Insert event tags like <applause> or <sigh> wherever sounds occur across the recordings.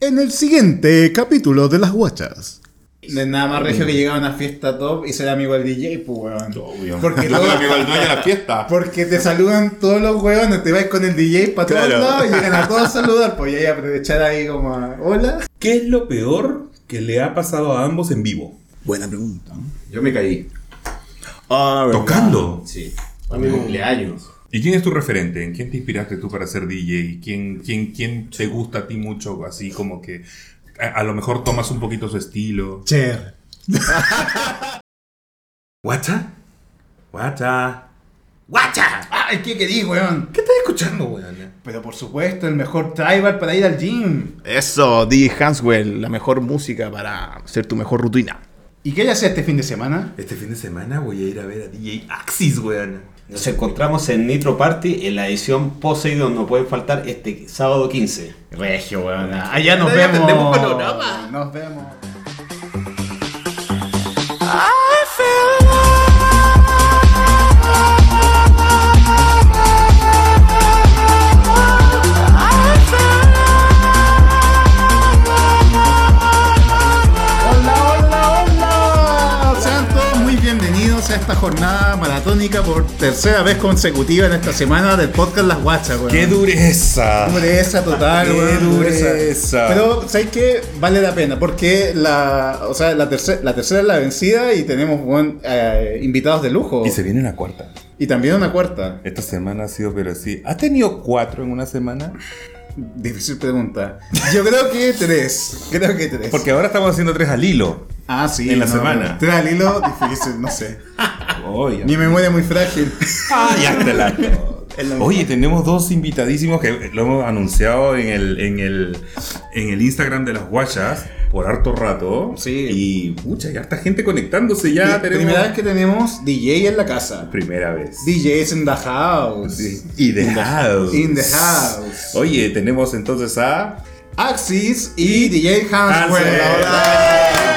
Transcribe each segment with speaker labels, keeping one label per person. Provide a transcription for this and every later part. Speaker 1: en el siguiente capítulo de Las Guachas.
Speaker 2: No es nada más regio que llegaba a una fiesta top y ser amigo del DJ, pues weón.
Speaker 3: Obvio. <laughs>
Speaker 2: Porque
Speaker 3: Porque
Speaker 2: todo-
Speaker 3: amigo del dueño de la fiesta.
Speaker 2: Porque te saludan todos los huevones, te vas con el DJ para
Speaker 3: Claro.
Speaker 2: todos lados y llegan a todos a saludar, pues y ahí aprovechar ahí como, a, hola.
Speaker 4: ¿Qué es lo peor que le ha pasado a ambos en vivo?
Speaker 1: Buena pregunta.
Speaker 5: Yo me caí.
Speaker 1: Ah, ¿verdad?
Speaker 4: Tocando.
Speaker 5: Sí. A mi cumpleaños.
Speaker 3: ¿Y quién es tu referente? ¿En quién te inspiraste tú para ser DJ? ¿Quién, quién, quién te gusta a ti mucho? Así como que a, a lo mejor tomas un poquito su estilo.
Speaker 1: Cher.
Speaker 4: ¿Guacha? ¿Guacha?
Speaker 5: ¡Guacha!
Speaker 2: Ah, ¿qué querís, weón?
Speaker 4: ¿Qué estás escuchando, weón?
Speaker 2: Pero por supuesto, el mejor tribal para ir al gym.
Speaker 5: Eso, DJ Hanswell, la mejor música para hacer tu mejor rutina.
Speaker 2: ¿Y qué ya hacía este fin de semana?
Speaker 4: Este fin de semana voy a ir a ver a DJ Axis, weón.
Speaker 6: Nos encontramos en Nitro Party en la edición Poseidon. No pueden faltar este sábado 15.
Speaker 2: Regio, weón. Allá nos
Speaker 6: Ya
Speaker 2: vemos.
Speaker 6: tenemos panorama.
Speaker 2: Nos vemos. Hola, hola, hola. Sean todos muy bienvenidos a esta jornada maratónica por tercera vez consecutiva en esta semana del podcast Las Guachas, weón.
Speaker 3: ¡Qué dureza!
Speaker 2: Dureza total,
Speaker 3: Qué
Speaker 2: weón,
Speaker 3: Ah. dureza.
Speaker 2: Pero, ¿sabes qué? Vale la pena, porque la, o sea, la, tercera, la tercera es la vencida y tenemos weón, eh, invitados de lujo.
Speaker 3: Y
Speaker 2: Y,
Speaker 3: se viene la cuarta.
Speaker 2: también una cuarta.
Speaker 3: Esta semana ha sido, pero sí. ¿Has tenido cuatro en una semana?
Speaker 2: Difícil pregunta. Yo creo que tres. Creo que tres.
Speaker 3: Porque ahora estamos haciendo tres al hilo.
Speaker 2: ah, sí.
Speaker 3: en la semana.
Speaker 2: Tres al hilo, difícil, no sé.
Speaker 3: Oye,
Speaker 2: Mi memoria es muy
Speaker 3: <laughs>
Speaker 2: frágil.
Speaker 3: Ah, ya te la-
Speaker 2: Es lo mismo.
Speaker 3: Oye, tenemos dos invitadísimos que lo hemos anunciado en el, en el, en el Instagram de las guachas por harto rato.
Speaker 2: Sí.
Speaker 3: Y mucha, y harta gente conectándose ya.
Speaker 2: Pri-
Speaker 3: tenemos-
Speaker 2: Primera vez que tenemos DJ en la casa.
Speaker 3: Primera vez.
Speaker 2: DJs in the house.
Speaker 3: Y the house.
Speaker 2: In the house.
Speaker 3: Oye, tenemos entonces a.
Speaker 2: Axis y DJ
Speaker 3: Hansel.
Speaker 2: Hanswell.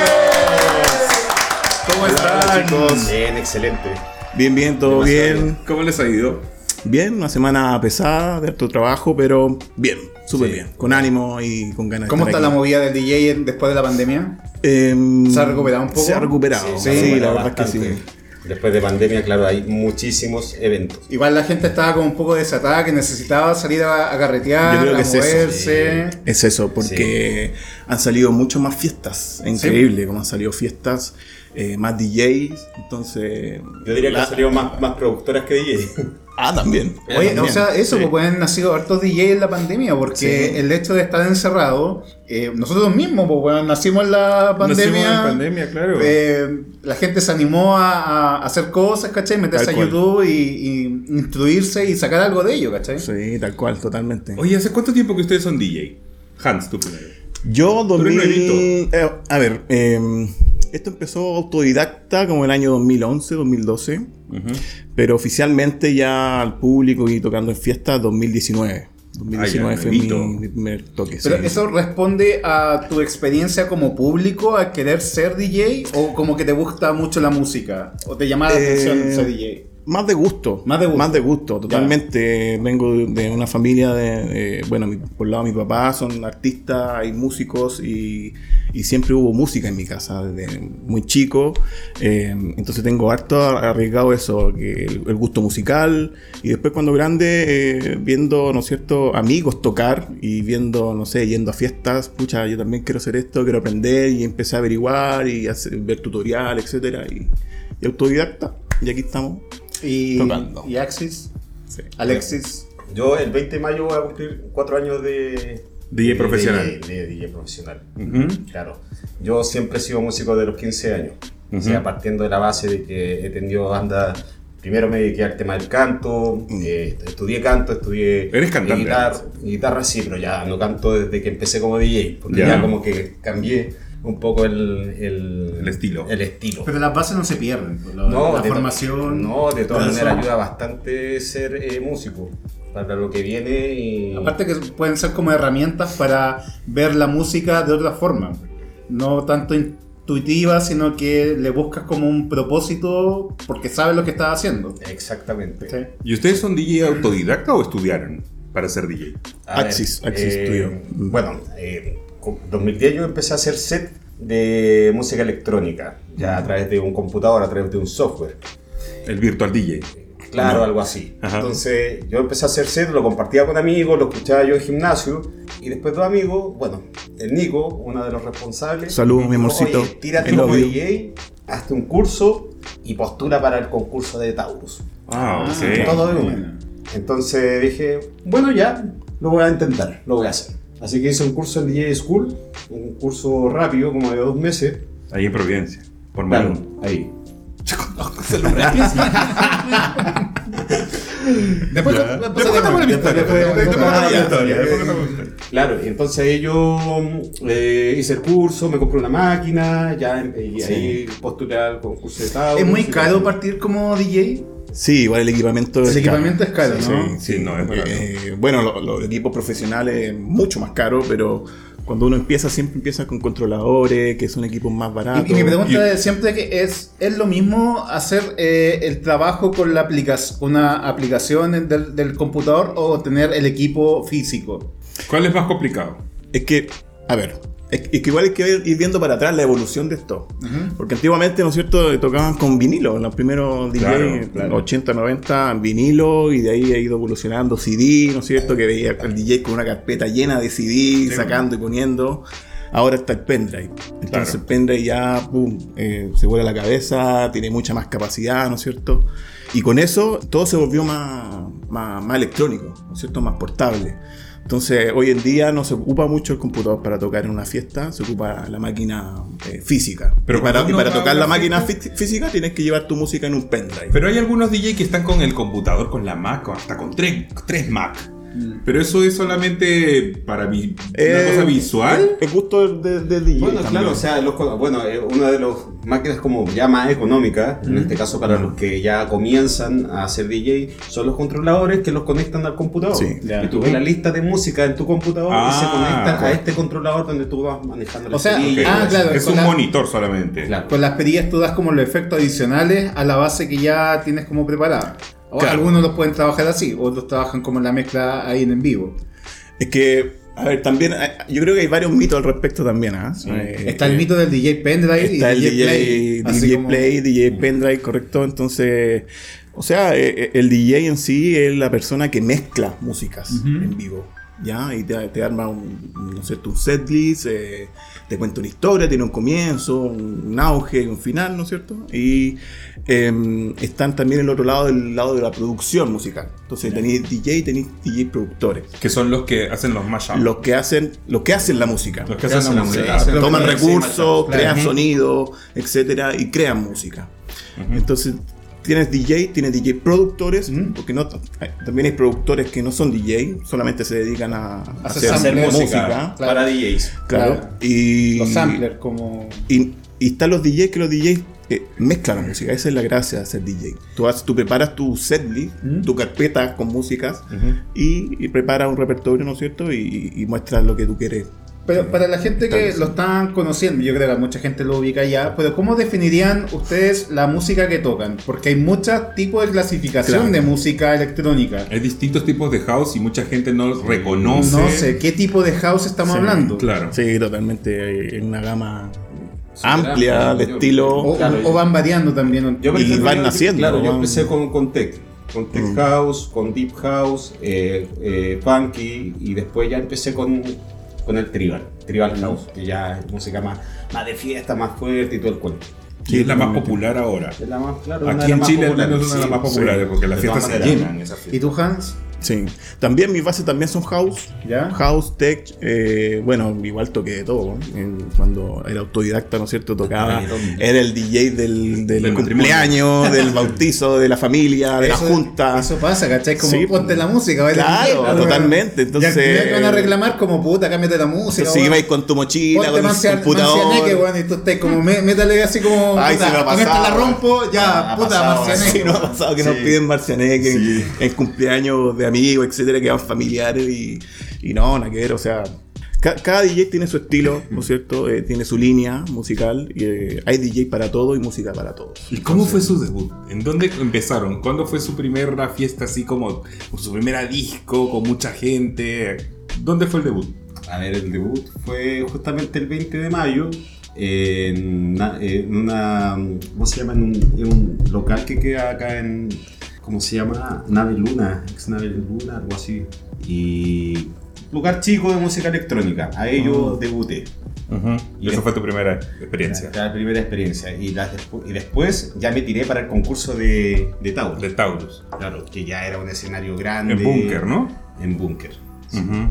Speaker 3: ¿Cómo están?
Speaker 6: Bien, excelente.
Speaker 5: Bien, bien, todo
Speaker 6: Demasiado
Speaker 5: bien.
Speaker 3: ¿Cómo les ha ido?
Speaker 5: Bien, una semana pesada de harto trabajo, pero bien, súper bien. Con ánimo y con ganas
Speaker 2: ¿Cómo
Speaker 5: de
Speaker 2: está
Speaker 5: estar
Speaker 2: la
Speaker 5: aquí.
Speaker 2: movida del DJ en- después de la pandemia?
Speaker 5: Em,
Speaker 2: ¿Se ha recuperado un poco?
Speaker 5: Se ha recuperado.
Speaker 2: Sí,
Speaker 5: Sí,
Speaker 2: se ha recuperado
Speaker 5: la verdad es que sí.
Speaker 6: Después de pandemia, claro, hay muchísimos eventos.
Speaker 2: Igual la gente estaba como un poco desatada, que necesitaba salir a, a carretear,
Speaker 5: Yo creo que
Speaker 2: a
Speaker 5: es eso,
Speaker 2: moverse.
Speaker 5: Es eso, porque han salido mucho más fiestas. Increíble como han salido fiestas, eh, más DJs. Entonces.
Speaker 6: Yo diría que
Speaker 5: la-
Speaker 6: han salido más, más productoras que DJ.
Speaker 5: Ah, también.
Speaker 2: Oye,
Speaker 5: También.
Speaker 2: o sea, eso, pues pueden nacido hartos DJ en la pandemia, porque el hecho de estar encerrado, eh, nosotros mismos, pues bueno, nacimos en la pandemia.
Speaker 3: Nacimos en pandemia, claro.
Speaker 2: eh, la gente se animó a, a hacer cosas, ¿cachai? Meterse
Speaker 5: Tal
Speaker 2: a
Speaker 5: cual.
Speaker 2: YouTube y, y instruirse y sacar algo de ello, ¿cachai?
Speaker 5: Sí, tal cual, totalmente.
Speaker 3: Oye, ¿hace cuánto tiempo que ustedes son DJ? Hans, tú primero.
Speaker 5: Yo
Speaker 3: eres
Speaker 5: 2000...
Speaker 3: nuevito.
Speaker 5: eh, a ver, eh, esto empezó autodidacta como el año 2011, 2012, pero oficialmente ya al público y tocando en fiestas 2019. 2019
Speaker 3: Ah, ya,
Speaker 5: fue mi,
Speaker 3: nuevito.
Speaker 5: mi primer toque.
Speaker 2: Pero
Speaker 5: sí.
Speaker 2: eso responde a tu experiencia como público, a querer ser DJ o como que te gusta mucho la música o te llama la
Speaker 5: Eh,
Speaker 2: atención ser DJ.
Speaker 5: Más de gusto.
Speaker 2: Más de gusto.
Speaker 5: gusto, totalmente. Vengo de, de una familia de. eh, bueno, mi- por el lado de mi papá son artistas y músicos y, y siempre hubo música en mi casa desde muy chico. Eh, entonces tengo harto arriesgado eso, que el, el gusto musical. Y después cuando grande, eh, viendo, ¿no es cierto?, amigos tocar y viendo, no sé, yendo a fiestas, pucha, yo también quiero hacer esto, quiero aprender y empecé a averiguar y hacer- ver tutorial, etcétera Y, y autodidacta. Y aquí estamos.
Speaker 2: Y,
Speaker 5: Tocando.
Speaker 2: y Axis,
Speaker 5: Sí.
Speaker 2: Alexis.
Speaker 6: Yo el 20 de mayo voy a cumplir cuatro años de...
Speaker 3: DJ
Speaker 6: de-
Speaker 3: profesional.
Speaker 6: De, de DJ profesional. Claro. Yo siempre he sido músico de los 15 años. O sea, partiendo de la base de que he tenido bandas. Primero me dediqué al tema del canto, eh, estudié canto, estudié
Speaker 3: Mm. Eres cantante,
Speaker 6: guitarra, guitarra, sí, pero ya no canto desde que empecé como DJ, porque
Speaker 3: Ya.
Speaker 6: ya, como que cambié un poco el, el,
Speaker 3: El estilo.
Speaker 6: El estilo.
Speaker 2: Pero las bases no se pierden. pues, la- la
Speaker 6: de to-
Speaker 2: formación.
Speaker 6: No, de todas
Speaker 2: todo eso.
Speaker 6: maneras ayuda bastante ser eh, músico para lo que viene y...
Speaker 2: Aparte que pueden ser como herramientas para ver la música de otra forma. No tanto intuitiva, sino que le buscas como un propósito porque sabes lo que estás haciendo.
Speaker 6: Exactamente.
Speaker 2: ¿cachai?
Speaker 3: ¿Y ustedes son DJ autodidacta o estudiaron para ser DJ?
Speaker 6: A ver,
Speaker 5: Axis, Axis
Speaker 6: eh,
Speaker 5: tuyo.
Speaker 6: Bueno, eh, con- 2010 yo empecé a hacer set de música electrónica, ya a través de un computador, a través de un software.
Speaker 4: El virtual DJ.
Speaker 6: Claro, algo así.
Speaker 4: Ajá.
Speaker 6: Entonces yo empecé a hacer set, lo compartía con amigos, lo escuchaba yo en gimnasio y después dos amigos, bueno, el Nico, uno de los responsables.
Speaker 5: Saludos, mi
Speaker 6: dijo,
Speaker 5: amorcito.
Speaker 6: "Oye, tírate
Speaker 5: I love
Speaker 6: como
Speaker 5: you".
Speaker 6: DJ, hazte un curso y postula para el concurso de Taurus.
Speaker 4: Ah,
Speaker 2: ok.
Speaker 6: Todo de una.
Speaker 2: Buena.
Speaker 6: Entonces dije, bueno ya, lo voy a intentar, lo voy a hacer. Así que hice un curso en DJ School, un curso rápido, como de dos meses.
Speaker 3: Ahí en Providencia. Por
Speaker 6: Claro,
Speaker 3: Malum.
Speaker 6: ahí.
Speaker 4: Después,
Speaker 6: contamos la historia, después contamos la historia.
Speaker 4: historia.
Speaker 6: eh, Claro, y entonces yo eh, hice el curso, me compré una máquina, ya em- y ahí postulé al concurso de Taurus.
Speaker 2: Es muy
Speaker 6: y-
Speaker 2: caro partir como DJ.
Speaker 5: Sí, igual el equipamiento
Speaker 2: El
Speaker 5: es caro.
Speaker 2: equipamiento es caro,
Speaker 5: Sí,
Speaker 2: ¿no?
Speaker 5: sí.
Speaker 3: Sí, no, es barato.
Speaker 5: Eh, bueno, lo- los equipos profesionales mucho más caros, pero cuando uno empieza, siempre empieza con controladores, que son equipos más
Speaker 6: Ah,
Speaker 5: baratos.
Speaker 2: Y, y mi pregunta
Speaker 4: Y-
Speaker 2: es siempre que es, ¿es lo mismo hacer eh, el trabajo con la aplicación, una aplicación en- del, del computador o tener el equipo físico?
Speaker 3: ¿Cuál es más complicado?
Speaker 5: Es que, a ver, es, es que igual hay que ir viendo para atrás la evolución de esto. Porque antiguamente, ¿no es cierto?, tocaban con vinilo. Los primeros DJ,
Speaker 3: Claro, claro.
Speaker 5: 80, 90, en vinilo, y de ahí ha ido evolucionando CD, ¿no es cierto?, que veía el DJ con una carpeta llena de CD,
Speaker 3: pues.
Speaker 5: sacando y poniendo. Ahora está el pendrive. Entonces
Speaker 3: Claro.
Speaker 5: el pendrive ya, pum, eh, se vuela la cabeza, tiene mucha más capacidad, ¿no es cierto? Y con eso todo se volvió más, más, más electrónico, ¿no es cierto? Más portable. Entonces, hoy en día no se ocupa mucho el computador para tocar en una fiesta, se ocupa la máquina eh, física.
Speaker 3: Pero
Speaker 5: y para,
Speaker 3: cuando
Speaker 5: y
Speaker 3: uno
Speaker 5: para
Speaker 3: va a
Speaker 5: tocar
Speaker 3: una
Speaker 5: la máquina
Speaker 3: fiesta-
Speaker 5: fí- física tienes que llevar tu música en un pendrive.
Speaker 3: Pero hay algunos DJ que están con el computador, con la Mac, o hasta con tres, tres Mac. Pero eso es solamente para vi-
Speaker 5: Eh,
Speaker 3: una cosa visual.
Speaker 5: El gusto del del DJ.
Speaker 6: Bueno,
Speaker 5: también.
Speaker 6: claro, eh, o sea, los co- bueno, eh, una de las máquinas como ya más económicas, en este caso para los que ya comienzan a hacer DJ, son los controladores que los conectan al computador.
Speaker 5: Sí.
Speaker 6: Y tú ves la lista de música en tu computador y se
Speaker 3: Ah,
Speaker 6: conectan a
Speaker 3: correcto.
Speaker 6: este controlador donde tú vas manejando
Speaker 2: O sea,
Speaker 6: CD,
Speaker 2: ah,
Speaker 6: todo eso.
Speaker 2: claro,
Speaker 3: es
Speaker 2: con
Speaker 3: un
Speaker 2: la-
Speaker 3: monitor solamente.
Speaker 6: Claro.
Speaker 2: Con Pues las perillas tú das como los efectos adicionales a la base que ya tienes como preparada. O
Speaker 5: Claro.
Speaker 2: Algunos los pueden trabajar así, otros trabajan como la mezcla ahí en, en vivo.
Speaker 5: Es que, a ver, también, eh, yo creo que hay varios mitos al respecto también. ¿ah? Eh,
Speaker 2: está el mito del DJ Pendrive
Speaker 5: Está el
Speaker 2: y
Speaker 5: DJ,
Speaker 2: Play.
Speaker 5: DJ Play,
Speaker 2: así
Speaker 5: DJ,
Speaker 2: como-
Speaker 5: Pendrive, correcto. Entonces, o sea, eh, eh, el DJ en sí es la persona que mezcla músicas en vivo. ¿Ya? Y te, te arma un, un, ¿no es cierto? un setlist, eh, te cuenta una historia, tiene un comienzo, un, un auge y un final, ¿no es cierto? Y eh, están también el otro lado, del lado de la producción musical. Entonces tenéis DJ y tenéis DJ productores.
Speaker 3: Que son los que hacen los
Speaker 2: Ah.
Speaker 3: mashups.
Speaker 5: Los que hacen, los que hacen la música.
Speaker 3: Los que hacen la música.
Speaker 6: hacen-
Speaker 5: Toman
Speaker 6: Sí,
Speaker 5: recursos,
Speaker 6: claro.
Speaker 5: crean sonido, etcétera, y crean música. Entonces, tienes DJ, tienes DJ productores, porque no hay- también hay productores que no son DJ, solamente se dedican a, a
Speaker 2: Hacer sampler.
Speaker 5: música.
Speaker 2: Claro.
Speaker 6: para DJs.
Speaker 5: Claro.
Speaker 2: Claro.
Speaker 5: Y,
Speaker 2: Los samplers como...
Speaker 5: y, y están los DJs que los DJs eh, mezclan la música. Esa es la gracia de ser DJ. Tú, haces- tú preparas tu setlist, tu carpeta con músicas y, y preparas un repertorio, ¿no es cierto? Y, y muestras lo que tú quieres.
Speaker 2: Pero para la gente que lo están conociendo, yo creo que mucha gente lo ubica ya, pero ¿cómo definirían ustedes la música que tocan? Porque hay muchos tipos de clasificación
Speaker 5: Claro.
Speaker 2: de música electrónica.
Speaker 3: Hay distintos tipos de house y mucha gente no los reconoce.
Speaker 2: No sé, ¿qué tipo de house estamos
Speaker 5: Sí,
Speaker 2: hablando?
Speaker 3: Claro.
Speaker 5: Sí, totalmente. eh, En una gama
Speaker 6: Era,
Speaker 5: amplia de
Speaker 6: yo-
Speaker 5: estilo.
Speaker 2: O,
Speaker 6: Claro,
Speaker 2: o
Speaker 6: yo-
Speaker 2: van variando también.
Speaker 6: Yo, por
Speaker 5: Y
Speaker 6: ejemplo,
Speaker 5: van
Speaker 6: yo-
Speaker 5: naciendo,
Speaker 6: Claro, yo
Speaker 5: van-
Speaker 6: empecé con, con tech, con tech house, con deep house, eh, eh, funky y después ya empecé con, con el tribal, tribal house, que ya es música más, más de fiesta, más fuerte y todo el cuento.
Speaker 3: Y es la más popular ahora.
Speaker 6: Es la más, claro, una de
Speaker 3: Aquí en
Speaker 6: las más
Speaker 3: Chile al
Speaker 6: populares,
Speaker 3: menos es una de las
Speaker 6: sí.
Speaker 3: más populares porque las
Speaker 6: De todas
Speaker 3: fiestas se
Speaker 6: maneras.
Speaker 3: llenan. esas
Speaker 2: ¿Y
Speaker 3: fiestas.
Speaker 2: tú, Hans?
Speaker 5: Sí. También mis bases también son house.
Speaker 2: ¿Ya?
Speaker 5: House, tech, eh, bueno, igual toqué de todo. ¿no? En- Cuando era autodidacta, ¿no es cierto? Tocaba. Era el DJ del, del
Speaker 3: Del
Speaker 5: cumpleaños,
Speaker 2: <laughs>
Speaker 5: del bautizo, de la familia, de la junta.
Speaker 2: Eso pasa, ¿cachai? Como
Speaker 5: Sí. pues.
Speaker 2: ponte la música, baila
Speaker 5: Claro,
Speaker 2: mierda, weón.
Speaker 5: totalmente, entonces-
Speaker 2: Y al final te van a reclamar como puta, cámbiate la música.
Speaker 5: Entonces
Speaker 2: weón.
Speaker 5: ibais con tu mochila,
Speaker 2: Ponte
Speaker 5: con
Speaker 2: más
Speaker 5: tu computador.
Speaker 2: que weón, y tú estás como, mé- métale así como.
Speaker 5: Ay,
Speaker 2: puta,
Speaker 5: se me ha
Speaker 2: con esta
Speaker 5: pasado,
Speaker 2: la rompo, ya,
Speaker 6: Ha
Speaker 2: puta,
Speaker 6: pasado,
Speaker 2: Marcianeque.
Speaker 5: Sí, nos ha pasado que nos piden marciané, que en, en cumpleaños de amigos, etcétera, que van familiares y, y no, nada que ver, o sea. ca- Cada DJ tiene su estilo, ¿no es cierto? Eh, tiene su línea musical. Y, eh, hay DJ para todo y música para todos.
Speaker 3: ¿Y cómo fue su debut? ¿En dónde empezaron? ¿Cuándo fue su primera fiesta así como o su primera disco con mucha gente? ¿Dónde fue el debut?
Speaker 6: A ver, el debut fue justamente el 20 de mayo en una, en una- ¿cómo se llama? En un, en un local que queda acá en, ¿cómo se llama? Nave Luna, ex Nave Luna, algo así. Y lugar chico de música electrónica. Ahí
Speaker 3: Ah.
Speaker 6: yo debuté.
Speaker 3: Y esa fue tu primera experiencia.
Speaker 6: La primera experiencia. Y, las despu- y después ya me tiré para el concurso de, de Tauro.
Speaker 3: De Taurus.
Speaker 6: Claro, que ya era un escenario grande.
Speaker 3: En búnker, ¿no?
Speaker 6: En búnker.
Speaker 3: Ujú.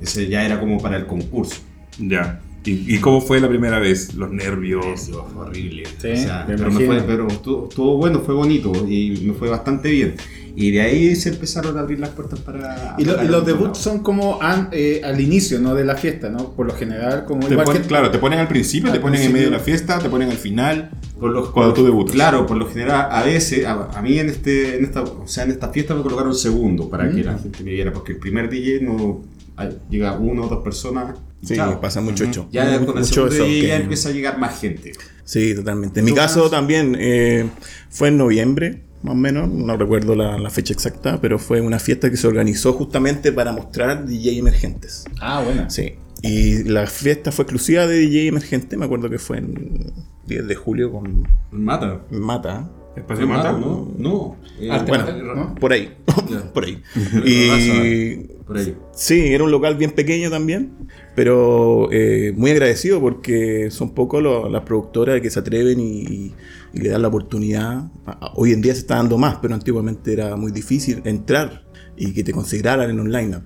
Speaker 6: Ese ya era como para el concurso.
Speaker 3: Ya. ¿Y, y cómo fue la primera vez? Los nervios.
Speaker 6: Fue horrible.
Speaker 2: Sí,
Speaker 6: O sea,
Speaker 2: me
Speaker 6: pero, me
Speaker 2: imagino.
Speaker 6: fue, pero estuvo, estuvo bueno, fue bonito y me fue bastante bien. Y de ahí se empezaron a abrir las puertas para.
Speaker 2: Y, lo-
Speaker 6: para
Speaker 2: y los
Speaker 6: otro
Speaker 2: debuts
Speaker 6: lado.
Speaker 2: son como an- eh, al inicio, ¿no? De la fiesta, ¿no? Por lo general, como
Speaker 3: Te
Speaker 2: igual
Speaker 3: pon-
Speaker 2: que-
Speaker 3: claro, te ponen al principio,
Speaker 2: Al
Speaker 3: te ponen en
Speaker 2: principio.
Speaker 3: medio de la fiesta, te ponen al final.
Speaker 6: Por lo-
Speaker 3: Cuando tú debutas.
Speaker 6: Claro, por lo general, a veces, a, a mí en este, en esta, o sea, en esta fiesta me colocaron segundo para que la gente me viera, porque el primer DJ no ay, llega uno o dos personas. y
Speaker 5: Sí,
Speaker 6: chao.
Speaker 5: pasa mucho hecho.
Speaker 6: Ya
Speaker 5: Mu-
Speaker 6: con el
Speaker 5: mucho
Speaker 6: segundo
Speaker 5: eso.
Speaker 6: DJ ya
Speaker 5: que- ¿Pues
Speaker 6: empieza a llegar más gente.
Speaker 5: Sí, totalmente. En mi caso también eh, fue en noviembre, más o menos, no recuerdo la, la fecha exacta, pero fue una fiesta que se organizó justamente para mostrar DJ emergentes.
Speaker 2: Ah, bueno.
Speaker 5: Sí. Y la fiesta fue exclusiva de DJ emergente, me acuerdo que fue en 10 de julio con
Speaker 6: Mata.
Speaker 5: Mata,
Speaker 3: Espacio Mata.
Speaker 6: ¿no? No. Eh,
Speaker 3: Ah,
Speaker 2: Arte
Speaker 5: bueno,
Speaker 2: Mata, ¿no?
Speaker 5: por <laughs> ahí, por ahí.
Speaker 6: Raza.
Speaker 5: Y
Speaker 6: Por ahí.
Speaker 5: Sí, era un local bien pequeño también, pero eh, muy agradecido porque son pocos lo- las productoras que se atreven y, y- y le dan la oportunidad. A- a- Hoy en día se está dando más, pero antiguamente era muy difícil entrar y que te consideraran en un lineup.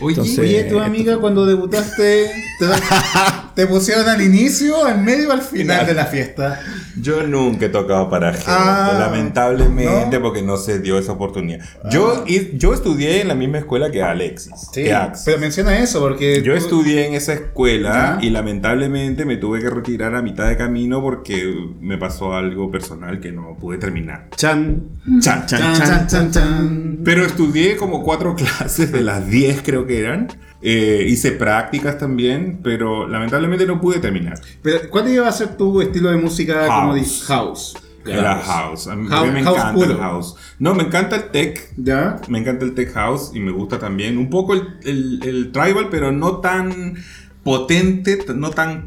Speaker 2: Oye,
Speaker 5: Entonces,
Speaker 2: oye, tu
Speaker 5: esto-
Speaker 2: amiga cuando debutaste te,
Speaker 5: <laughs>
Speaker 2: te pusieron al inicio, al medio, al final de la fiesta.
Speaker 3: Yo nunca he tocado paraje,
Speaker 2: Ah,
Speaker 3: lamentablemente,
Speaker 2: ¿no?
Speaker 3: porque no Ah. se dio esa oportunidad. Yo, y- yo estudié en la misma escuela que Alexis.
Speaker 2: Sí,
Speaker 3: que Ax.
Speaker 2: pero menciona eso porque
Speaker 3: Yo
Speaker 2: Eh, tú-
Speaker 3: estudié en esa escuela
Speaker 2: Ya.
Speaker 3: y lamentablemente me tuve que retirar a mitad de camino porque me pasó algo personal que no pude terminar.
Speaker 6: Chan.
Speaker 3: Chan, chan,
Speaker 2: Chan,
Speaker 3: chan.
Speaker 2: chan, chan, chan.
Speaker 3: Pero estudié como cuatro <laughs> clases de las diez creo que eran. Eh, hice prácticas también, pero lamentablemente no pude terminar.
Speaker 2: Pero, ¿cuál iba a ser tu estilo de música como
Speaker 3: House.
Speaker 2: dices? House.
Speaker 3: Era house. A mí, a mí
Speaker 2: pues. House-
Speaker 3: me
Speaker 2: house
Speaker 3: encanta
Speaker 2: puro.
Speaker 3: el house. No, me encanta el tech.
Speaker 2: ¿Ya?
Speaker 3: Me encanta el tech house y me gusta también un poco el, el- el tribal, pero no tan potente, t-
Speaker 2: <laughs>
Speaker 3: no tan...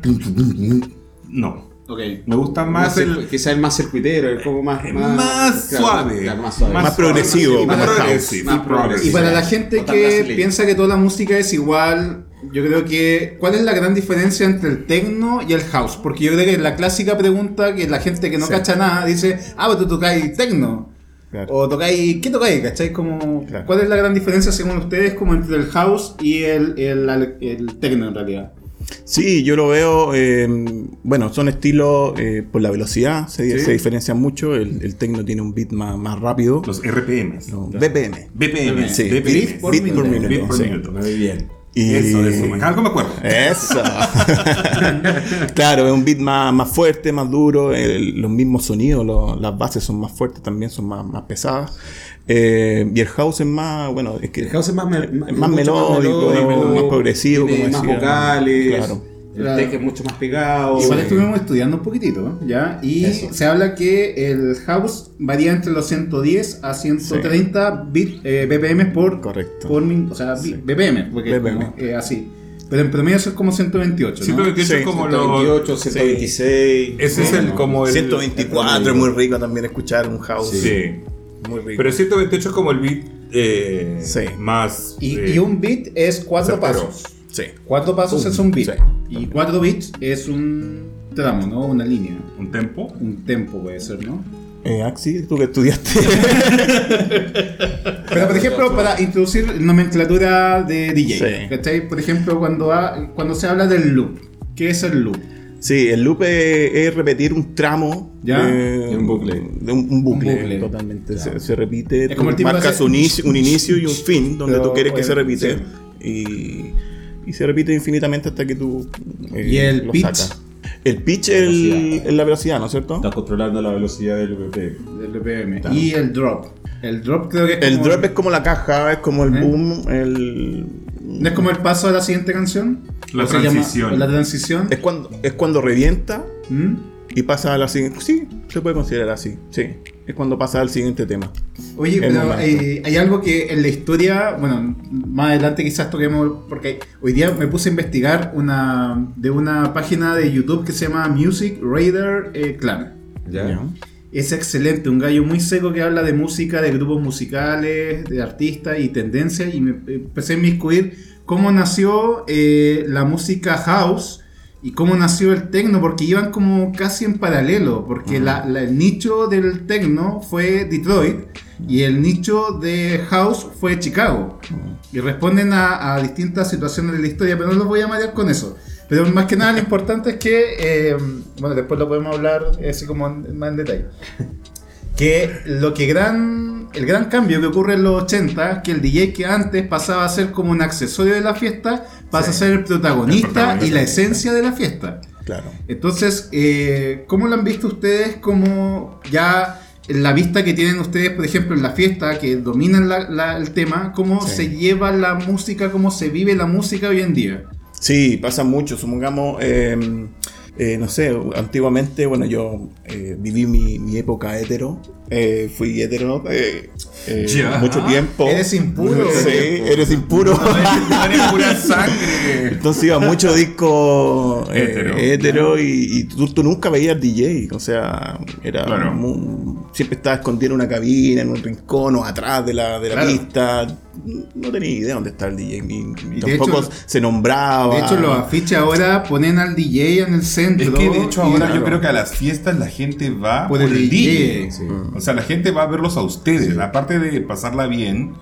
Speaker 3: No.
Speaker 6: Ok.
Speaker 3: Me gusta más el... Eh,
Speaker 6: Quizás el más circuitero, el como más.
Speaker 3: Más
Speaker 6: claro,
Speaker 3: suave.
Speaker 6: claro, más suave.
Speaker 5: Más progresivo,
Speaker 3: Más
Speaker 5: más house.
Speaker 3: progresivo.
Speaker 6: Más progresivo.
Speaker 2: Y para la
Speaker 6: Sí,
Speaker 2: gente
Speaker 6: no tan
Speaker 2: que
Speaker 6: brasileño.
Speaker 2: piensa que toda la música es igual, yo creo que. ¿Cuál es la gran diferencia entre el techno y el house? Porque yo creo que la clásica pregunta que la gente que no cacha nada dice: Ah, pero tú tocáis techno.
Speaker 5: Claro.
Speaker 2: O tocáis. ¿Qué tocáis? ¿Cacháis? Como,
Speaker 5: Claro.
Speaker 2: ¿Cuál es la gran diferencia según ustedes como entre el house y el, el, el techno en realidad?
Speaker 5: Sí, yo lo veo. eh, bueno, son estilos eh, por la velocidad, se, se diferencian mucho. El, el techno tiene un beat más, más rápido.
Speaker 3: Los RPMs.
Speaker 5: No, BPM.
Speaker 3: BPM.
Speaker 5: Sí.
Speaker 3: BPM.
Speaker 5: Beat por minuto,
Speaker 3: Beat por
Speaker 5: sí.
Speaker 3: minuto.
Speaker 6: Muy bien.
Speaker 5: Y-
Speaker 3: Eso, eso. me- Algo me acuerdo.
Speaker 5: Eso. <laughs> claro, es un beat más, más fuerte, más duro. el- los mismos sonidos, lo- las bases son más fuertes también, son más, más pesadas. Eh, y el house es más, bueno, es que
Speaker 6: El house es más, me-
Speaker 5: es más melódico, más, progresivo,
Speaker 6: tiene
Speaker 5: como
Speaker 6: más
Speaker 5: decía.
Speaker 6: vocales.
Speaker 5: Claro.
Speaker 6: El
Speaker 2: Claro.
Speaker 6: tech es mucho más pegado.
Speaker 2: Igual estuvimos estudiando un poquitito, ¿ya? Y
Speaker 6: Eso.
Speaker 2: se habla que el house varía entre los 110 a 130 bit- eh, BPM por,
Speaker 5: Correcto.
Speaker 2: por min- o sea, bi- BPM, porque es
Speaker 5: BPM.
Speaker 2: como, eh, así. Pero en promedio eso es como 128, ¿no?
Speaker 3: 128 es
Speaker 5: Sí,
Speaker 3: como los...
Speaker 6: 128, 126.
Speaker 3: Ese es el como el...
Speaker 5: 124 es muy rico también escuchar un house.
Speaker 3: Sí.
Speaker 5: Muy rico.
Speaker 3: Pero 128 es como el beat eh,
Speaker 5: Sí.
Speaker 3: más...
Speaker 2: Y,
Speaker 3: eh,
Speaker 2: y un bit es cuatro
Speaker 3: certero.
Speaker 2: pasos.
Speaker 5: sí.
Speaker 2: Cuatro pasos es un bit.
Speaker 5: sí.
Speaker 2: Y cuatro bits es un tramo, ¿no? Una línea.
Speaker 3: Un tempo.
Speaker 2: Un tempo puede ser, ¿no?
Speaker 5: Eh, Axi, tú que estudiaste.
Speaker 2: Pero por ejemplo, para introducir nomenclatura de DJ,
Speaker 5: Sí.
Speaker 2: ¿cachai? Por ejemplo, cuando, ha- cuando se habla del loop, ¿qué es el loop?
Speaker 5: Sí, el loop es, es repetir un tramo.
Speaker 2: Ya.
Speaker 5: eh,
Speaker 6: De un bucle.
Speaker 5: De un, un bucle,
Speaker 2: Un bucle.
Speaker 5: totalmente. Se, se repite.
Speaker 2: Es
Speaker 5: tú
Speaker 2: como el tipo
Speaker 5: marcas
Speaker 2: hace-
Speaker 5: un inicio, un inicio y un fin donde
Speaker 2: Pero,
Speaker 5: tú quieres que
Speaker 2: bueno,
Speaker 5: se repite. Y, y se repite infinitamente hasta que tú. eh,
Speaker 2: ¿Y el
Speaker 5: lo
Speaker 2: pitch?
Speaker 5: sacas. El pitch es el-
Speaker 6: Velocidad.
Speaker 5: es la velocidad, ¿no es cierto?
Speaker 6: Estás controlando la velocidad del VP.
Speaker 2: Del BPM. Y el drop. El drop creo que es
Speaker 5: El
Speaker 2: como-
Speaker 5: drop es como la caja, es como el
Speaker 2: ¿Eh?
Speaker 5: boom, el.
Speaker 2: ¿No es como el paso a la siguiente canción?
Speaker 3: La
Speaker 2: ¿O se llama-
Speaker 3: transición.
Speaker 2: la transición.
Speaker 5: Es cuando, es cuando revienta
Speaker 2: ¿Mm?
Speaker 5: y pasa a la siguiente. Sí, se puede considerar así. Sí, es cuando pasa al siguiente tema.
Speaker 2: Oye,
Speaker 5: El
Speaker 2: pero
Speaker 5: momento.
Speaker 2: eh, hay algo que en la historia, bueno, más adelante quizás toquemos, porque hoy día me puse a investigar una de una página de YouTube que se llama Music Raider eh, Clan.
Speaker 6: Ya.
Speaker 2: Es excelente, un gallo muy seco que habla de música, de grupos musicales, de artistas y tendencias. Y me empecé a inmiscuir cómo nació eh, la música house y cómo nació el techno, porque iban como casi en paralelo, porque la- la- el nicho del techno fue Detroit y el nicho de house fue Chicago. Y responden a, a distintas situaciones de la historia, pero no los voy a marear con eso. Pero más que nada lo importante es que, eh, bueno, después lo podemos hablar así como en- más en detalle que lo que gran el gran cambio que ocurre en los 80 es que el DJ que antes pasaba a ser como un accesorio de la fiesta pasa a ser el protagonista,
Speaker 3: El protagonista.
Speaker 2: y la esencia de la fiesta.
Speaker 5: Claro.
Speaker 2: Entonces, eh, ¿cómo lo han visto ustedes como ya la vista que tienen ustedes, por ejemplo, en la fiesta, que dominan la- la- el tema, cómo
Speaker 5: Sí.
Speaker 2: se lleva la música, cómo se vive la música hoy en día?
Speaker 5: Sí, pasa mucho. Supongamos, eh, eh, no sé, antiguamente, bueno, yo eh, viví mi, mi época hetero. Eh, fui hetero eh, eh,
Speaker 3: Ya.
Speaker 5: mucho tiempo.
Speaker 2: Ah, Eres impuro.
Speaker 5: Sí, eres
Speaker 2: <laughs>
Speaker 5: impuro.
Speaker 3: Tiene pura sangre.
Speaker 5: Entonces iba mucho disco eh,
Speaker 3: Hétero.
Speaker 5: hétero, y, y tú, tú nunca veías DJ. O sea, era
Speaker 3: Claro.
Speaker 5: mu- siempre estaba escondido en una cabina, en un rincón o atrás de la, de la
Speaker 2: Claro.
Speaker 5: pista. No tenía idea dónde estaba el DJ. Ni, ni
Speaker 2: Y de
Speaker 5: tampoco
Speaker 2: hecho-
Speaker 5: se nombraba.
Speaker 2: De hecho, los afiches ahora ponen al DJ en el centro.
Speaker 3: Es que de hecho
Speaker 2: y-
Speaker 3: ahora yo creo que a las fiestas la gente va
Speaker 2: Por
Speaker 3: por,
Speaker 2: el
Speaker 3: el
Speaker 2: DJ.
Speaker 3: DJ. O sea, la gente va a verlos a ustedes. Aparte de pasarla bien,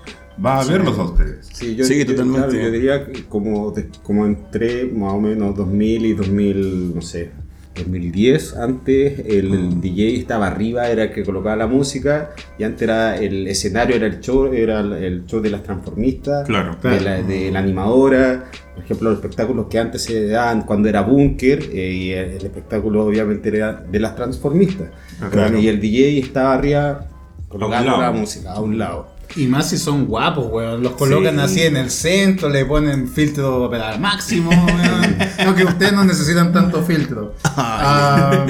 Speaker 3: va a verlos a ustedes.
Speaker 6: Sí, yo,
Speaker 5: Sí,
Speaker 6: yo-
Speaker 5: totalmente.
Speaker 6: claro, yo diría que como, de- como entre más o menos 2000 y 2000, no sé, 2010. Antes el,
Speaker 3: Ah.
Speaker 6: el DJ estaba arriba, era el que colocaba la música y antes era el escenario, era el show, era el- el show de las transformistas,
Speaker 3: Claro.
Speaker 6: de, la, de la animadora. Por ejemplo, los espectáculos que antes se daban cuando era Búnker eh, y el, el espectáculo obviamente era de las transformistas.
Speaker 3: Ah, Claro.
Speaker 6: Y el DJ estaba arriba colocando
Speaker 3: lado.
Speaker 6: la música a un lado.
Speaker 2: Y más si son guapos, weón. Los colocan
Speaker 6: Sí.
Speaker 2: así en el centro, le ponen filtro pero al máximo, weón. no, que ustedes no necesitan tanto filtro. Ah,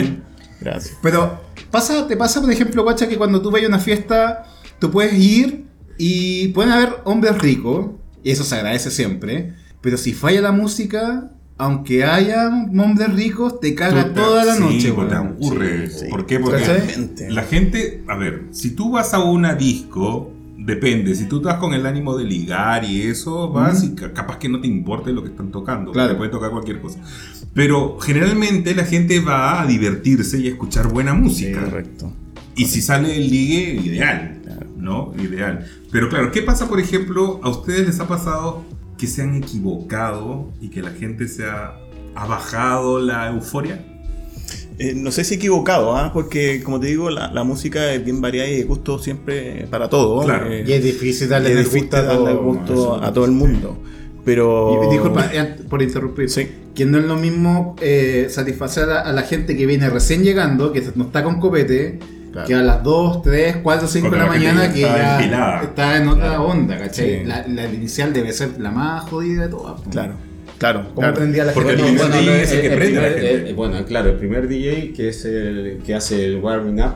Speaker 5: Gracias.
Speaker 2: pero pasa, te pasa, por ejemplo, guacha, que cuando tú vas a una fiesta, tú puedes ir y pueden haber hombres ricos, y eso se agradece siempre. Pero si falla la música, aunque haya hombres ricos, te caga
Speaker 3: Puta,
Speaker 2: toda la
Speaker 3: sí,
Speaker 2: noche,
Speaker 3: pues, te
Speaker 2: weón.
Speaker 3: aburre.
Speaker 5: Sí, sí.
Speaker 3: ¿Por qué? Porque
Speaker 2: ¿Cachai?
Speaker 3: la gente, a ver, si tú vas a una disco, depende, si tú estás con el ánimo de ligar y eso, vas y ca- capaz que no te importe lo que están tocando,
Speaker 2: Claro.
Speaker 3: te puede tocar cualquier cosa. Pero generalmente la gente va a divertirse y a escuchar buena música.
Speaker 5: Correcto.
Speaker 3: Y si sale el ligue, ideal, ¿no? Ideal. Pero claro, ¿qué pasa, por ejemplo, a ustedes les ha pasado que se han equivocado y que la gente se ha, ha bajado la euforia?
Speaker 5: Eh, no sé si equivocado, ¿ah? porque como te digo, la, la música es bien variada y de gusto siempre para todo.
Speaker 3: Claro.
Speaker 5: Eh,
Speaker 2: Y es difícil darle
Speaker 5: y es
Speaker 2: el
Speaker 5: difícil
Speaker 2: gusto a
Speaker 5: darle el
Speaker 2: todo,
Speaker 5: gusto
Speaker 2: weón.
Speaker 5: a todo el mundo. Pero.
Speaker 2: Y disculpa eh, por interrumpir.
Speaker 5: Oh. Sí.
Speaker 2: Que no es lo mismo eh, satisfacer a, a la gente que viene recién llegando, que no está con copete,
Speaker 5: Claro.
Speaker 2: que a las 2, 3, 4, 5 de la
Speaker 3: Cuando la gente
Speaker 2: mañana
Speaker 3: ya
Speaker 2: que
Speaker 3: está
Speaker 2: ya
Speaker 3: enfilada.
Speaker 2: está en otra onda, ¿cachai?
Speaker 5: Sí.
Speaker 2: La, la inicial debe ser la más jodida de todas. po.
Speaker 5: Claro, claro.
Speaker 2: ¿Cómo
Speaker 5: claro.
Speaker 2: prendía la
Speaker 3: Porque
Speaker 2: gente?
Speaker 3: el primer
Speaker 2: Bueno,
Speaker 3: día-
Speaker 2: no,
Speaker 3: es el que prende a la
Speaker 6: primer-
Speaker 3: gente.
Speaker 6: eh, bueno, claro, el primer DJ que es el que hace el warming up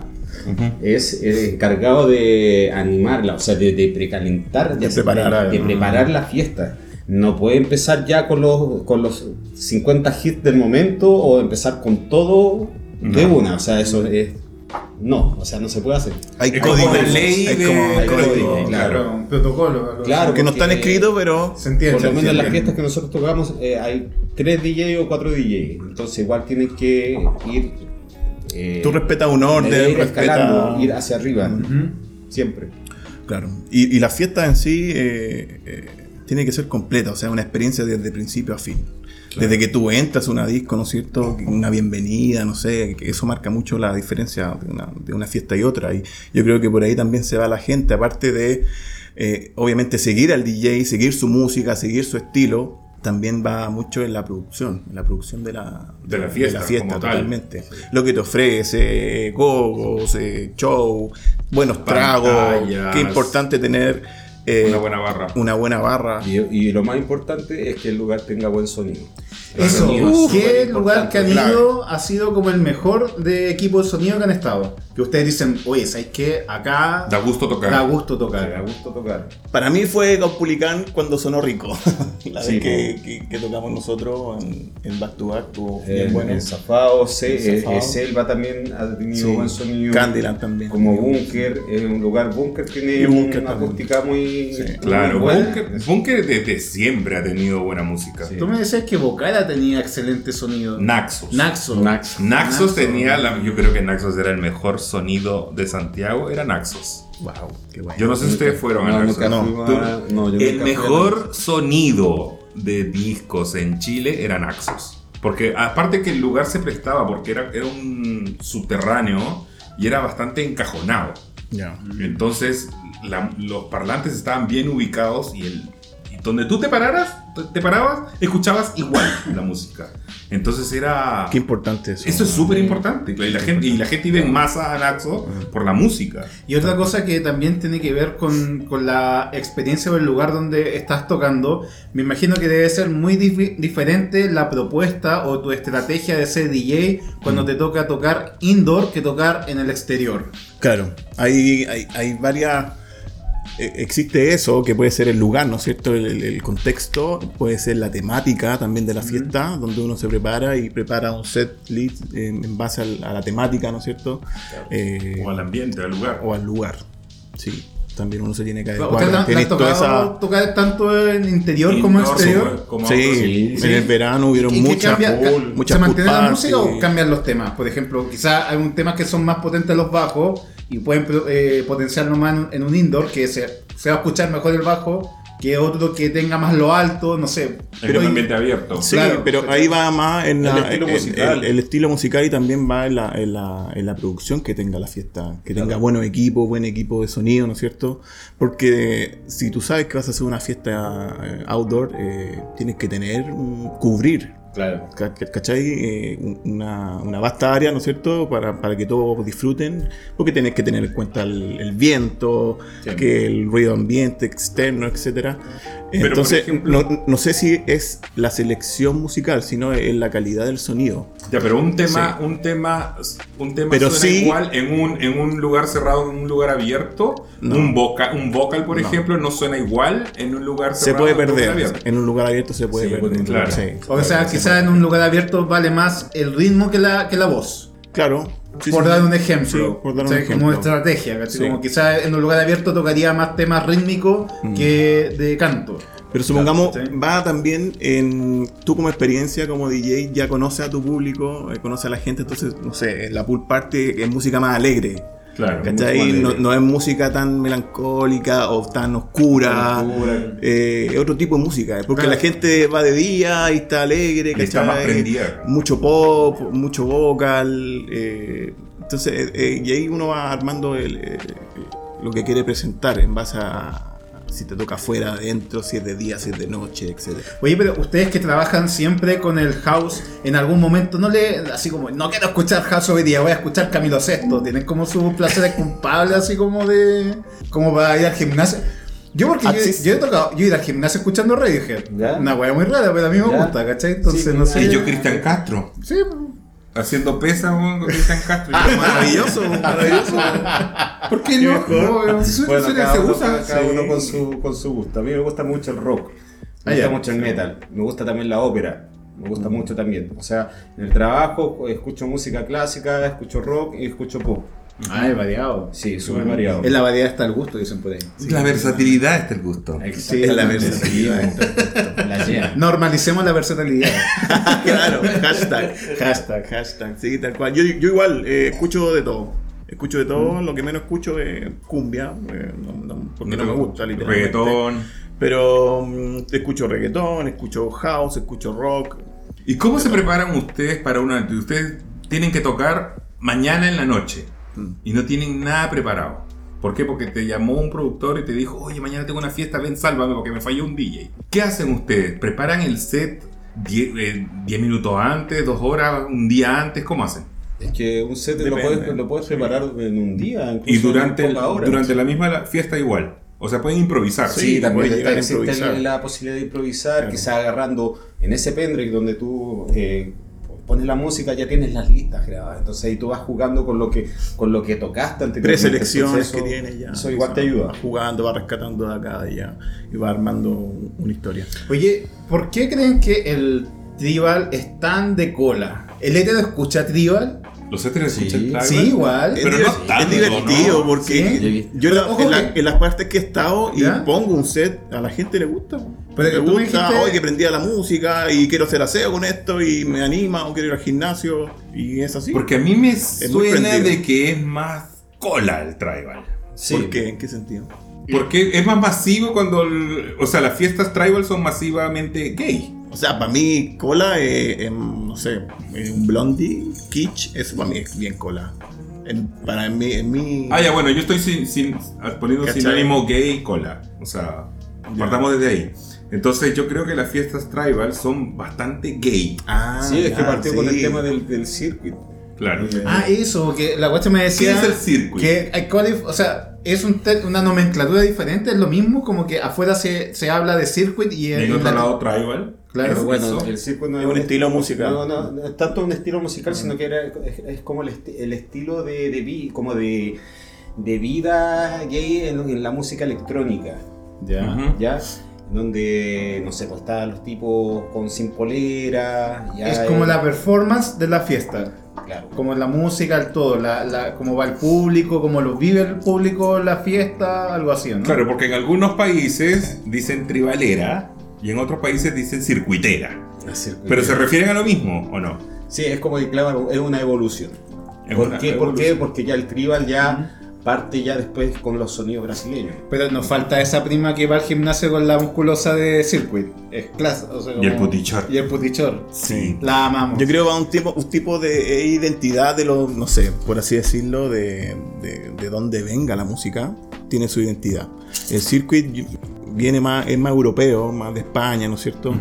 Speaker 6: es el encargado de animarla, o sea, de, de precalentar,
Speaker 5: De
Speaker 6: de,
Speaker 5: preparar.
Speaker 6: de preparar la fiesta. No puede empezar ya con los, con los 50 hits del momento o empezar con todo de una, o sea, eso es... No, o sea, no se puede hacer.
Speaker 5: Hay
Speaker 3: Es como
Speaker 5: códigos.
Speaker 3: una ley
Speaker 5: hay
Speaker 3: de-
Speaker 5: como
Speaker 3: hay
Speaker 5: códigos,
Speaker 6: códigos,
Speaker 5: claro.
Speaker 2: claro, un protocolo. algo
Speaker 6: Claro,
Speaker 5: Que no están
Speaker 6: porque-
Speaker 5: escritos, pero.
Speaker 2: así. Se entiende.
Speaker 6: Por lo
Speaker 2: se
Speaker 6: menos en las
Speaker 2: entiende.
Speaker 6: fiestas que nosotros tocamos eh, hay tres DJ o cuatro DJ, entonces igual tienes que ir... eh,
Speaker 5: Tú respetas un
Speaker 6: de
Speaker 5: orden,
Speaker 6: ir escalando, ir
Speaker 5: respetas.
Speaker 6: hacia arriba,
Speaker 2: Ujú.
Speaker 6: siempre.
Speaker 5: Claro. Y, y la fiesta en sí eh, eh, tiene que ser completa, o sea, una experiencia desde principio a fin. Desde que tú entras a una disco, ¿no es cierto? Una bienvenida, no sé, que eso marca mucho la diferencia de una, de una fiesta y otra. Y yo creo que por ahí también se va la gente, aparte de, eh, obviamente, seguir al DJ, seguir su música, seguir su estilo, también va mucho en la producción, en la producción de la,
Speaker 3: De la fiesta, como tal.
Speaker 5: totalmente. Lo que te ofrece, eh, gogos, eh, show, buenos tragos,
Speaker 3: Pantallas.
Speaker 5: qué importante tener eh,
Speaker 3: Una buena barra.
Speaker 5: una buena barra.
Speaker 6: Y, y lo más importante es que el lugar tenga buen sonido.
Speaker 2: Eso,
Speaker 6: Sonidos,
Speaker 2: ¿qué
Speaker 6: súper
Speaker 2: lugar que han
Speaker 6: importante,
Speaker 2: ido ha sido como el mejor de equipo de sonido que han estado? Que ustedes dicen, oye, ¿sabes qué? Acá
Speaker 3: Da
Speaker 2: da,
Speaker 3: gusto tocar.
Speaker 2: gusto
Speaker 6: Me da
Speaker 2: tocar.
Speaker 6: gusto tocar.
Speaker 5: Para mí fue Caupulicán cuando sonó rico. <laughs> La
Speaker 6: Sí,
Speaker 5: vez que, que- que tocamos nosotros en, en Back to Back, estuvo
Speaker 3: Eh,
Speaker 5: bien
Speaker 6: El,
Speaker 5: bueno.
Speaker 6: Eh, el Zafao,
Speaker 5: El
Speaker 6: Se- eh,
Speaker 5: Zafao.
Speaker 6: eh, Selva también ha tenido
Speaker 5: Sí.
Speaker 6: buen sonido.
Speaker 5: Candyland también.
Speaker 6: Como Bunker, es un lugar Bunker tiene
Speaker 5: Bunker
Speaker 6: una
Speaker 5: también.
Speaker 6: acústica muy.
Speaker 5: Sí,
Speaker 6: muy
Speaker 3: Claro,
Speaker 6: buena.
Speaker 3: Bunker, Bunker desde siempre ha tenido buena música.
Speaker 6: Sí.
Speaker 2: Tú me decías que Bocala tenía excelente sonido.
Speaker 3: Naxos.
Speaker 2: Naxo.
Speaker 3: Naxos. tenía, la- yo creo que Naxos era el mejor sonido de Santiago, era Naxos.
Speaker 5: Wow, qué bueno.
Speaker 3: Yo no sé si ustedes fueron a
Speaker 6: No,
Speaker 3: Naxos.
Speaker 6: nunca fui
Speaker 3: Tú-
Speaker 6: a- no, yo
Speaker 3: el
Speaker 6: nunca fui a
Speaker 3: mejor sonido de discos en Chile era Naxos. Porque aparte que el lugar se prestaba, porque era, era un subterráneo y era bastante encajonado.
Speaker 5: Ya.
Speaker 3: Entonces la- los parlantes estaban bien ubicados y, el, y donde tú te pararas, te- te parabas, escuchabas
Speaker 5: <coughs>
Speaker 3: igual la música. Entonces era...
Speaker 5: Qué importante eso.
Speaker 3: Eso es súper importante. Y la gente, y la gente iba en masa a Naxos por la música.
Speaker 2: Y otra cosa que también tiene que ver con, con la experiencia o el lugar donde estás tocando, me imagino que debe ser muy dif- diferente la propuesta o tu estrategia de ser DJ
Speaker 3: Mm.
Speaker 2: cuando te toca tocar indoor que tocar en el exterior.
Speaker 5: Claro, hay, hay, hay varias... e- Existe eso, que puede ser el lugar, ¿no es cierto? El, el- el contexto, puede ser la temática también de la fiesta, donde uno se prepara y prepara un set list en, en base al- a la temática, ¿no es cierto? Eh,
Speaker 3: O al ambiente, al lugar.
Speaker 5: o al lugar. Sí, también uno se tiene
Speaker 3: Eh,
Speaker 5: que adecuar.
Speaker 2: ¿Ustedes han-
Speaker 5: Tiene
Speaker 2: han
Speaker 5: toda
Speaker 2: tocado
Speaker 5: esa-
Speaker 2: tocar tanto en interior como
Speaker 3: Indoor,
Speaker 2: exterior?
Speaker 3: como- como
Speaker 5: Sí,
Speaker 3: outdoor,
Speaker 5: en el verano hubieron
Speaker 2: ¿Y qué
Speaker 5: muchas
Speaker 2: cambia?
Speaker 5: pool,
Speaker 2: Ca-
Speaker 5: muchas
Speaker 2: ¿Se mantiene
Speaker 5: pool
Speaker 2: la música o
Speaker 5: parties.
Speaker 2: cambian los temas? Por ejemplo, quizás hay un temas que son más potentes los bajos y pueden pro- eh, potenciarlo más en- en un indoor que se, se va a escuchar mejor el bajo que otro que tenga más lo alto, no sé.
Speaker 3: En un ambiente abierto.
Speaker 5: Sí,
Speaker 2: Claro,
Speaker 5: pero
Speaker 2: pero-
Speaker 5: ahí va más en la-
Speaker 6: El estilo
Speaker 5: en-
Speaker 6: musical.
Speaker 5: el- el estilo musical y también va en la, en la- en la producción que tenga la fiesta, que tenga buenos equipos, buen equipo de sonido, ¿no es cierto? Porque si tú sabes que vas a hacer una fiesta eh, outdoor, eh, tienes que tener, un- cubrir,
Speaker 6: Claro.
Speaker 5: ca- ca- ¿cachai? Eh, un- una, una vasta área, ¿no es cierto? Para, para que todos disfruten, porque tienes que tener en cuenta el, el viento, que el ruido ambiente externo, etcétera.
Speaker 3: Pero, por
Speaker 5: Entonces,
Speaker 3: ejemplo-
Speaker 5: no, no sé si es la selección musical, sino en la calidad del sonido.
Speaker 3: Ya, pero un tema, un tema, un tema
Speaker 5: Pero
Speaker 3: suena
Speaker 5: sí-
Speaker 3: igual en un, en un lugar cerrado, en un lugar abierto.
Speaker 5: No.
Speaker 3: Un, vocal, un vocal, por
Speaker 5: No.
Speaker 3: ejemplo, no suena igual en un lugar
Speaker 5: Se
Speaker 3: cerrado.
Speaker 5: puede
Speaker 3: que en un lugar
Speaker 5: perder.
Speaker 3: Ah, abierto.
Speaker 5: En un lugar abierto se puede
Speaker 6: Sí,
Speaker 5: perder.
Speaker 3: claro.
Speaker 5: Sí.
Speaker 2: O sea, quizás en un lugar abierto vale más el ritmo que la, que la voz.
Speaker 5: Claro. Sí,
Speaker 2: por
Speaker 5: sí,
Speaker 2: dar
Speaker 5: sí.
Speaker 2: un ejemplo.
Speaker 5: Sí, por dar un
Speaker 2: O sea,
Speaker 5: ejemplo.
Speaker 2: Como estrategia. ¿cachai?
Speaker 5: Sí.
Speaker 2: Como quizás en un lugar abierto tocaría más temas rítmicos
Speaker 5: Mm.
Speaker 2: que de canto.
Speaker 5: Pero supongamos,
Speaker 2: Claro, sí.
Speaker 5: va también en. Tú, como experiencia, como DJ, ya conoces a tu público, eh, conoces a la gente, entonces, no sé, la pool party es música más alegre.
Speaker 3: Claro.
Speaker 5: ¿Cachai? No, no es música tan melancólica o tan oscura. eh, es otro tipo de música. eh, Porque
Speaker 2: Claro.
Speaker 5: la gente va de día y está alegre.
Speaker 3: Y está
Speaker 5: ¿cachai?
Speaker 3: más prendida.
Speaker 5: Mucho pop, mucho vocal. eh, entonces, eh, eh, y ahí uno va armando el, eh, lo que quiere presentar en base a si te toca afuera, adentro, si es de día, si es de noche, etc.
Speaker 2: Oye, pero ustedes que trabajan siempre con el house, en algún momento no le. Así como, no quiero escuchar house hoy día, voy a escuchar Camilo Sesto. Tienen como sus placeres culpables, así como de. como para ir al gimnasio. Yo, porque yo,
Speaker 5: Axis.
Speaker 2: yo he tocado. Yo ir al gimnasio escuchando Radiohead.
Speaker 6: Ah, Ya.
Speaker 2: Una wea muy rara, pero a mí me
Speaker 6: Ya.
Speaker 2: gusta, ¿cachai? Entonces,
Speaker 6: Sí,
Speaker 2: no sé.
Speaker 3: Y yo, Cristian Castro,
Speaker 2: Sí,
Speaker 3: haciendo pesas weón, con <laughs> Cristian Castro.
Speaker 5: Maravilloso, maravilloso.
Speaker 2: ¿por
Speaker 6: <laughs>
Speaker 2: qué no? No,
Speaker 6: Sí,
Speaker 2: su-
Speaker 6: Bueno,
Speaker 2: su-
Speaker 6: cada
Speaker 2: se
Speaker 6: uno,
Speaker 2: usa.
Speaker 6: cada uno con, su, con su gusto. A mí me gusta mucho el rock, me
Speaker 2: Ah,
Speaker 6: gusta
Speaker 2: ya.
Speaker 6: mucho el metal, me gusta también la ópera, me gusta mucho también. O sea, en el trabajo eh, escucho música clásica, escucho rock y escucho pop.
Speaker 2: Ay, Ah, variado.
Speaker 6: Sí, súper variado.
Speaker 2: En la variedad está el gusto, dicen por ahí.
Speaker 3: La versatilidad está el gusto.
Speaker 6: Sí,
Speaker 5: es la
Speaker 6: versatilidad. La llena.
Speaker 2: Normalicemos la versatilidad.
Speaker 6: <laughs>
Speaker 5: claro, hashtag. Hashtag, hashtag. Sí, tal cual. Yo, yo igual eh, escucho de todo. Escucho de
Speaker 6: Mm.
Speaker 5: todo, lo que menos escucho es cumbia, eh, no- no- porque no me gusta, literalmente.
Speaker 3: Reggaetón.
Speaker 5: Pero mm, escucho reggaetón, escucho house, escucho rock.
Speaker 3: ¿Y cómo se preparan ustedes para una... Ustedes tienen que tocar mañana en la noche
Speaker 6: Mm.
Speaker 3: y no tienen nada preparado. ¿Por qué? Porque te llamó un productor y te dijo, oye, mañana tengo una fiesta, ven, sálvame porque me falló un DJ. ¿Qué hacen ustedes? ¿Preparan el set 10 eh, 10 minutos antes, dos horas, un día antes? ¿Cómo hacen?
Speaker 6: Es que un set lo
Speaker 5: Depende.
Speaker 6: puedes, lo puedes preparar en un día, incluso
Speaker 3: Y durante,
Speaker 6: en poca hora.
Speaker 3: durante la misma la- fiesta igual. O sea, pueden improvisar.
Speaker 6: Sí,
Speaker 5: Sí,
Speaker 6: también
Speaker 5: puede
Speaker 6: está,
Speaker 5: llegar a
Speaker 6: existe
Speaker 5: improvisar.
Speaker 6: el- la posibilidad de improvisar, quizás agarrando en ese pendrive donde tú eh, pones la música, ya tienes las listas grabadas. Entonces ahí tú vas jugando con lo que, con lo que tocaste anteriormente.
Speaker 5: Preselecciones
Speaker 6: Entonces,
Speaker 5: que
Speaker 6: eso-
Speaker 5: tienes ya.
Speaker 6: Eso igual te ayuda.
Speaker 5: Va jugando, va rescatando de acá, de allá. Y va armando un- una historia.
Speaker 2: Oye, ¿por qué creen que el tribal es tan de cola? ¿El hétero escucha tribal?
Speaker 3: Los éteres
Speaker 6: Sí.
Speaker 3: escuchan tribal.
Speaker 2: Sí, igual.
Speaker 3: Pero
Speaker 5: es,
Speaker 3: no
Speaker 5: diver-
Speaker 3: tanto,
Speaker 5: es divertido
Speaker 3: ¿no?
Speaker 5: porque
Speaker 6: Sí.
Speaker 5: yo en, la-
Speaker 2: Ojo
Speaker 5: en la-
Speaker 2: que-
Speaker 5: en las partes que he estado y
Speaker 2: ¿Ya?
Speaker 5: pongo un set, a la gente le gusta.
Speaker 2: Pero
Speaker 5: le
Speaker 2: tú me
Speaker 5: gusta,
Speaker 2: dijiste-
Speaker 5: hoy que prendía la música y quiero hacer aseo con esto y me anima o quiero ir al gimnasio y es así.
Speaker 3: Porque a mí me
Speaker 5: muy
Speaker 3: suena
Speaker 5: prendido.
Speaker 3: de que es más cola el tribal.
Speaker 6: Sí.
Speaker 5: ¿Por qué? ¿En qué sentido?
Speaker 3: Porque es más masivo cuando. el- o sea, las fiestas tribal son masivamente gay.
Speaker 5: O sea, para mí cola es, em, no sé, eh, un blondie, kitsch, eso para mí es bien cola. En- para mí, en mi...
Speaker 3: Ah, ya, bueno, yo estoy sin, sin- poniendo
Speaker 5: ¿Cachai?
Speaker 3: sinónimo gay y cola. O sea, partamos desde ahí. Entonces, yo creo que las fiestas tribal son bastante gay.
Speaker 5: Ah,
Speaker 6: Sí, es que
Speaker 5: ya,
Speaker 6: partió con el
Speaker 5: sí.
Speaker 6: tema del, del circuito.
Speaker 3: Claro.
Speaker 2: Ah, eso, que la guacha me
Speaker 3: ¿Qué
Speaker 2: decía
Speaker 3: es el circuito?
Speaker 2: que hay cualif- o sea, es un te- una nomenclatura diferente, es lo mismo, como que afuera se, se habla de circuit y
Speaker 3: Y
Speaker 2: en
Speaker 3: en otro
Speaker 2: la-
Speaker 3: lado tribal.
Speaker 2: Claro,
Speaker 3: Es
Speaker 6: bueno,
Speaker 3: eso.
Speaker 6: el circuito no
Speaker 5: Es un estilo musical.
Speaker 6: No, no, no es tanto un estilo musical, sino
Speaker 3: Mm.
Speaker 6: que era, es, es como el, esti- el estilo de, de vi- como de, de vida gay en- en la música electrónica.
Speaker 2: Ya.
Speaker 3: Ujú.
Speaker 6: ¿ya? En Donde, no sé, pues estaban los tipos con sin polera. ya,
Speaker 2: Es como
Speaker 6: eh,
Speaker 2: la performance de la fiesta,
Speaker 6: Claro.
Speaker 2: como la música, el todo, la, la, como va el público, como lo vive el público la fiesta, algo así, ¿no?
Speaker 3: Claro, porque en algunos países dicen tribalera y en otros países dicen circuitera. Pero se refieren a lo mismo, ¿o no?
Speaker 6: Sí, es como que, claro, es una evolución.
Speaker 3: Es
Speaker 6: ¿Por,
Speaker 3: una
Speaker 6: qué? ¿Por qué?
Speaker 3: evolución.
Speaker 6: Porque ya el tribal ya parte ya después con los sonidos brasileños.
Speaker 2: Pero nos falta esa prima que va al gimnasio con la musculosa de circuit. Es clase. o sea,
Speaker 3: Y el
Speaker 2: como-
Speaker 3: putichor.
Speaker 2: Y el putichor.
Speaker 5: Sí.
Speaker 2: La amamos.
Speaker 5: Yo creo que va un tipo, un tipo de eh, identidad de los, no sé, por así decirlo, de, de, de dónde venga la música, tiene su identidad. El circuit viene más, es más europeo, más de España, ¿no es cierto?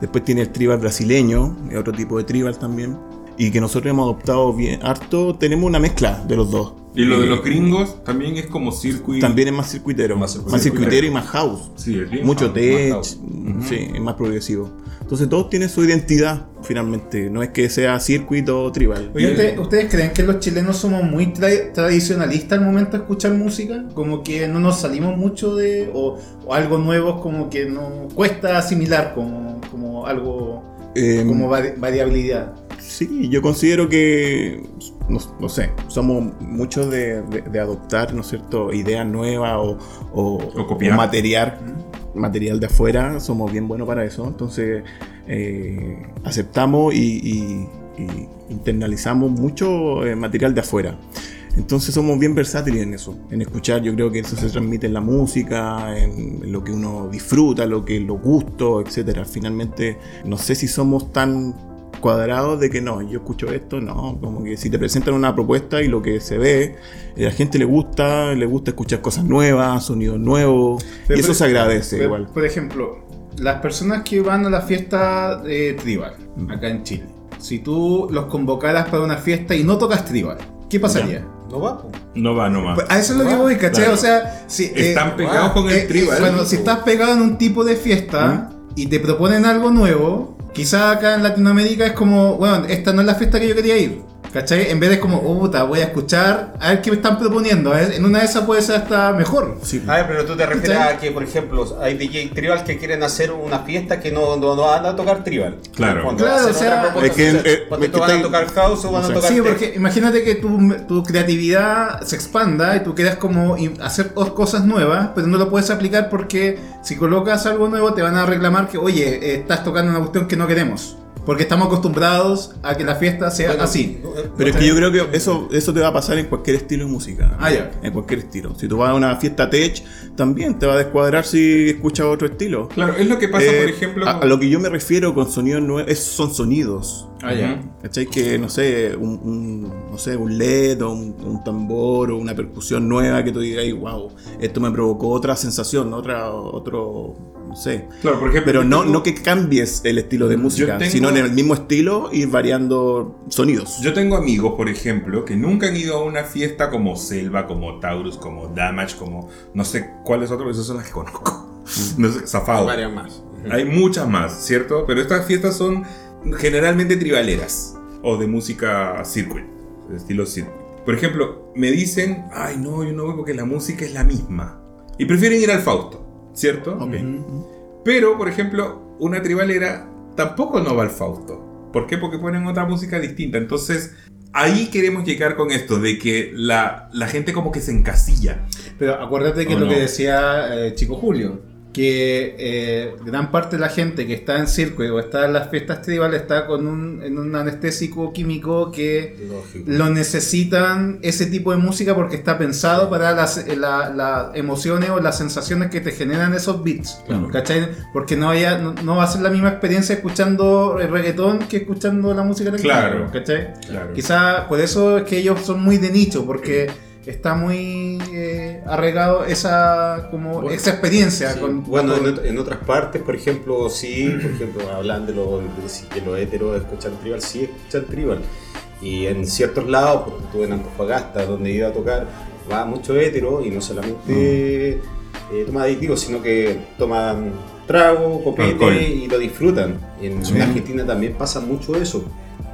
Speaker 5: Después tiene el tribal brasileño, es otro tipo de tribal también. Y que nosotros hemos adoptado bien harto, tenemos una mezcla de los dos.
Speaker 3: Y lo de los gringos también es como circuit.
Speaker 5: También es más circuitero, más circuitero,
Speaker 6: Más circuitero.
Speaker 5: y más house.
Speaker 3: Sí, es bien.
Speaker 5: Mucho
Speaker 3: Ah,
Speaker 5: tech,
Speaker 6: house.
Speaker 5: mm, sí, es más progresivo. Entonces todos tienen su identidad finalmente, no es que sea circuito o tribal.
Speaker 2: Oye, ¿usted- ¿ustedes creen que los chilenos somos muy tra- tradicionalistas al momento de escuchar música? Como que no nos salimos mucho de... O, o algo nuevo como que nos cuesta asimilar como, como algo...
Speaker 5: Em,
Speaker 2: Como vari- variabilidad.
Speaker 5: Sí, yo considero que, no, no sé, somos muchos de, de- de adoptar, ¿no es cierto?, ideas nuevas o, o,
Speaker 3: O copiar.
Speaker 5: o material, material de afuera, somos bien buenos para eso, entonces eh, aceptamos y, y- y internalizamos mucho eh, material de afuera. Entonces somos bien versátiles en eso, en escuchar, yo creo que eso se transmite en la música, en lo que uno disfruta, lo que los gustos, etcétera. Finalmente, no sé si somos tan cuadrados de que no, yo escucho esto, no, como que si te presentan una propuesta y lo que se ve, eh, a la gente le gusta, le gusta escuchar cosas nuevas, sonidos nuevos,
Speaker 2: Pero-
Speaker 5: y eso se agradece
Speaker 2: Pero,
Speaker 5: igual.
Speaker 2: Por ejemplo, las personas que van a la fiesta eh, tribal, acá en Chile. Si tú los convocaras para una fiesta y no tocas tribal, ¿qué pasaría?
Speaker 6: ¿No va? po.
Speaker 3: No va, no va.
Speaker 2: Pues A eso es lo que voy, ¿cachai?
Speaker 3: Ah, Claro.
Speaker 2: O sea, si, eh,
Speaker 3: Están pegados
Speaker 6: ah,
Speaker 3: con el
Speaker 2: eh,
Speaker 3: tribal.
Speaker 2: Bueno, si estás pegado en un tipo de fiesta y te proponen algo nuevo, quizás acá en Latinoamérica es como, bueno, esta no es la fiesta que yo quería ir. ¿Cachai? En vez de como, oh, puta, voy a escuchar, a ver qué me están proponiendo. a ver, En una de esas puede ser hasta mejor.
Speaker 6: A ver, pero tú te refieres
Speaker 2: ¿Cachai?
Speaker 6: a que, por ejemplo, hay DJ tribal que quieren hacer una fiesta que no, no, no van a tocar tribal.
Speaker 3: Claro.
Speaker 6: En el fondo,
Speaker 2: Claro,
Speaker 6: hacen
Speaker 2: o sea,
Speaker 6: otra propuesta
Speaker 5: es que,
Speaker 6: social.
Speaker 5: eh,
Speaker 6: Ponte
Speaker 5: es
Speaker 6: tú,
Speaker 5: que
Speaker 6: van a
Speaker 5: está-
Speaker 6: tocar house o van a
Speaker 5: no sé.
Speaker 6: tocar
Speaker 2: Sí,
Speaker 6: tech.
Speaker 2: porque imagínate que tu, tu creatividad se expanda y tú quieras como in- hacer o- cosas nuevas, pero no lo puedes aplicar porque si colocas algo nuevo te van a reclamar que, oye, eh, estás tocando una cuestión que no queremos. Porque estamos acostumbrados a que la fiesta sea
Speaker 6: Bueno,
Speaker 2: así.
Speaker 6: eh,
Speaker 5: Pero es que yo creo que eso, eso te va a pasar en cualquier estilo de música.
Speaker 2: Ah, ya.
Speaker 5: En cualquier estilo. Si tú vas a una fiesta tech, también te va a descuadrar si escuchas otro estilo.
Speaker 3: Claro, es lo que pasa,
Speaker 5: Eh,
Speaker 3: por ejemplo.
Speaker 5: a, a lo que yo me refiero con sonidos nuevos, son sonidos.
Speaker 3: Ah, ya.
Speaker 5: ¿Cachai? Que, no sé, un, un- no sé, un LED o un, un tambor o una percusión nueva que tú digas, wow, esto me provocó otra sensación, otra, otro no sé.
Speaker 4: Claro, por ejemplo,
Speaker 5: Pero
Speaker 4: yo
Speaker 5: no,
Speaker 4: tengo-
Speaker 5: no que cambies el estilo de música,
Speaker 4: tengo-
Speaker 5: sino en el mismo estilo y variando sonidos.
Speaker 4: Yo tengo amigos, por ejemplo, que nunca han ido a una fiesta como Selva, como Taurus, como Damage, como no sé cuáles otros, esas son las que conozco.
Speaker 5: Mm.
Speaker 4: No sé, Zafado.
Speaker 6: Varias más.
Speaker 4: Hay muchas más, ¿cierto? Pero estas fiestas son generalmente tribaleras o de música circuit, de estilo circuit. Por ejemplo, me dicen, ay no, yo no voy porque la música es la misma. Y prefieren ir al Fausto, ¿cierto? Pero, por ejemplo, una tribalera tampoco no va al Fausto. ¿Por qué? Porque ponen otra música distinta. Entonces, ahí queremos llegar con esto, de que la, la gente como que se encasilla.
Speaker 2: Pero acuérdate que
Speaker 4: ¿O
Speaker 2: lo
Speaker 4: no?
Speaker 2: que decía eh, Chico Julio, que eh, gran parte de la gente que está en circo o está en las fiestas tribales está con un, en un anestésico químico que
Speaker 6: Lógico.
Speaker 2: lo necesitan ese tipo de música porque está pensado para las, eh, la- las emociones o las sensaciones que te generan esos beats. ¿cachai? Porque no, haya, no, no va a ser la misma experiencia escuchando reggaetón que escuchando la música electrónica.
Speaker 4: Claro.
Speaker 2: ¿cachai?
Speaker 4: Claro.
Speaker 2: Quizá por eso es que ellos son muy de nicho, porque está muy eh, arraigado esa, como,
Speaker 6: Bueno,
Speaker 2: esa experiencia.
Speaker 6: Sí,
Speaker 2: con,
Speaker 6: bueno,
Speaker 2: con-
Speaker 6: en, ot- en otras partes, por ejemplo, sí, por ejemplo, hablan de los de lo heteros escuchan tribal, sí escuchan tribal. Y en ciertos lados, porque estuve en Antofagasta, donde iba a tocar, va mucho hetero y no solamente
Speaker 4: Mm.
Speaker 6: eh, toma adictivo, sino que toman trago, copete
Speaker 4: Alcohol.
Speaker 6: y lo disfrutan. En, en Argentina también pasa mucho eso.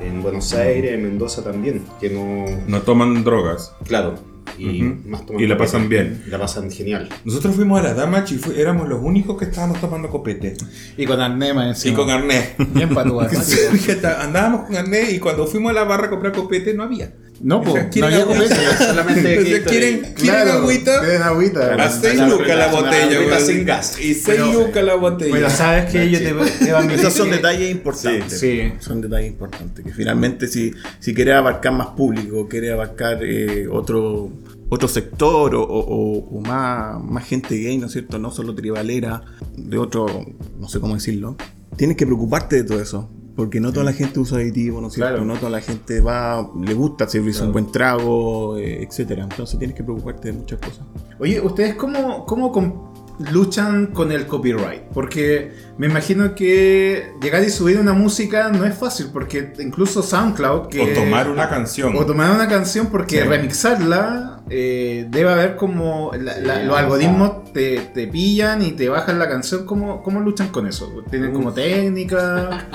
Speaker 6: En Buenos Aires, en Mendoza también, que no.
Speaker 4: No toman drogas.
Speaker 6: Claro. Y,
Speaker 4: Ujú.
Speaker 6: más toman
Speaker 4: Y la
Speaker 6: copete.
Speaker 4: pasan bien.
Speaker 6: La pasan genial.
Speaker 4: Nosotros fuimos a la Damage y fu- éramos los únicos que estábamos tomando copete.
Speaker 2: y con Arnema
Speaker 4: Y
Speaker 2: encima.
Speaker 4: con arnés. <laughs>
Speaker 2: Bien patúa.
Speaker 4: Fíjate, Andábamos con arnés y cuando fuimos a la barra a comprar copete no había.
Speaker 2: no,
Speaker 4: O
Speaker 2: po,
Speaker 4: sea,
Speaker 2: no
Speaker 4: ¿quieren
Speaker 2: había
Speaker 4: agüita?
Speaker 2: copete.
Speaker 4: <laughs>
Speaker 6: Solamente
Speaker 4: Entonces, ¿Quieren, quieren
Speaker 2: Claro,
Speaker 4: agüita?
Speaker 2: tienen agüita.
Speaker 6: Ah,
Speaker 4: A 6
Speaker 6: la-
Speaker 4: lucas la
Speaker 6: la-
Speaker 4: botella,
Speaker 6: la-
Speaker 4: güey.
Speaker 6: sin gas.
Speaker 4: Y 6 lucas la botella.
Speaker 2: Pero sabes que yo te, te voy a admitir
Speaker 5: Esos son
Speaker 2: que-
Speaker 5: detalles importantes.
Speaker 2: Sí.
Speaker 5: Son detalles importantes. Que finalmente, si, si quieres abarcar más público, quieres abarcar eh, otro, otro sector o, o- o- o más, más gente gay, ¿no es cierto? No solo tribalera, de otro, no sé cómo decirlo. Tienes que preocuparte de todo eso. Porque no toda la gente usa aditivo, ¿no es cierto?
Speaker 2: Claro.
Speaker 5: No toda la gente va, le gusta servirse un buen trago, eh, etcétera. Entonces tienes que preocuparte de muchas cosas.
Speaker 2: Oye, ¿ustedes cómo, cómo com- luchan con el copyright? Porque me imagino que llegar y subir una música no es fácil, porque incluso SoundCloud... Que,
Speaker 4: O tomar
Speaker 2: Ah,
Speaker 4: una canción.
Speaker 2: O tomar una canción porque
Speaker 4: Sí.
Speaker 2: remixarla eh, debe haber como... la- la- los algoritmos te, te pillan y te bajan la canción. ¿Cómo, cómo luchan con eso? ¿Tienen como técnica?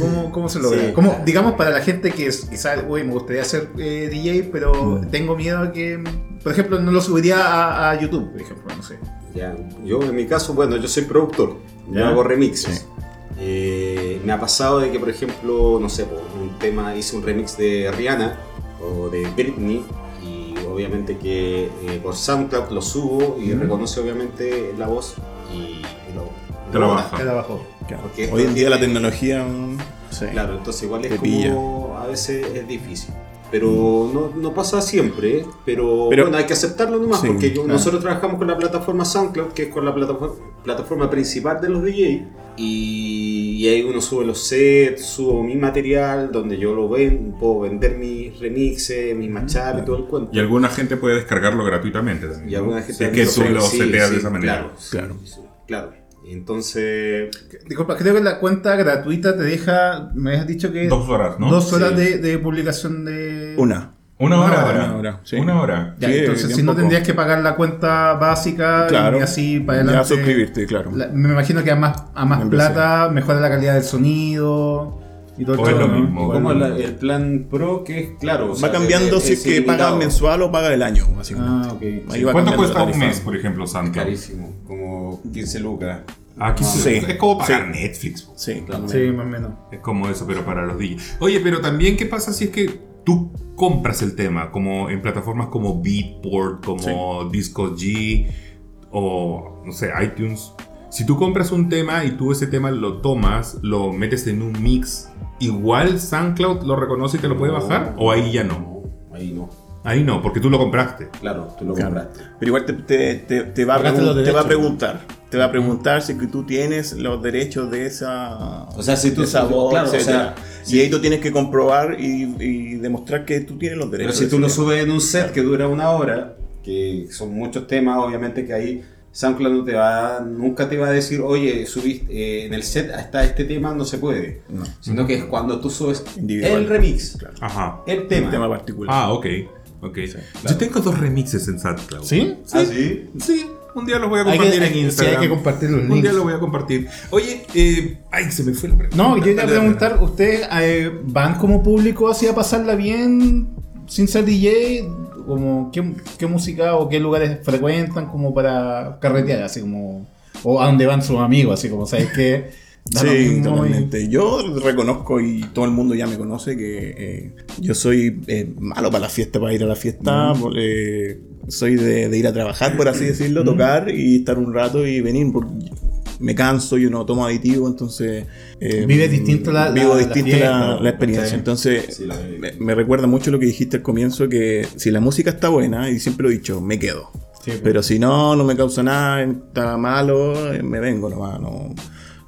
Speaker 2: ¿Cómo, cómo se logra?
Speaker 6: Sí.
Speaker 2: Como, digamos para la gente que es- quizás, uy, me gustaría ser eh, DJ, pero tengo miedo a que, por ejemplo, no lo subiría a, a YouTube, por ejemplo, no sé.
Speaker 6: Ya, Yo en mi caso, bueno, yo soy productor, yo
Speaker 2: Ya.
Speaker 6: hago remixes. Eh, me ha pasado de que, por ejemplo, no sé, por un tema hice un remix de Rihanna o de Britney y obviamente que eh, por SoundCloud lo subo y reconoce obviamente la voz y lo
Speaker 4: Te lo
Speaker 3: Ah.
Speaker 4: baja.
Speaker 2: Cada abajo.
Speaker 6: Porque esto
Speaker 5: Hoy en día la
Speaker 6: tiene-
Speaker 5: tecnología... mm, sí.
Speaker 6: Claro, entonces igual
Speaker 5: Te
Speaker 6: es
Speaker 5: pilla.
Speaker 6: como a veces es difícil. Pero no, no pasa siempre, ¿eh? pero,
Speaker 5: Pero-
Speaker 6: bueno, hay que aceptarlo nomás,
Speaker 5: Sí,
Speaker 6: porque yo-
Speaker 5: claro.
Speaker 6: nosotros trabajamos con la plataforma SoundCloud, que es con la plataforma, plataforma principal de los DJ, y, y ahí uno sube los sets, subo mi material, donde yo lo ven, puedo vender mis remixes, mis machales, todo el cuento.
Speaker 4: Y alguna gente puede descargarlo gratuitamente también.
Speaker 6: Y
Speaker 4: ¿no?
Speaker 6: alguna
Speaker 4: Si
Speaker 6: gente
Speaker 4: es que tú lo
Speaker 6: sí,
Speaker 4: seteas
Speaker 6: sí,
Speaker 4: de esa manera.
Speaker 6: Claro,
Speaker 5: Claro.
Speaker 6: claro. Entonces,
Speaker 2: Disculpa, creo que la cuenta gratuita te deja, me has dicho que
Speaker 4: Dos horas, ¿no?
Speaker 2: dos horas
Speaker 6: Sí.
Speaker 2: de, de publicación de...
Speaker 5: Una.
Speaker 4: Una hora.
Speaker 2: Una hora,
Speaker 4: Una
Speaker 5: una hora,
Speaker 4: hora.
Speaker 5: sí.
Speaker 4: Una hora.
Speaker 2: Ya,
Speaker 5: Sí,
Speaker 2: entonces
Speaker 5: bien
Speaker 2: si no
Speaker 5: poco.
Speaker 2: tendrías que pagar la cuenta básica
Speaker 5: Claro.
Speaker 2: y así para
Speaker 5: Ya
Speaker 2: adelante.
Speaker 5: suscribirte, claro.
Speaker 2: La- me imagino que a más, a más
Speaker 5: Membresía.
Speaker 2: plata mejora la calidad del sonido y todo el
Speaker 4: O es
Speaker 2: todo,
Speaker 4: lo
Speaker 2: ¿no?
Speaker 4: mismo.
Speaker 6: como la- el plan pro que es claro. o
Speaker 5: Va
Speaker 6: sea,
Speaker 5: cambiando
Speaker 6: es-
Speaker 5: si es
Speaker 6: es
Speaker 5: que paga
Speaker 6: ilimitado.
Speaker 5: mensual o paga el año,
Speaker 2: Ah,
Speaker 5: básicamente.
Speaker 2: ok.
Speaker 5: Ahí va
Speaker 4: ¿Cuánto
Speaker 5: cambiando
Speaker 4: cuesta
Speaker 5: la
Speaker 4: un
Speaker 5: tarifa.
Speaker 4: mes, por ejemplo, SoundCloud?
Speaker 6: Carísimo, como 15 lucas.
Speaker 4: Aquí
Speaker 5: Sí.
Speaker 4: es como pagar
Speaker 5: Sí.
Speaker 4: Netflix. po.
Speaker 5: Sí,
Speaker 2: Sí, más o menos.
Speaker 4: Es como eso, pero para los DJs. Oye, pero también, ¿qué pasa si es que tú compras el tema? Como en plataformas como Beatport, como Disco G o, no sé, iTunes. Si tú compras un tema y tú ese tema lo tomas, lo metes en un mix, ¿igual SoundCloud lo reconoce y te lo puede bajar? ¿O ahí ya no?
Speaker 6: Ahí no,
Speaker 4: Ahí no, porque tú lo compraste.
Speaker 6: claro, tú lo
Speaker 5: Claro.
Speaker 6: compraste.
Speaker 5: Pero igual te, te- te- te va, a
Speaker 2: Pagaste
Speaker 5: pregun-
Speaker 2: los
Speaker 5: te va
Speaker 2: derechos.
Speaker 5: a preguntar. Te va a preguntar si que tú tienes los derechos de esa,
Speaker 6: O sea, si tú-
Speaker 5: de esa voz,
Speaker 6: claro, o
Speaker 5: etcétera.
Speaker 6: sea,
Speaker 5: y ahí tú tienes que comprobar y, y demostrar que tú tienes los
Speaker 6: Pero
Speaker 5: derechos.
Speaker 6: si
Speaker 5: de
Speaker 6: tú
Speaker 5: ese
Speaker 6: lo
Speaker 5: tema.
Speaker 6: subes en un set que dura una hora, que son muchos temas, obviamente que ahí SoundCloud no te va, nunca te va a decir, oye, subiste eh, en el set hasta este tema, no se puede. Sino que es cuando tú subes
Speaker 5: Individual.
Speaker 6: el remix,
Speaker 3: Ajá.
Speaker 6: el
Speaker 5: Un
Speaker 6: tema.
Speaker 5: tema
Speaker 6: pues.
Speaker 5: particular.
Speaker 3: Ah, ok. Ok. Yo tengo dos remixes en SoundCloud.
Speaker 1: ¿Sí?
Speaker 6: ¿Ah, sí?
Speaker 3: Sí, un día los voy a
Speaker 2: Hay que-
Speaker 3: compartir
Speaker 2: hay-
Speaker 3: en
Speaker 2: sí,
Speaker 3: Instagram.
Speaker 2: hay que compartir los
Speaker 3: Un día
Speaker 2: links.
Speaker 3: los voy a compartir. Oye, eh, ay, se me fue la pregunta.
Speaker 2: No, yo iba a
Speaker 3: Dale, dale.
Speaker 2: preguntar, ¿ustedes eh, van como público así a pasarla bien sin ser DJ? Como, ¿qué, qué música o qué lugares frecuentan como para carretear? Así como, o a dónde van sus amigos, así como, ¿sabes qué? Da lo
Speaker 5: Sí,
Speaker 2: mismo y-
Speaker 5: totalmente. Yo reconozco y todo el mundo ya me conoce que eh, yo soy eh, malo para la fiesta, para ir a la fiesta.
Speaker 2: Mm.
Speaker 5: eh, soy de, de ir a trabajar, por así
Speaker 2: Mm.
Speaker 5: decirlo, tocar y estar un rato y venir. Porque me canso, yo no tomo aditivo, entonces. eh,
Speaker 2: Vive distinto la- la-
Speaker 5: vivo
Speaker 2: la
Speaker 5: distinta
Speaker 2: fiesta,
Speaker 5: la, la experiencia.
Speaker 2: sí.
Speaker 5: Entonces,
Speaker 6: Sí, la-
Speaker 5: me, me recuerda mucho lo que dijiste al comienzo: que si la música está buena, y siempre lo he dicho, me quedo.
Speaker 2: Sí, pues.
Speaker 5: Pero si no, no me causa nada, está malo, eh, me vengo nomás, no,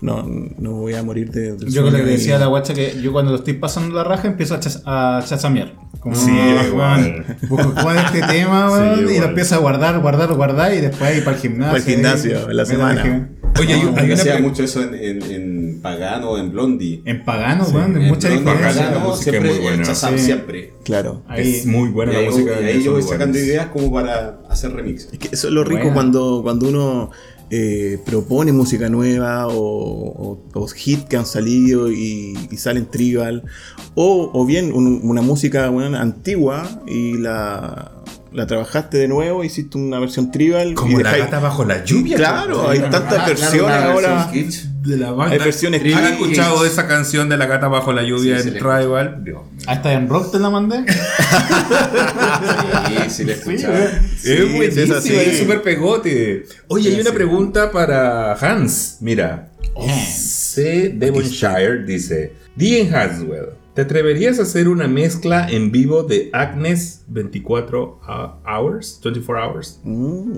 Speaker 5: no, no voy a morir de... del
Speaker 2: Yo
Speaker 5: sueño
Speaker 2: creo que
Speaker 5: y-
Speaker 2: decía a la guacha que yo cuando lo estoy pasando la raja empiezo a, chas- a chasamear. Como,
Speaker 6: Sí,
Speaker 2: "Ah,
Speaker 6: igual.
Speaker 2: Busco cuál es este
Speaker 5: <laughs>
Speaker 2: tema, weón", y lo
Speaker 6: igual.
Speaker 2: empiezo a guardar, guardar, guardar y después ahí para el gimnasio.
Speaker 5: Para el gimnasio,
Speaker 2: ahí,
Speaker 5: en la
Speaker 2: me
Speaker 5: semana.
Speaker 2: dejé-
Speaker 6: Oye, yo
Speaker 3: hay una
Speaker 6: hacía
Speaker 3: pre-
Speaker 6: mucho eso en, en, en Pagano, en Blondie.
Speaker 2: En pagano, weón, en
Speaker 6: En
Speaker 2: muchas
Speaker 6: Blondie,
Speaker 2: diferencias.
Speaker 3: diferencia.
Speaker 6: Pagano,
Speaker 3: La música
Speaker 6: siempre,
Speaker 3: es muy buena.
Speaker 6: el Shazam
Speaker 2: Sí.
Speaker 6: siempre.
Speaker 5: Claro.
Speaker 2: Ahí-
Speaker 3: Es muy buena
Speaker 6: y
Speaker 3: la
Speaker 6: ahí,
Speaker 3: música.
Speaker 6: y
Speaker 3: de
Speaker 6: ahí yo
Speaker 3: esos
Speaker 6: voy
Speaker 3: lugares.
Speaker 6: sacando ideas como para hacer remix.
Speaker 5: Es que eso es lo rico
Speaker 2: Buena.
Speaker 5: cuando, cuando uno eh, propone música nueva o, o- o hits que han salido y, y salen tribal. O, o bien un- una música bueno, antigua y la, la trabajaste de nuevo, hiciste una versión tribal.
Speaker 3: Como
Speaker 5: y
Speaker 3: la
Speaker 5: dejáis-
Speaker 3: gata bajo la lluvia.
Speaker 5: Claro,
Speaker 3: chaval.
Speaker 5: hay tantas versiones ahora.
Speaker 3: de la banda.
Speaker 5: Hay versiones
Speaker 3: ¿Han
Speaker 5: tribal.
Speaker 3: escuchado esa canción de la gata bajo la lluvia
Speaker 6: Sí, sí,
Speaker 3: en
Speaker 6: la
Speaker 3: Tribal? Dios mío.
Speaker 2: Hasta en rock te la mandé.
Speaker 6: Sí, sí, la escuchaba.
Speaker 3: eh. es buenísimo,
Speaker 5: es así.
Speaker 3: es súper pegote. Oye, hay una pregunta para Hans. Mira. C. Devonshire dice: Dean Haswell, ¿te atreverías a hacer una mezcla en vivo de Agnes 24 Hours? 24 Hours.
Speaker 5: Mm,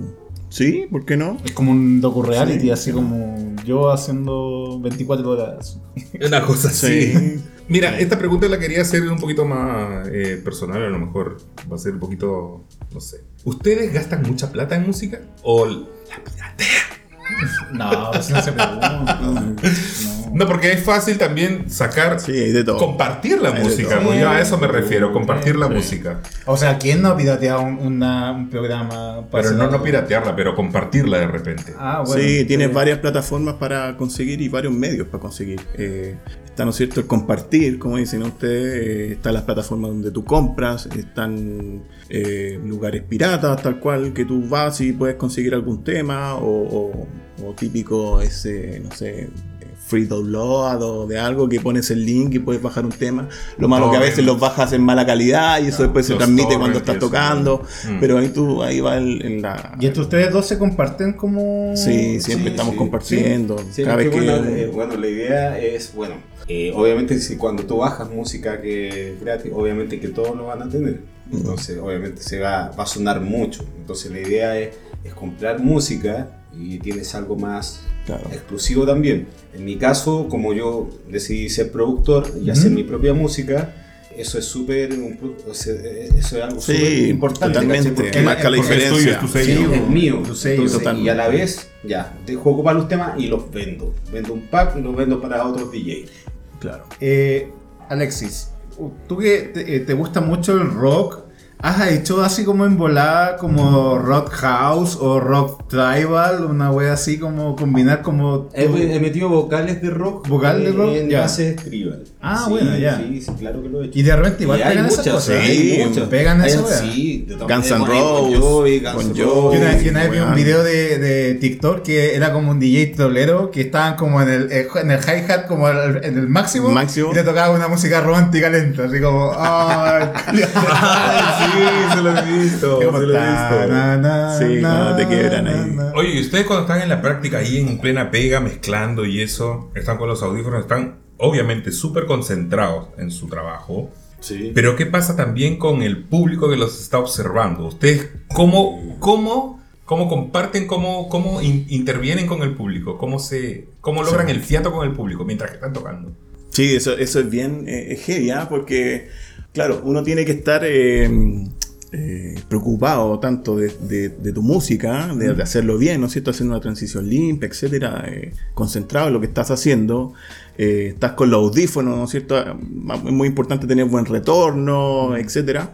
Speaker 5: sí, ¿por qué no?
Speaker 2: Es como un docu-reality, así como yo haciendo 24 horas.
Speaker 3: Una cosa así.
Speaker 5: Sí.
Speaker 3: Mira, esta pregunta la quería hacer un poquito más eh, personal, a lo mejor va a ser un poquito, no sé. ¿Ustedes gastan mucha plata en música? ¿O l-
Speaker 2: No, eso no se pregunta.
Speaker 3: no, porque es fácil también sacar,
Speaker 5: Sí, hay de todo.
Speaker 3: compartir la
Speaker 5: Hay de
Speaker 3: música,
Speaker 5: todo.
Speaker 3: pues yo a eso me refiero, compartir la música.
Speaker 2: O sea, ¿quién no ha pirateado un, una- un programa? para
Speaker 3: Pero no,
Speaker 2: hacer-
Speaker 3: no piratearla, pero compartirla de repente.
Speaker 2: Ah, bueno.
Speaker 5: sí, tienes varias plataformas para conseguir y varios medios para conseguir. Eh, está, ¿no es cierto?, el compartir, como dicen ustedes, eh, están las plataformas donde tú compras, están eh, lugares piratas, tal cual, que tú vas y puedes conseguir algún tema, o, o- o típico ese, no sé, free download o de algo que pones el link y puedes bajar un tema. Lo malo que a veces los bajas en mala calidad y eso después se
Speaker 3: los
Speaker 5: transmite
Speaker 3: torrents
Speaker 5: cuando
Speaker 3: y
Speaker 5: estás
Speaker 3: eso.
Speaker 5: tocando,
Speaker 3: Mm.
Speaker 5: pero ahí tú, ahí va el- en la...
Speaker 2: Y entre ustedes dos se comparten como.
Speaker 5: Sí, siempre
Speaker 6: Sí,
Speaker 5: estamos
Speaker 6: sí,
Speaker 5: compartiendo.
Speaker 6: Sí,
Speaker 5: cada
Speaker 6: porque
Speaker 5: vez que.
Speaker 6: bueno, eh, bueno, la idea es, bueno, eh, obviamente si cuando tú bajas música que es gratis, obviamente que todos lo van a tener. Entonces, obviamente se va, va a sonar mucho. Entonces, la idea es, es comprar música y tienes algo más
Speaker 5: Claro.
Speaker 6: exclusivo también. En mi caso, como yo decidí ser productor y hacer mi propia música, eso es súper, un pro- o sea, eh, eso es algo
Speaker 5: Sí,
Speaker 6: súper importante. ¿cachai?
Speaker 5: totalmente.
Speaker 6: Porque-
Speaker 5: Que marca la
Speaker 3: Porque es tuyo,
Speaker 5: diferencia.
Speaker 3: es tu
Speaker 6: Sí,
Speaker 3: sello.
Speaker 6: es mío.
Speaker 2: tu sello,
Speaker 6: Entonces,
Speaker 5: totalmente.
Speaker 6: y a la vez, ya, te juego para los temas y los vendo. Vendo un pack y los vendo para otros DJs.
Speaker 5: Claro.
Speaker 2: Eh, Alexis, tú que te, eh, te gusta mucho el rock, ¿has hecho así como en volada como rock house o rock tribal? Una wea así como combinar como.
Speaker 6: He, he metido vocales de rock.
Speaker 2: ¿Vocal de
Speaker 6: en-
Speaker 2: rock?
Speaker 6: En
Speaker 2: Ya.
Speaker 6: base tribal.
Speaker 2: Ah, bueno, ya.
Speaker 6: Sí, sí, claro que lo he hecho.
Speaker 2: Y de repente igual
Speaker 6: Y hay
Speaker 2: pegan esas
Speaker 6: muchas,
Speaker 2: cosas.
Speaker 5: sí,
Speaker 2: ¿eh?
Speaker 5: muchas.
Speaker 2: Pegan
Speaker 6: Hay-
Speaker 2: esa wea.
Speaker 6: Sí, de todas
Speaker 5: Guns N'
Speaker 6: maneras, con
Speaker 5: Roses,
Speaker 6: Jovi, Guns
Speaker 5: con
Speaker 6: N'
Speaker 5: Jovi.
Speaker 2: Yo una,
Speaker 6: Roses.
Speaker 2: yo una vez vi un
Speaker 5: weón.
Speaker 2: video de, de TikTok que era como un DJ trolero que estaban como en el, eh, en el hi-hat como al- en el máximo,
Speaker 5: Máximo.
Speaker 2: y le tocaba una música romántica lenta, así como...
Speaker 6: <laughs>
Speaker 2: ay, <laughs>
Speaker 3: sí, se lo he visto.
Speaker 2: como
Speaker 3: se lo he
Speaker 2: ta,
Speaker 3: visto.
Speaker 2: na, na,
Speaker 5: Sí,
Speaker 2: na,
Speaker 5: no, te quiebran ahí.
Speaker 2: na, na.
Speaker 3: Oye, ¿y ustedes cuando están en la práctica ahí en plena pega, mezclando y eso, están con los audífonos, están obviamente súper concentrados en su trabajo?
Speaker 6: Sí.
Speaker 3: Pero ¿qué pasa también con el público que los está observando? ¿Ustedes cómo, cómo, cómo comparten, cómo, cómo in- intervienen con el público? ¿Cómo, se, ¿Cómo logran el fiato con el público mientras que están tocando?
Speaker 5: Sí, eso, eso es bien eh, es heavy, ¿ah? porque, claro, uno tiene que estar eh, eh, preocupado tanto de, de- de tu música, ¿ah? de, de hacerlo bien, ¿no es cierto? Haciendo una transición limpia, etcétera, eh, concentrado en lo que estás haciendo, eh, estás con los audífonos, ¿no es cierto? Ah, Es muy importante tener buen retorno, etcétera,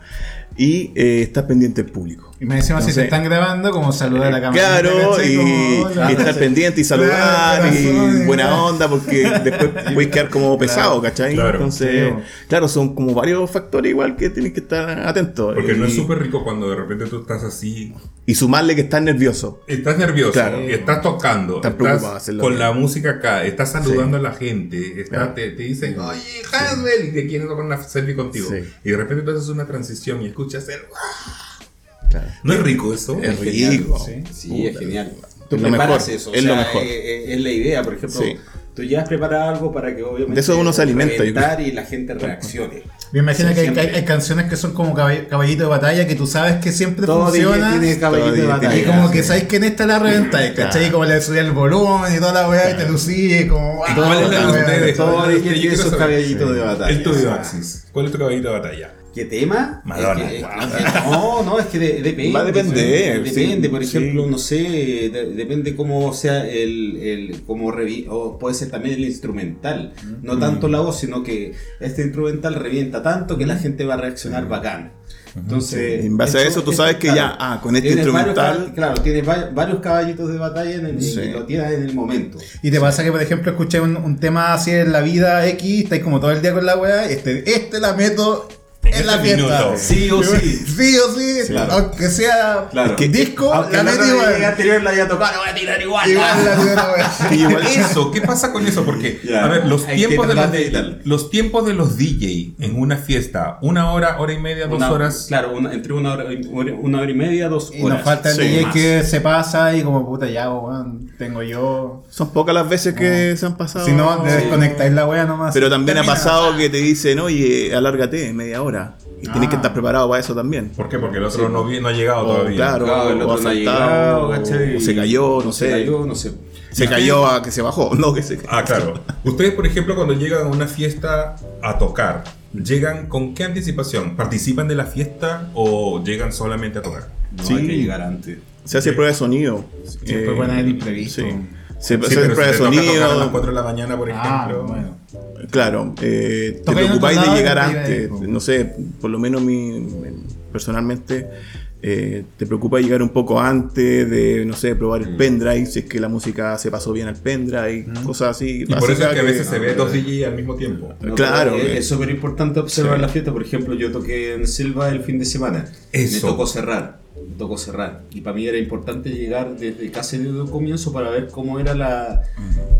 Speaker 5: y eh, estás pendiente del público.
Speaker 2: Y me decían, si
Speaker 5: Entonces-
Speaker 2: te están grabando, como saludar a la cámara.
Speaker 5: Claro, y, y estar pendiente y saludar
Speaker 2: Claro,
Speaker 5: y
Speaker 2: corazón,
Speaker 5: buena
Speaker 2: claro.
Speaker 5: onda, porque después puedes quedar como pesado, ¿cachai?
Speaker 4: claro.
Speaker 5: Entonces,
Speaker 2: Sí.
Speaker 5: claro, son como varios factores igual que tienes que estar atento.
Speaker 4: Porque
Speaker 5: y,
Speaker 4: no es súper rico cuando de repente tú estás así,
Speaker 5: y sumarle que estás nervioso.
Speaker 4: estás nervioso,
Speaker 5: Claro.
Speaker 4: y estás tocando,
Speaker 5: Estás
Speaker 4: estás
Speaker 5: preocupado, hacerlo
Speaker 4: con
Speaker 5: bien.
Speaker 4: la música acá, estás saludando
Speaker 5: Sí.
Speaker 4: a la gente, está-
Speaker 5: Claro.
Speaker 4: te, te dicen, oye, Hasbel, y te quieren tomar una selfie contigo.
Speaker 5: Sí.
Speaker 4: Y de repente tú haces una transición y escuchas el...
Speaker 5: Claro.
Speaker 4: ¿No es rico eso?
Speaker 5: Es
Speaker 6: genial,
Speaker 5: rico.
Speaker 2: sí.
Speaker 6: Sí,
Speaker 5: Puta.
Speaker 6: es genial.
Speaker 5: Tú lo
Speaker 6: preparas
Speaker 5: mejor,
Speaker 6: eso, o
Speaker 5: es lo
Speaker 6: sea,
Speaker 5: mejor.
Speaker 6: Es, es- es la idea, por ejemplo.
Speaker 5: Sí.
Speaker 6: Tú ya has preparado algo para que obviamente
Speaker 5: De eso uno se alimenta, yo
Speaker 6: reventar y la gente reaccione.
Speaker 2: Me imagino
Speaker 6: Sí,
Speaker 2: que hay,
Speaker 6: siempre.
Speaker 2: hay- hay canciones que son como caball- caballito de batalla que tú sabes que siempre
Speaker 6: Todo DJ
Speaker 2: funciona.
Speaker 6: tiene caballito de
Speaker 5: Todo DJ tiene
Speaker 6: batalla.
Speaker 2: Y como que sabes que en esta la reventáis, ¿cachai? Y como le subía el volumen y toda la weá y te lucía y como. "Ah,
Speaker 4: ¿Y cuál es la de
Speaker 2: weá.
Speaker 4: ustedes?
Speaker 6: Todo
Speaker 4: Yo
Speaker 6: DJ
Speaker 4: quiero
Speaker 6: tiene sus
Speaker 4: saber.
Speaker 6: caballitos de batalla.
Speaker 4: El tuyo,
Speaker 6: o sea,
Speaker 4: Axis. ¿Cuál es tu caballito de batalla?
Speaker 6: ¿Qué tema?
Speaker 4: Madonna.
Speaker 6: Es que- es que- no, no, es que de- depende.
Speaker 5: Va a depender,
Speaker 6: pues, Depende,
Speaker 5: sí,
Speaker 6: por ejemplo,
Speaker 5: sí.
Speaker 6: no sé, de- depende cómo sea el, el cómo revi- o puede ser también el instrumental. No tanto la voz, sino que este instrumental revienta tanto que la gente va a reaccionar bacán. Entonces,
Speaker 5: Sí, en base a eso tú sabes que ya, ah, con este
Speaker 6: tienes
Speaker 5: instrumental-
Speaker 6: varios cab- claro, tienes va- varios caballitos de batalla en el,
Speaker 5: Sí.
Speaker 6: y lo tienes en el momento.
Speaker 2: Y te pasa que, por ejemplo, escuché un, un tema así en la vida X, estáis como todo el día con la weá, este, este la meto en,
Speaker 4: En
Speaker 2: la
Speaker 4: este
Speaker 2: fiesta.
Speaker 4: minuto.
Speaker 6: Sí o sí.
Speaker 2: Sí o sí, aunque sea
Speaker 6: Claro.
Speaker 2: que disco,
Speaker 6: Aunque
Speaker 2: la
Speaker 6: la
Speaker 2: meto
Speaker 6: otra
Speaker 2: igual.
Speaker 6: anterior la haya tocado, la voy a tirar igual.
Speaker 2: Igual la meto la weá.
Speaker 4: Eso, ¿qué pasa con eso? Porque,
Speaker 6: Ya.
Speaker 4: a ver, los
Speaker 6: Hay que
Speaker 4: tiempos, de los,
Speaker 6: tratar de evitarlo.
Speaker 4: los tiempos de los DJ en una fiesta, una hora, hora y media, dos
Speaker 6: Una-
Speaker 4: horas.
Speaker 6: Claro, una- entre una hora, y- una una hora y media, dos
Speaker 2: Y
Speaker 6: horas.
Speaker 2: nos falta el
Speaker 5: Sí,
Speaker 2: DJ
Speaker 6: más.
Speaker 2: que se pasa y como puta ya, weón, tengo yo.
Speaker 5: Son pocas las veces que se han pasado.
Speaker 2: Ah. Si no, te desconectáis la weá nomás.
Speaker 5: Pero también ha pasado que te dicen, oye, alárgate media hora. Y tienes
Speaker 2: Ah.
Speaker 5: que estar preparado para eso también.
Speaker 4: ¿Por qué? Porque el otro no, vi- no ha llegado
Speaker 5: O,
Speaker 4: todavía.
Speaker 5: Oh, claro,
Speaker 6: Claro, el
Speaker 5: o
Speaker 6: otro no ha
Speaker 5: asaltado,
Speaker 6: llegado, ¿cachai?
Speaker 5: o se cayó, no
Speaker 6: Se
Speaker 5: sé.
Speaker 6: cayó, no sé.
Speaker 5: Se cayó a que se bajó, <laughs> no que se cayó.
Speaker 4: Ah, claro. Ustedes, por ejemplo, cuando llegan a una fiesta a tocar, ¿llegan con qué anticipación? ¿Participan de la fiesta o llegan solamente a tocar?
Speaker 6: No,
Speaker 5: Sí.
Speaker 6: hay que llegar antes.
Speaker 5: Se hace prueba de sonido. Eh,
Speaker 2: Siempre ponen el imprevisto.
Speaker 5: sí. Se,
Speaker 4: Sí,
Speaker 5: se hace
Speaker 4: pero
Speaker 5: prueba de
Speaker 4: si te toca tocar a las
Speaker 5: sonido.
Speaker 4: 4 de la mañana, por
Speaker 2: Ah,
Speaker 4: ejemplo.
Speaker 2: bueno.
Speaker 5: Claro, eh, te
Speaker 2: Toca en otro
Speaker 5: preocupáis de
Speaker 2: lado y
Speaker 5: llegar
Speaker 2: te lleva ahí,
Speaker 5: antes.
Speaker 2: po.
Speaker 5: No sé, por lo menos mi, personalmente eh, te preocupa llegar un poco antes de, no sé, probar
Speaker 4: Mm.
Speaker 5: el pendrive, si es que la música se pasó bien al pendrive,
Speaker 2: Mm.
Speaker 5: cosas así.
Speaker 4: Y por eso es
Speaker 5: básicas
Speaker 4: que a veces se ve
Speaker 5: Ah,
Speaker 4: dos DJ al mismo tiempo.
Speaker 6: No,
Speaker 5: Claro.
Speaker 6: pero Es
Speaker 5: eh,
Speaker 6: es súper importante observar la fiesta. Por ejemplo, yo toqué en Silva el fin de semana.
Speaker 4: Eso.
Speaker 6: Me tocó cerrar. Me tocó cerrar. Y para mí era importante llegar desde casi desde un comienzo para ver cómo era la,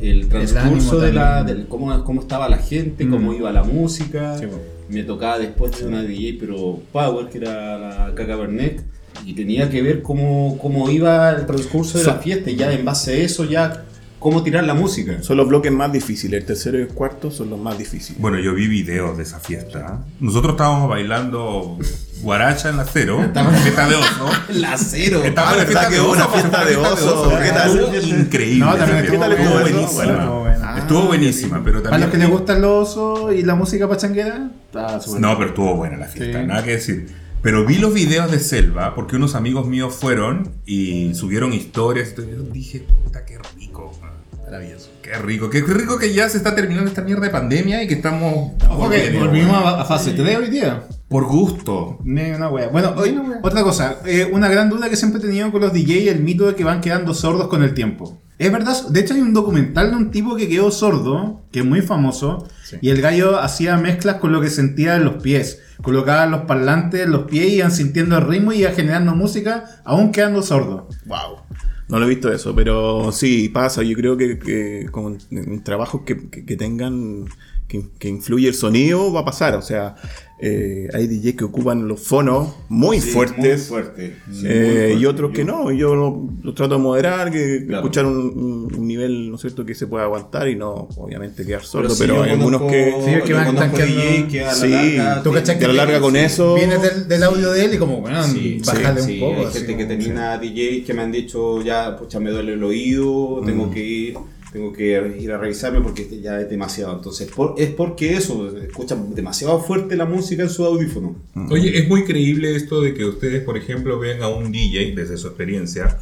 Speaker 6: el transcurso
Speaker 2: ánimo
Speaker 6: de la.
Speaker 2: también.
Speaker 6: del- cómo, cómo estaba la gente, cómo iba la música.
Speaker 2: Sí, bueno.
Speaker 6: Me tocaba después una DJ, pero Power, que era la Caca Bernet. Y tenía que ver cómo, cómo iba el transcurso de
Speaker 5: So-
Speaker 6: la fiesta. Y ya en base a eso, ya cómo tirar la música.
Speaker 5: Son los bloques más difíciles, el tercero y el cuarto son los más difíciles.
Speaker 4: Bueno, yo vi videos de esa fiesta. Nosotros estábamos bailando guaracha en la cero, en la fiesta de oso.
Speaker 6: <laughs> La cero.
Speaker 4: Estábamos en la fiesta
Speaker 5: que
Speaker 4: de
Speaker 5: hubo
Speaker 4: oso,
Speaker 5: una
Speaker 4: porque
Speaker 5: fiesta
Speaker 4: fue
Speaker 5: de oso,
Speaker 4: porque
Speaker 5: ¿qué tal?
Speaker 4: Estuvo increíble.
Speaker 2: No,
Speaker 4: esa
Speaker 2: también
Speaker 4: fiesta.
Speaker 5: estuvo
Speaker 4: estuvo
Speaker 5: bueno,
Speaker 4: buenísima.
Speaker 2: estuvo buena.
Speaker 4: Estuvo buenísima, pero
Speaker 2: Para los que
Speaker 4: también.
Speaker 2: les gustan los osos y la música pachanguera, está súper
Speaker 4: No, pero estuvo buena la fiesta,
Speaker 2: Sí.
Speaker 4: nada que decir. Pero vi los videos de Selva porque unos amigos míos fueron y subieron historias. y Yo dije, puta, qué rico. Maravilloso. Qué rico, qué rico que ya se está terminando esta mierda de pandemia y que estamos.
Speaker 2: Ok, volvimos a, a fase 3 hoy día.
Speaker 4: Por gusto.
Speaker 2: Ni una wea. Bueno, hoy- otra cosa, eh, una gran duda que siempre he tenido con los DJ, el mito de que van quedando sordos con el tiempo. Es verdad, de hecho hay un documental de un tipo que quedó sordo, que es muy famoso, y el gallo hacía mezclas con lo que sentía en los pies. Colocaba los parlantes en los pies y iban sintiendo el ritmo y iban generando música, aún quedando sordo.
Speaker 5: Wow. No lo he visto eso, pero sí pasa. Yo creo que, que con en trabajos que, que- que tengan que, que influye el sonido va a pasar. O sea, eh, hay DJs que ocupan los fonos muy
Speaker 6: Sí,
Speaker 5: fuertes.
Speaker 6: Muy fuerte. Sí, muy
Speaker 5: eh,
Speaker 6: fuerte.
Speaker 5: y otros que
Speaker 6: Yo-
Speaker 5: no, yo lo, lo trato de moderar, que
Speaker 6: Claro.
Speaker 5: escuchar un, un- un nivel, ¿no es cierto?, que se pueda aguantar y no, obviamente, quedar sordo,
Speaker 6: sí,
Speaker 5: pero,
Speaker 6: yo
Speaker 5: hay algunos
Speaker 6: conozco-
Speaker 5: que...
Speaker 2: Sí, es que
Speaker 6: yo
Speaker 2: van
Speaker 6: conozco
Speaker 2: tanqueando-
Speaker 6: DJ que a la
Speaker 5: Sí.
Speaker 6: larga
Speaker 5: ¿Tú
Speaker 6: tiene-
Speaker 2: cachai
Speaker 5: que a la larga con eso...
Speaker 2: Vienes del, del audio de él y como, bueno,
Speaker 6: Sí,
Speaker 2: bájale
Speaker 6: sí,
Speaker 2: un poco.
Speaker 6: Hay
Speaker 2: así
Speaker 6: gente que
Speaker 2: como-
Speaker 5: Mm.
Speaker 6: termina DJ que me han dicho, ya, pucha, me duele el oído, tengo que ir.
Speaker 7: tengo que ir a revisarme porque este ya es demasiado. Entonces, por- es porque eso, escuchan demasiado fuerte la música en su audífono.
Speaker 4: Oye, es muy creíble esto de que ustedes, por ejemplo, vean a un DJ desde su experiencia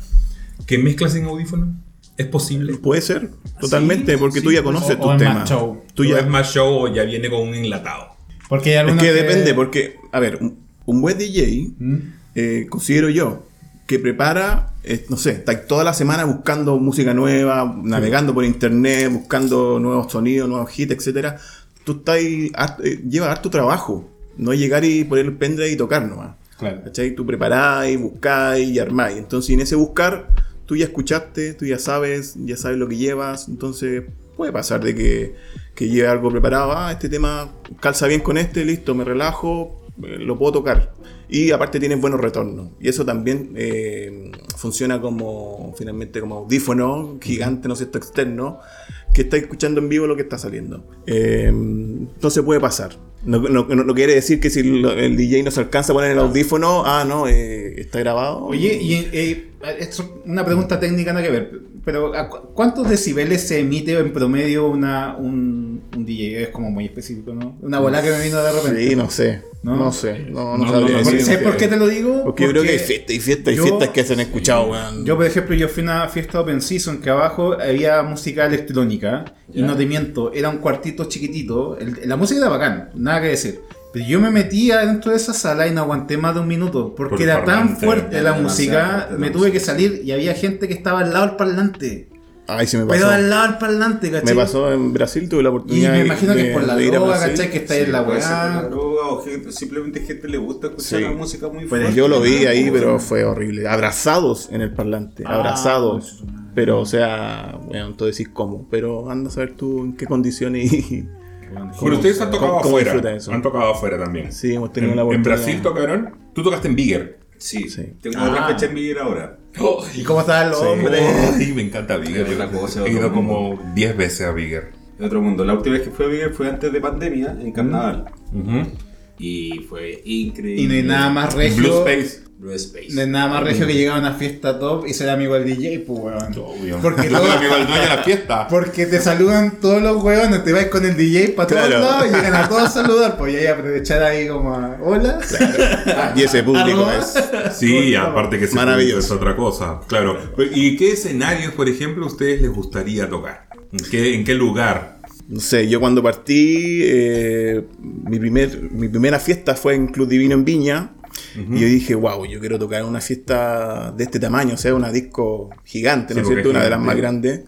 Speaker 4: que mezcla sin audífono. ¿Es posible?
Speaker 5: Puede ser, totalmente,
Speaker 4: Sí,
Speaker 5: porque
Speaker 4: sí,
Speaker 5: tú ya
Speaker 4: pues,
Speaker 5: conoces
Speaker 4: o-
Speaker 5: tus
Speaker 4: o
Speaker 2: es más
Speaker 5: temas.
Speaker 2: show.
Speaker 5: Tú
Speaker 4: ¿Tú
Speaker 5: ya-
Speaker 4: es más show o ya viene con un enlatado?
Speaker 2: Porque hay
Speaker 5: es
Speaker 2: algunos
Speaker 5: que depende, porque, a ver, un, un buen DJ,
Speaker 2: ¿Mm?
Speaker 5: eh, considero yo, que prepara, eh, no sé, está toda la semana buscando música nueva, navegando por internet, buscando nuevos sonidos, nuevos hits, etcétera. Tú estás ahí, hart- eh, lleva harto trabajo. No es llegar y poner el pendrive y tocar nomás.
Speaker 2: Claro.
Speaker 5: ¿Cachai? Tú preparáis, buscáis y armáis. Entonces, en ese buscar, tú ya escuchaste, tú ya sabes, ya sabes lo que llevas. Entonces, puede pasar de que, que lleve algo preparado. Ah, este tema calza bien con este, listo, me relajo, eh, lo puedo tocar. Y aparte tienes buenos retornos. Y eso también eh, funciona como, finalmente, como audífono gigante, ¿no es cierto?, externo, que está escuchando en vivo lo que está saliendo. Eh, entonces puede pasar. No, no- no- no quiere decir que si lo- el DJ no se alcanza a poner el audífono, ah, no, eh, está grabado.
Speaker 2: Oye, y eh, esto es una pregunta técnica nada que ver, pero ¿a cu- ¿cuántos decibeles se emite en promedio una, un, un DJ? Es como muy específico, ¿no? Una bola que me vino de repente.
Speaker 5: Sí, no sé.
Speaker 2: No.
Speaker 5: No, sé. No, no,
Speaker 4: No,
Speaker 5: sabría
Speaker 4: no, no,
Speaker 5: decir.
Speaker 2: Porque- ¿Sabes
Speaker 5: Porque-
Speaker 2: por qué te lo digo?
Speaker 5: Porque yo creo que hay fiestas y fiestas y
Speaker 2: yo-
Speaker 5: fiestas que se han escuchado, weón.
Speaker 2: Yo, por ejemplo, yo fui a una fiesta Open Season que abajo había música electrónica. Y no te miento, era un cuartito chiquitito. el- la música era bacán, nada que decir. Pero yo me metí adentro de esa sala y no aguanté más de un minuto. Porque
Speaker 4: Por el
Speaker 2: era tan
Speaker 4: parlante.
Speaker 2: fuerte la
Speaker 7: Era demasiado
Speaker 2: música,
Speaker 7: fuerte la
Speaker 2: me tuve que
Speaker 7: música.
Speaker 2: salir y había gente que estaba al lado del parlante.
Speaker 5: Ay, se me
Speaker 2: Pero
Speaker 5: pasó.
Speaker 2: al lado del parlante, ¿cachai?
Speaker 5: Me pasó en Brasil, tuve la
Speaker 2: Y
Speaker 5: oportunidad
Speaker 2: me imagino
Speaker 5: de-
Speaker 2: que es por la
Speaker 5: de ir a
Speaker 2: droga,
Speaker 5: Brasil.
Speaker 2: ¿cachai? Que está ahí en la
Speaker 7: Puede ser una
Speaker 2: weá.
Speaker 7: droga o gente- simplemente gente le gusta escuchar
Speaker 5: Sí.
Speaker 7: la música muy
Speaker 5: Pues
Speaker 7: fuerte.
Speaker 5: yo lo vi
Speaker 7: ¿no?
Speaker 5: ahí,
Speaker 7: Como-
Speaker 5: pero fue horrible. Abrazados en el parlante, abrazados. Pero, o sea, bueno, tú decís cómo. Pero anda a saber tú en qué condiciones y... <laughs>
Speaker 4: Pero ustedes han tocado
Speaker 5: cómo- cómo
Speaker 4: afuera.
Speaker 5: disfrutan eso?
Speaker 4: Han tocado afuera también.
Speaker 5: Sí, hemos tenido
Speaker 4: En,
Speaker 5: la
Speaker 4: en
Speaker 5: oportunidad.
Speaker 4: Brasil tocaron. Tú tocaste en Bigger.
Speaker 7: Sí,
Speaker 5: Sí.
Speaker 7: tengo
Speaker 2: Ah.
Speaker 7: otra fecha en Miguel ahora.
Speaker 2: ¿Y cómo estaban los hombres?
Speaker 4: Ay, me encanta Bigger.
Speaker 7: Es otra cosa,
Speaker 4: He ido
Speaker 7: otro
Speaker 4: como 10 veces a Bigger.
Speaker 7: En otro mundo. La última vez que fue a Miguel fue antes de pandemia, en carnaval.
Speaker 4: Ujú.
Speaker 7: Y fue increíble.
Speaker 2: Y no hay nada más regio.
Speaker 4: Blue Space.
Speaker 7: Blue Space.
Speaker 2: No hay nada más regio que llegar a una fiesta top y ser amigo del DJ, pues, weón. <laughs> Porque
Speaker 4: Yo
Speaker 2: todo-
Speaker 4: creo que iba el dueño de la fiesta.
Speaker 2: Porque te saludan todos los huevones, te vas con el DJ para todos
Speaker 5: Claro.
Speaker 2: lados y llegan a todos a saludar, pues ya hay aprovechar ahí como a, hola.
Speaker 5: Y ese público
Speaker 2: Arroba.
Speaker 5: es...
Speaker 4: Sí, aparte que ese
Speaker 5: Maravilloso.
Speaker 4: público es otra cosa. Claro. Pero, ¿Y qué escenarios, por ejemplo, a ustedes les gustaría tocar? ¿En qué, en qué lugar?
Speaker 5: No sé, yo cuando partí, eh, mi, primer, mi primera fiesta fue en Club Divino en Viña. Y yo dije, wow, yo quiero tocar una fiesta de este tamaño, o sea, una disco gigante,
Speaker 4: Sí,
Speaker 5: ¿no es
Speaker 4: porque
Speaker 5: cierto?
Speaker 4: es
Speaker 5: Una de las
Speaker 4: gigante.
Speaker 5: más grandes.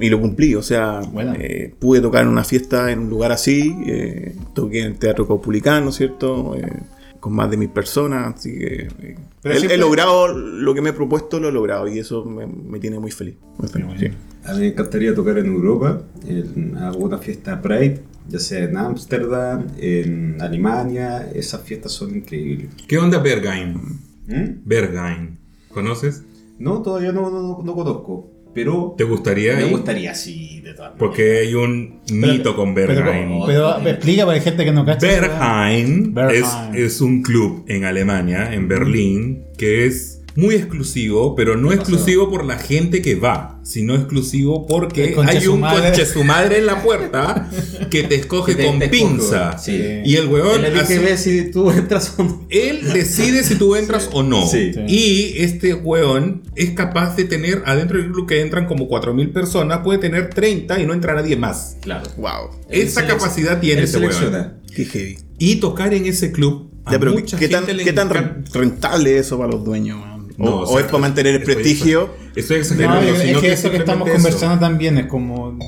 Speaker 5: Y lo cumplí, o sea,
Speaker 2: Buena.
Speaker 5: eh, pude tocar en una fiesta en un lugar así. eh, toqué en el Teatro Copulicano, ¿no es cierto? Eh, con más de mil personas, así que eh, he,
Speaker 2: Pero
Speaker 5: he
Speaker 2: siempre-
Speaker 5: logrado lo que me he propuesto, lo he logrado y eso me, me tiene muy feliz. Muy feliz sí.
Speaker 7: A mí me encantaría tocar en Europa, en alguna fiesta Pride, ya sea en Ámsterdam, en Alemania. Esas fiestas son increíbles.
Speaker 4: ¿Qué onda Bergheim?
Speaker 7: ¿Mm?
Speaker 4: Bergheim. ¿Conoces?
Speaker 7: No, todavía no, no, no conozco, pero
Speaker 4: ¿Te gustaría
Speaker 7: me
Speaker 4: ir?
Speaker 7: gustaría, sí, de todas maneras.
Speaker 4: Porque hay un mito con Bergheim.
Speaker 2: Pero explica para la gente que no cacha.
Speaker 4: Bergheim
Speaker 2: Bergheim.
Speaker 4: es, es un club en Alemania, en Berlín, que es muy exclusivo, pero no exclusivo por la gente que va, sino
Speaker 2: El
Speaker 4: exclusivo porque
Speaker 2: concha
Speaker 4: hay
Speaker 2: su
Speaker 4: un
Speaker 2: madre.
Speaker 4: conche su madre en la puerta que te escoge
Speaker 7: Que te-
Speaker 4: con
Speaker 7: te escoge,
Speaker 4: pinza.
Speaker 7: sí.
Speaker 4: Y el
Speaker 7: Yo
Speaker 4: weón
Speaker 7: le dije,
Speaker 4: así-
Speaker 7: ve si tú entras o no.
Speaker 4: él decide si tú entras o no.
Speaker 7: Oh. Sí.
Speaker 4: Y este weón es capaz de tener, adentro del club que entran como 4.000 personas, puede tener 30 y no entra nadie más.
Speaker 7: Claro.
Speaker 5: Wow,
Speaker 7: Él
Speaker 4: Esa
Speaker 7: selec-
Speaker 4: capacidad tiene
Speaker 7: Él
Speaker 4: ese weón.
Speaker 7: selecciona.
Speaker 5: qué heavy.
Speaker 4: Y tocar en ese club. a
Speaker 5: Ya, pero ¿qué,
Speaker 4: mucha
Speaker 5: qué tan,
Speaker 4: gente le
Speaker 5: qué tan
Speaker 4: encanta.
Speaker 5: re- rentable es eso para los dueños? man? O,
Speaker 4: No,
Speaker 5: o
Speaker 4: sea,
Speaker 5: es para mantener el
Speaker 4: estoy
Speaker 5: prestigio.
Speaker 4: exagerando. Estoy
Speaker 2: No,
Speaker 4: exagerando.
Speaker 2: yo- es
Speaker 4: sino
Speaker 2: que eso que estamos
Speaker 4: simplemente
Speaker 2: conversando también es como.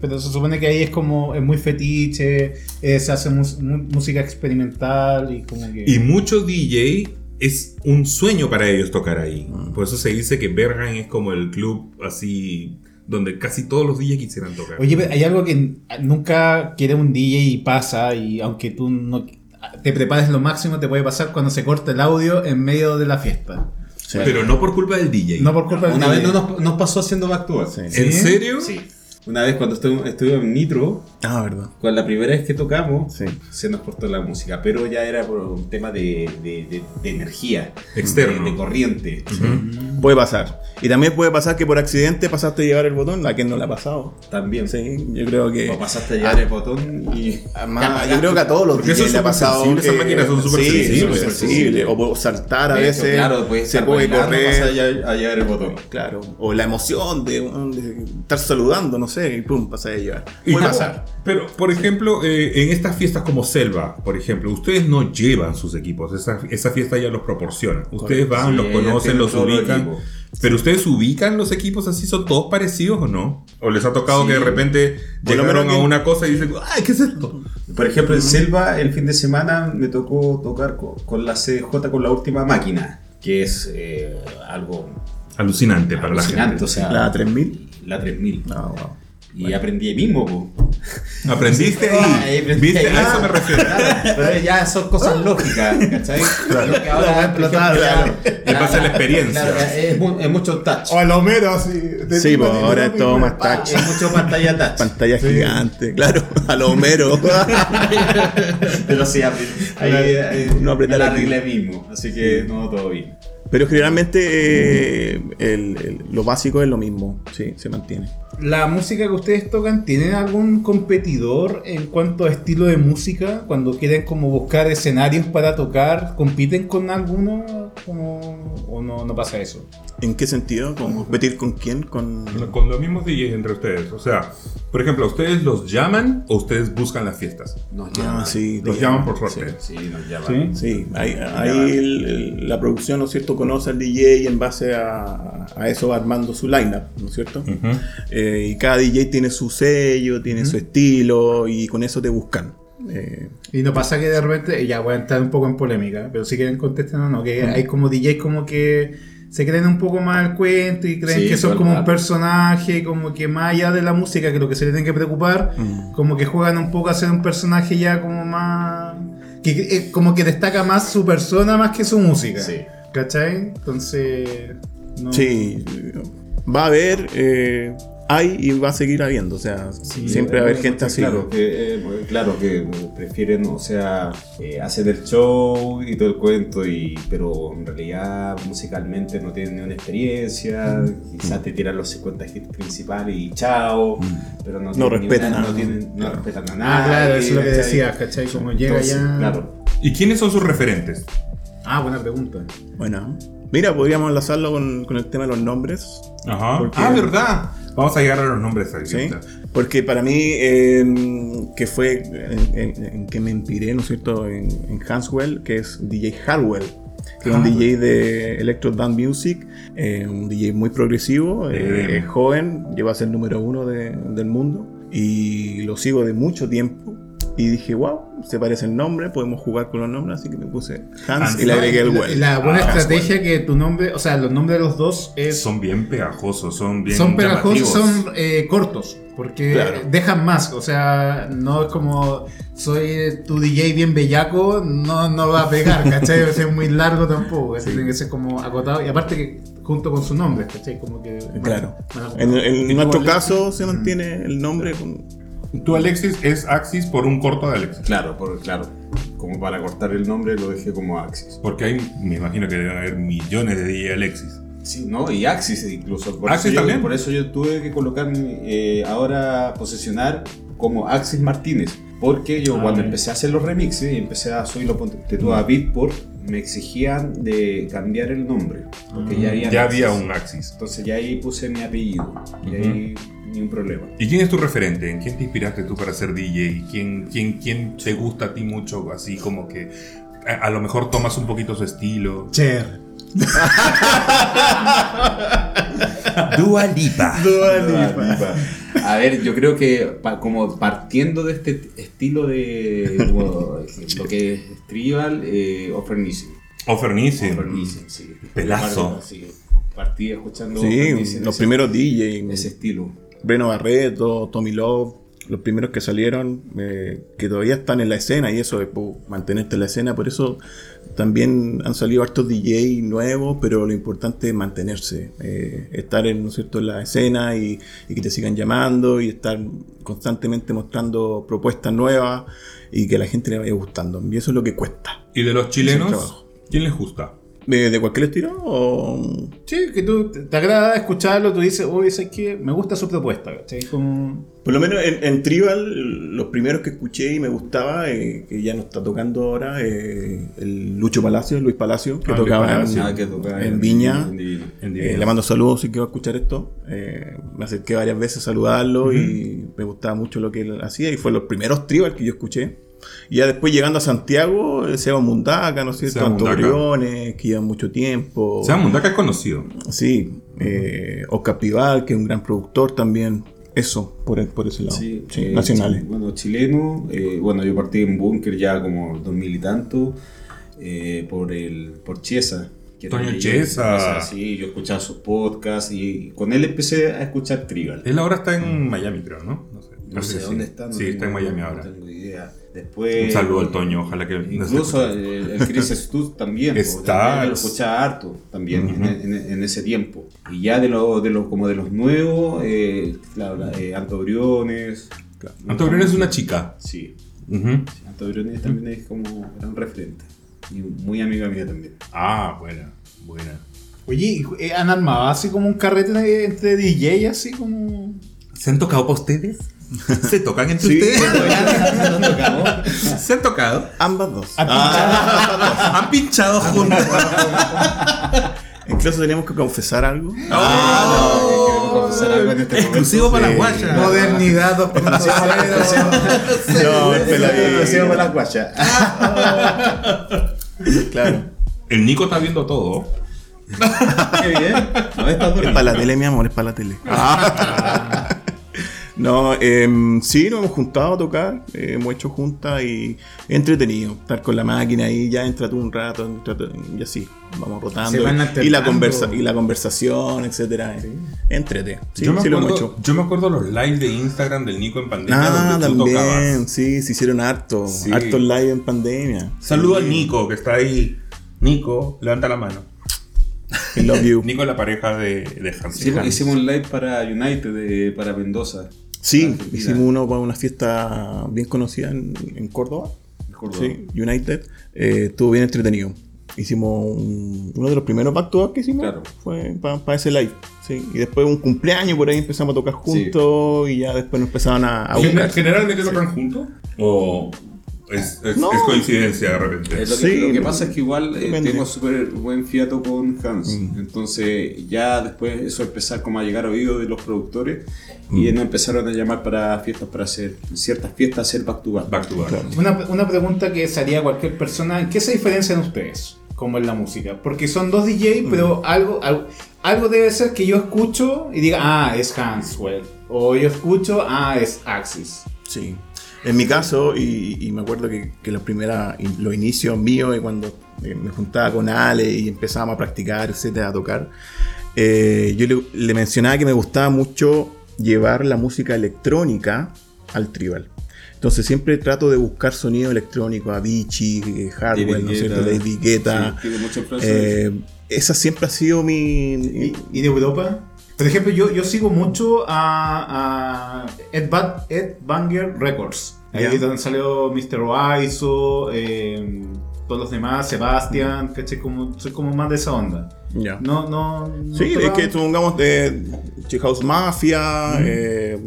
Speaker 2: Pero se supone que ahí es como. Es muy fetiche, eh, se hace mus- mu- música experimental y como que.
Speaker 4: Y muchos DJ es un sueño para ellos tocar ahí.
Speaker 2: Mm.
Speaker 4: Por eso se dice que Bergheim es como el club así donde casi todos los DJs quisieran tocar.
Speaker 2: Oye, pero hay algo que ah, nunca quiere un DJ y pasa, y aunque tú no ah, te prepares lo máximo, te puede pasar cuando se corta el audio en medio de la fiesta.
Speaker 4: pero no por culpa del DJ.
Speaker 2: No por culpa del
Speaker 7: Una vez no
Speaker 2: DJ.
Speaker 7: nos, nos pasó haciendo back to back.
Speaker 4: ¿En
Speaker 2: ¿Sí?
Speaker 4: serio?
Speaker 7: Sí.
Speaker 6: Una vez cuando estu- estuve en Nitro,
Speaker 5: Ah, verdad.
Speaker 6: con la primera vez que tocamos,
Speaker 5: Sí.
Speaker 6: se nos cortó la música, pero ya era por un tema de, de- de- de energía,
Speaker 4: Externo.
Speaker 6: de, de corriente.
Speaker 5: Puede pasar. Y también puede pasar que por accidente pasaste a llevar el botón, a quien no le ha pasado.
Speaker 6: También.
Speaker 5: Sí, yo creo que.
Speaker 6: O
Speaker 4: Ah.
Speaker 6: pasaste a llevar el botón y.
Speaker 5: Además, yo creo que a todos los
Speaker 4: Porque eso
Speaker 5: DJs
Speaker 4: es
Speaker 5: le ha
Speaker 4: súper
Speaker 5: pasado.
Speaker 4: sensible, esas
Speaker 5: que-
Speaker 4: máquinas son súper
Speaker 5: sí,
Speaker 4: sensibles,
Speaker 5: súper
Speaker 4: súper
Speaker 5: sensibles. O por saltar a
Speaker 6: De hecho,
Speaker 5: veces.
Speaker 6: claro, puedes
Speaker 5: se
Speaker 6: estar
Speaker 5: puede
Speaker 6: bailando, pasas a
Speaker 5: correr.
Speaker 6: llevar- a llevar el botón.
Speaker 5: Claro. O la emoción de, de estar saludando, no sé, y pum, pasas a llevar.
Speaker 4: Y
Speaker 5: Puede
Speaker 4: no,
Speaker 5: pasar.
Speaker 4: Pero, por ejemplo, eh, en estas fiestas como Selva, por ejemplo, ustedes no llevan sus equipos. Esa, esa fiesta ya los proporciona. Ustedes van,
Speaker 6: Sí,
Speaker 4: Ah, los
Speaker 6: ya
Speaker 4: conocen,
Speaker 6: tienen
Speaker 4: los
Speaker 6: todo el
Speaker 4: ubican.
Speaker 6: equipo.
Speaker 4: Pero ustedes ubican los equipos así, son todos parecidos o no? ¿O les ha tocado que de repente
Speaker 5: Por lo
Speaker 4: llegaron
Speaker 5: menos
Speaker 4: a
Speaker 5: que-
Speaker 4: una cosa y dicen, ¡ay, qué es esto!
Speaker 6: Por ejemplo, en Selva, el fin de semana me tocó tocar co- con, la CDJ con la última máquina, que es eh, algo
Speaker 4: Alucinante para la
Speaker 6: alucinante.
Speaker 4: gente.
Speaker 6: O sea,
Speaker 5: La 3000.
Speaker 6: la 3000.
Speaker 5: No, wow.
Speaker 6: Y aprendí ahí mismo, po.
Speaker 4: Aprendiste
Speaker 6: Ahí
Speaker 4: ahí.
Speaker 6: aprendí
Speaker 4: ¿Viste?
Speaker 6: ahí.
Speaker 4: A eso me refiero.
Speaker 6: Claro, pero ya son cosas lógicas, ¿cachai? Lo que ahora, por ejemplo,
Speaker 5: explotar,
Speaker 6: ya-
Speaker 4: En base a la experiencia.
Speaker 6: claro, es, mu- es mucho touch.
Speaker 8: O el Homero, así. de-
Speaker 5: Sí, pues
Speaker 8: de- de-
Speaker 5: ahora
Speaker 8: de-
Speaker 5: es todo más
Speaker 6: Ah,
Speaker 5: touch.
Speaker 6: Es mucho pantalla touch.
Speaker 5: Pantalla gigante, claro. <laughs> A lo
Speaker 4: <laughs>
Speaker 5: Homero.
Speaker 6: <laughs> Pero sí, apre- ahí, eh,
Speaker 5: No apretar
Speaker 6: me la
Speaker 5: aquí.
Speaker 6: arreglé mismo. Así que no, todo bien.
Speaker 5: Pero generalmente eh, el- el- lo básico es lo mismo. Sí, se mantiene.
Speaker 2: ¿La música que ustedes tocan tienen algún competidor en cuanto a estilo de música? Cuando quieren como buscar escenarios para tocar, ¿compiten con alguno como, o no, no pasa eso?
Speaker 5: ¿En qué sentido? ¿Con competir con quién? Con...
Speaker 4: Con los mismos DJs entre ustedes. O sea, por ejemplo, ¿a ¿ustedes los llaman o ustedes buscan las fiestas?
Speaker 6: Nos
Speaker 5: Ah,
Speaker 6: llaman.
Speaker 5: sí.
Speaker 4: Los
Speaker 5: te-
Speaker 4: llaman por sorteo.
Speaker 6: Sí, nos llaman.
Speaker 5: Sí, ahí, ahí el- el- la producción, ¿no es cierto?, conoce al DJ y en base a, a eso va armando su lineup, ¿no es cierto?
Speaker 4: Ujú.
Speaker 5: Eh, y cada DJ tiene su sello, tiene su estilo y con eso te buscan. Eh,
Speaker 2: Y no pasa que de repente, ya voy a entrar un poco en polémica, pero si quieren contestar o no, que hay como DJs como que se creen un poco más al cuento y creen
Speaker 6: Sí,
Speaker 2: que son
Speaker 6: todo el
Speaker 2: como un
Speaker 6: rato.
Speaker 2: personaje, como que más allá de la música, que lo que se le tienen que preocupar, como que juegan un poco a ser un personaje ya como más... Que, que- eh, como que destaca más su persona más que su música.
Speaker 6: Sí.
Speaker 2: ¿Cachai? Entonces... no-
Speaker 5: Sí, va a haber, eh, hay y va a seguir habiendo, o sea, siempre va a haber gente así.
Speaker 6: Claro que, eh, bueno, claro que prefieren, o sea, eh, hacer el show y todo el cuento, y, pero en realidad musicalmente no tienen ni una experiencia,
Speaker 5: Mm.
Speaker 6: quizás te tiran los 50 hits principales y chao,
Speaker 5: Mm.
Speaker 6: pero no, tienen ni
Speaker 5: respetan
Speaker 6: una-
Speaker 5: nada.
Speaker 6: no, tienen- no respetan a
Speaker 2: Ah,
Speaker 6: nada.
Speaker 2: claro, eso es lo que decías, ¿cachai? Como llega ya...
Speaker 6: Claro.
Speaker 4: ¿Y quiénes son sus referentes?
Speaker 2: Ah, buena pregunta.
Speaker 5: Bueno, mira, podríamos enlazarlo con, con el tema de los nombres.
Speaker 4: Ajá.
Speaker 5: Porque-
Speaker 4: Ah, ¿verdad? Vamos a llegar a los nombres ahí.
Speaker 5: ¿sí?
Speaker 4: ahorita.
Speaker 5: Porque para mí, eh, que fue en, en- en que me inspiré, ¿no es cierto?, en, en Hanswell, que es DJ Harwell, que es un DJ de Electro Dance Music, eh, un DJ muy progresivo, eh,
Speaker 4: Eh.
Speaker 5: es joven, lleva a ser número uno de- del mundo, y lo sigo de mucho tiempo. Y dije, wow, se parece el nombre, podemos jugar con los nombres, así que me puse Hans y le agregué el pues
Speaker 2: La-
Speaker 5: Well.
Speaker 2: La, buena
Speaker 4: Ah,
Speaker 2: estrategia que tu nombre, o sea, los nombres de los dos es,
Speaker 4: Son bien pegajosos, son bien.
Speaker 2: son pegajosos,
Speaker 4: llamativos.
Speaker 2: son eh, cortos, porque
Speaker 5: Claro.
Speaker 2: dejan más, o sea, no es como soy eh, tu DJ bien bellaco, no, no va
Speaker 5: <laughs>
Speaker 2: a pegar, ¿cachai? Debe ser muy largo tampoco, tiene que ser como acotado, y aparte que junto con su nombre, ¿cachai? Como que...
Speaker 5: Claro.
Speaker 2: van a-
Speaker 5: En, en nuestro caso se mantiene el nombre con,
Speaker 4: Tú, Alexis, es Axis por un corto de Alexis.
Speaker 6: Claro, por- claro. Como para cortar el nombre lo dejé como Axis.
Speaker 4: Porque hay, me imagino que deben haber millones de DJ Alexis.
Speaker 6: Sí, no, y Axis incluso. Por
Speaker 4: Axis
Speaker 6: eso yo-
Speaker 4: también.
Speaker 6: por eso yo tuve que colocar mi, eh, ahora posicionar como Axis Martínez. Porque yo
Speaker 4: Ah,
Speaker 6: cuando empecé a hacer los remixes y empecé a subirlo ponte tú, a Beatport, me exigían de cambiar el nombre. Porque ya había,
Speaker 4: Ah, Ya había un Axis.
Speaker 6: Entonces ya ahí puse mi apellido. Y ahí ni un problema.
Speaker 4: ¿Y quién es tu referente? ¿En quién te inspiraste tú para ser DJ? ¿Quién, quién, quién te gusta a ti mucho? Así como que a, a lo mejor tomas un poquito su estilo.
Speaker 2: Cher.
Speaker 4: Dua Lipa.
Speaker 6: <laughs> A ver, yo creo que pa- como partiendo de este estilo de <laughs> como lo que es tribal eh, o Fernicio.
Speaker 4: O Fernici.
Speaker 6: Con Fernicio, sí.
Speaker 4: Pelazo.
Speaker 6: Sí, partí escuchando
Speaker 5: Sí,
Speaker 6: Fernicio en
Speaker 5: los
Speaker 6: ese-
Speaker 5: primeros DJ,
Speaker 6: ese estilo.
Speaker 5: Breno Barreto, Tommy Love, los primeros que salieron, eh, que todavía están en la escena y eso después mantenerte en la escena. Por eso también han salido hartos DJ nuevos, pero lo importante es mantenerse, eh, estar en, ¿no es cierto? en la escena y, y que te sigan llamando y estar constantemente mostrando propuestas nuevas y que a la gente le vaya gustando. Y eso es lo que cuesta.
Speaker 4: ¿Y de los
Speaker 5: Es un
Speaker 4: chilenos?
Speaker 5: trabajo.
Speaker 4: ¿Quién les gusta?
Speaker 5: ¿De, de cualquier estilo? O...
Speaker 2: Sí, que tú te, te agrada escucharlo, tú dices, oye, ¿sabes qué? Me gusta su propuesta, ¿cachai? Como...
Speaker 5: Por lo menos en, en Tribal, los primeros que escuché y me gustaba, eh, que ya no está tocando ahora, eh, el Lucho Palacio, Luis Palacio, que
Speaker 4: Ah, Luis
Speaker 5: tocaba en-
Speaker 4: Palacio.
Speaker 6: que tocar
Speaker 5: en Viña.
Speaker 6: en Divino.
Speaker 5: Eh, le mando saludos si quiero escuchar esto. Eh, me acerqué varias veces a saludarlo y me gustaba mucho lo que él hacía y fue los primeros tribal que yo escuché. Y ya después llegando a Santiago, eh, Seba Mundaca, ¿no es cierto?
Speaker 4: Seba
Speaker 5: Anto
Speaker 4: Mundaca.
Speaker 5: Briones, que llevan mucho tiempo.
Speaker 4: Sam Mundaka es conocido.
Speaker 5: Sí, eh, Oscar Pival, que es un gran productor también. Eso, por, el- por ese lado. Sí,
Speaker 6: eh,
Speaker 5: nacionales.
Speaker 6: chi- Bueno, chileno. eh, bueno, yo partí en Bunker ya como 2000 y tanto eh, por el por Chiesa. que
Speaker 4: Toño
Speaker 6: también-
Speaker 4: Chiesa.
Speaker 6: o sea, Sí, yo escuchaba sus podcasts y, y con él empecé a escuchar Tribal.
Speaker 4: Él ahora está en Miami, creo, ¿no? No sé,
Speaker 6: Mm. No
Speaker 4: Parece
Speaker 6: sé
Speaker 4: que
Speaker 6: dónde
Speaker 4: Ah, sí.
Speaker 6: está. no
Speaker 4: sí, está en
Speaker 6: tengo-
Speaker 4: Miami
Speaker 6: no
Speaker 4: ahora.
Speaker 6: tengo idea. Después.
Speaker 4: Un saludo al Toño, ojalá que... nos
Speaker 6: Incluso
Speaker 4: escuche.
Speaker 6: el, el Chris Stutz también, pues,
Speaker 4: Está-
Speaker 6: también lo escuchaba harto también en- en, en ese tiempo. Y ya de los de los como de los nuevos, eh, claro, la- eh, Anto Briones.
Speaker 4: Anto Briones es una chica.
Speaker 6: Sí,
Speaker 4: Ujú.
Speaker 6: sí, Anto Briones también es como era un referente. Y muy amiga mía <laughs> también.
Speaker 4: Ah, buena, buena.
Speaker 2: Oye, ¿y, eh, ¿han armado así como un carrete de- entre DJ, así como...
Speaker 4: ¿Se han tocado para ustedes? <laughs> ¿Se tocan entre ustedes? ¿Se han tocado?
Speaker 5: Ambas dos.
Speaker 4: Ah, ¿Han pinchado juntos?
Speaker 5: Ah, Incluso tenemos que confesar <laughs> algo.
Speaker 4: Ah, este Exclusivo para la guaya.
Speaker 2: Modernidad 2.0.
Speaker 5: No, eh, te la vi.
Speaker 9: para las guachas.
Speaker 5: Claro.
Speaker 4: El Nico está viendo todo.
Speaker 6: Qué bien. No, estás
Speaker 5: Es
Speaker 6: dormido.
Speaker 5: para la tele, mi amor, es para la tele. Ah. No, em, sí, nos hemos juntado a tocar, eh, hemos hecho juntas y es entretenido. Estar con la máquina ahí, ya entra tú un rato, entra tú- y así, vamos rotando.
Speaker 2: Se van
Speaker 5: y, la
Speaker 2: alternando.
Speaker 5: conversa, y la conversación, etcétera. eh. Entrete. Sí,
Speaker 4: yo, me
Speaker 5: sí lo hemos
Speaker 4: acuerdo,
Speaker 5: hecho.
Speaker 4: yo me acuerdo los lives de Instagram del Nico en pandemia
Speaker 5: Ah,
Speaker 4: donde tú
Speaker 5: también,
Speaker 4: tocabas.
Speaker 5: sí, se hicieron harto,
Speaker 4: Sí.
Speaker 5: harto live en pandemia.
Speaker 4: Saludo al Nico que está ahí. Nico, levanta la mano.
Speaker 5: I love you.
Speaker 4: Nico es la pareja de, de Hansi
Speaker 6: Hicimos,
Speaker 4: Hans.
Speaker 6: hicimos un live para United, eh, para Mendoza.
Speaker 5: Sí,
Speaker 6: Argentina.
Speaker 5: hicimos uno para una fiesta bien conocida en, en Córdoba.
Speaker 6: En Córdoba.
Speaker 5: Sí, United. Eh, estuvo bien entretenido. Hicimos un- uno de los primeros back to back que hicimos.
Speaker 6: Claro.
Speaker 5: Fue para ese live. Sí. Y después un cumpleaños por ahí empezamos a tocar juntos y ya después nos empezaban a, a
Speaker 4: Gener-
Speaker 5: buscar.
Speaker 4: ¿Generalmente tocan juntos? ¿O es, es-
Speaker 5: No.
Speaker 4: es coincidencia de repente?
Speaker 6: Es lo, que,
Speaker 5: Sí,
Speaker 6: lo que pasa es que igual eh,
Speaker 5: depende.
Speaker 6: tengo súper buen fiato con Hans.
Speaker 5: Mm.
Speaker 6: Entonces ya después eso empezar como a llegar a oídos de los productores
Speaker 5: Mm.
Speaker 6: y nos empezaron a llamar para fiestas, para hacer ciertas fiestas, hacer back to back.
Speaker 4: Back to back.
Speaker 2: Una, una pregunta que se haría a cualquier persona, ¿en qué se diferencian ustedes? Como en la música, porque son dos DJ, pero algo, algo, algo debe ser que yo escucho y diga, ah, es Hanswell, o yo escucho, ah, es Axis.
Speaker 5: Sí. En mi caso, y, y me acuerdo que, que la primera, y los inicios míos, y cuando eh, me juntaba con Ale y empezábamos a practicar, etcétera, a tocar, eh, yo le, le mencionaba que me gustaba mucho llevar la música electrónica al tribal. Entonces siempre trato de buscar sonido electrónico, Avicii, eh, Hardwell, ¿no es cierto?
Speaker 6: Guetta.
Speaker 5: David Guetta.
Speaker 6: Sí, tiene mucha influencia.
Speaker 5: Eh, esa siempre ha sido mi... mi-
Speaker 2: ¿Y de Europa? Por ejemplo, yo, yo sigo mucho a, a Ed, Ba- Ed Banger Records. Ahí
Speaker 5: Ya.
Speaker 2: donde salió Mr. Oizo, eh, todos los demás, Sebastián, ¿cachai? Como, soy como más de esa onda.
Speaker 5: Ya.
Speaker 2: No, no. no
Speaker 5: Sí, es
Speaker 2: tocaba-
Speaker 5: que supongamos eh, House Mafia, eh,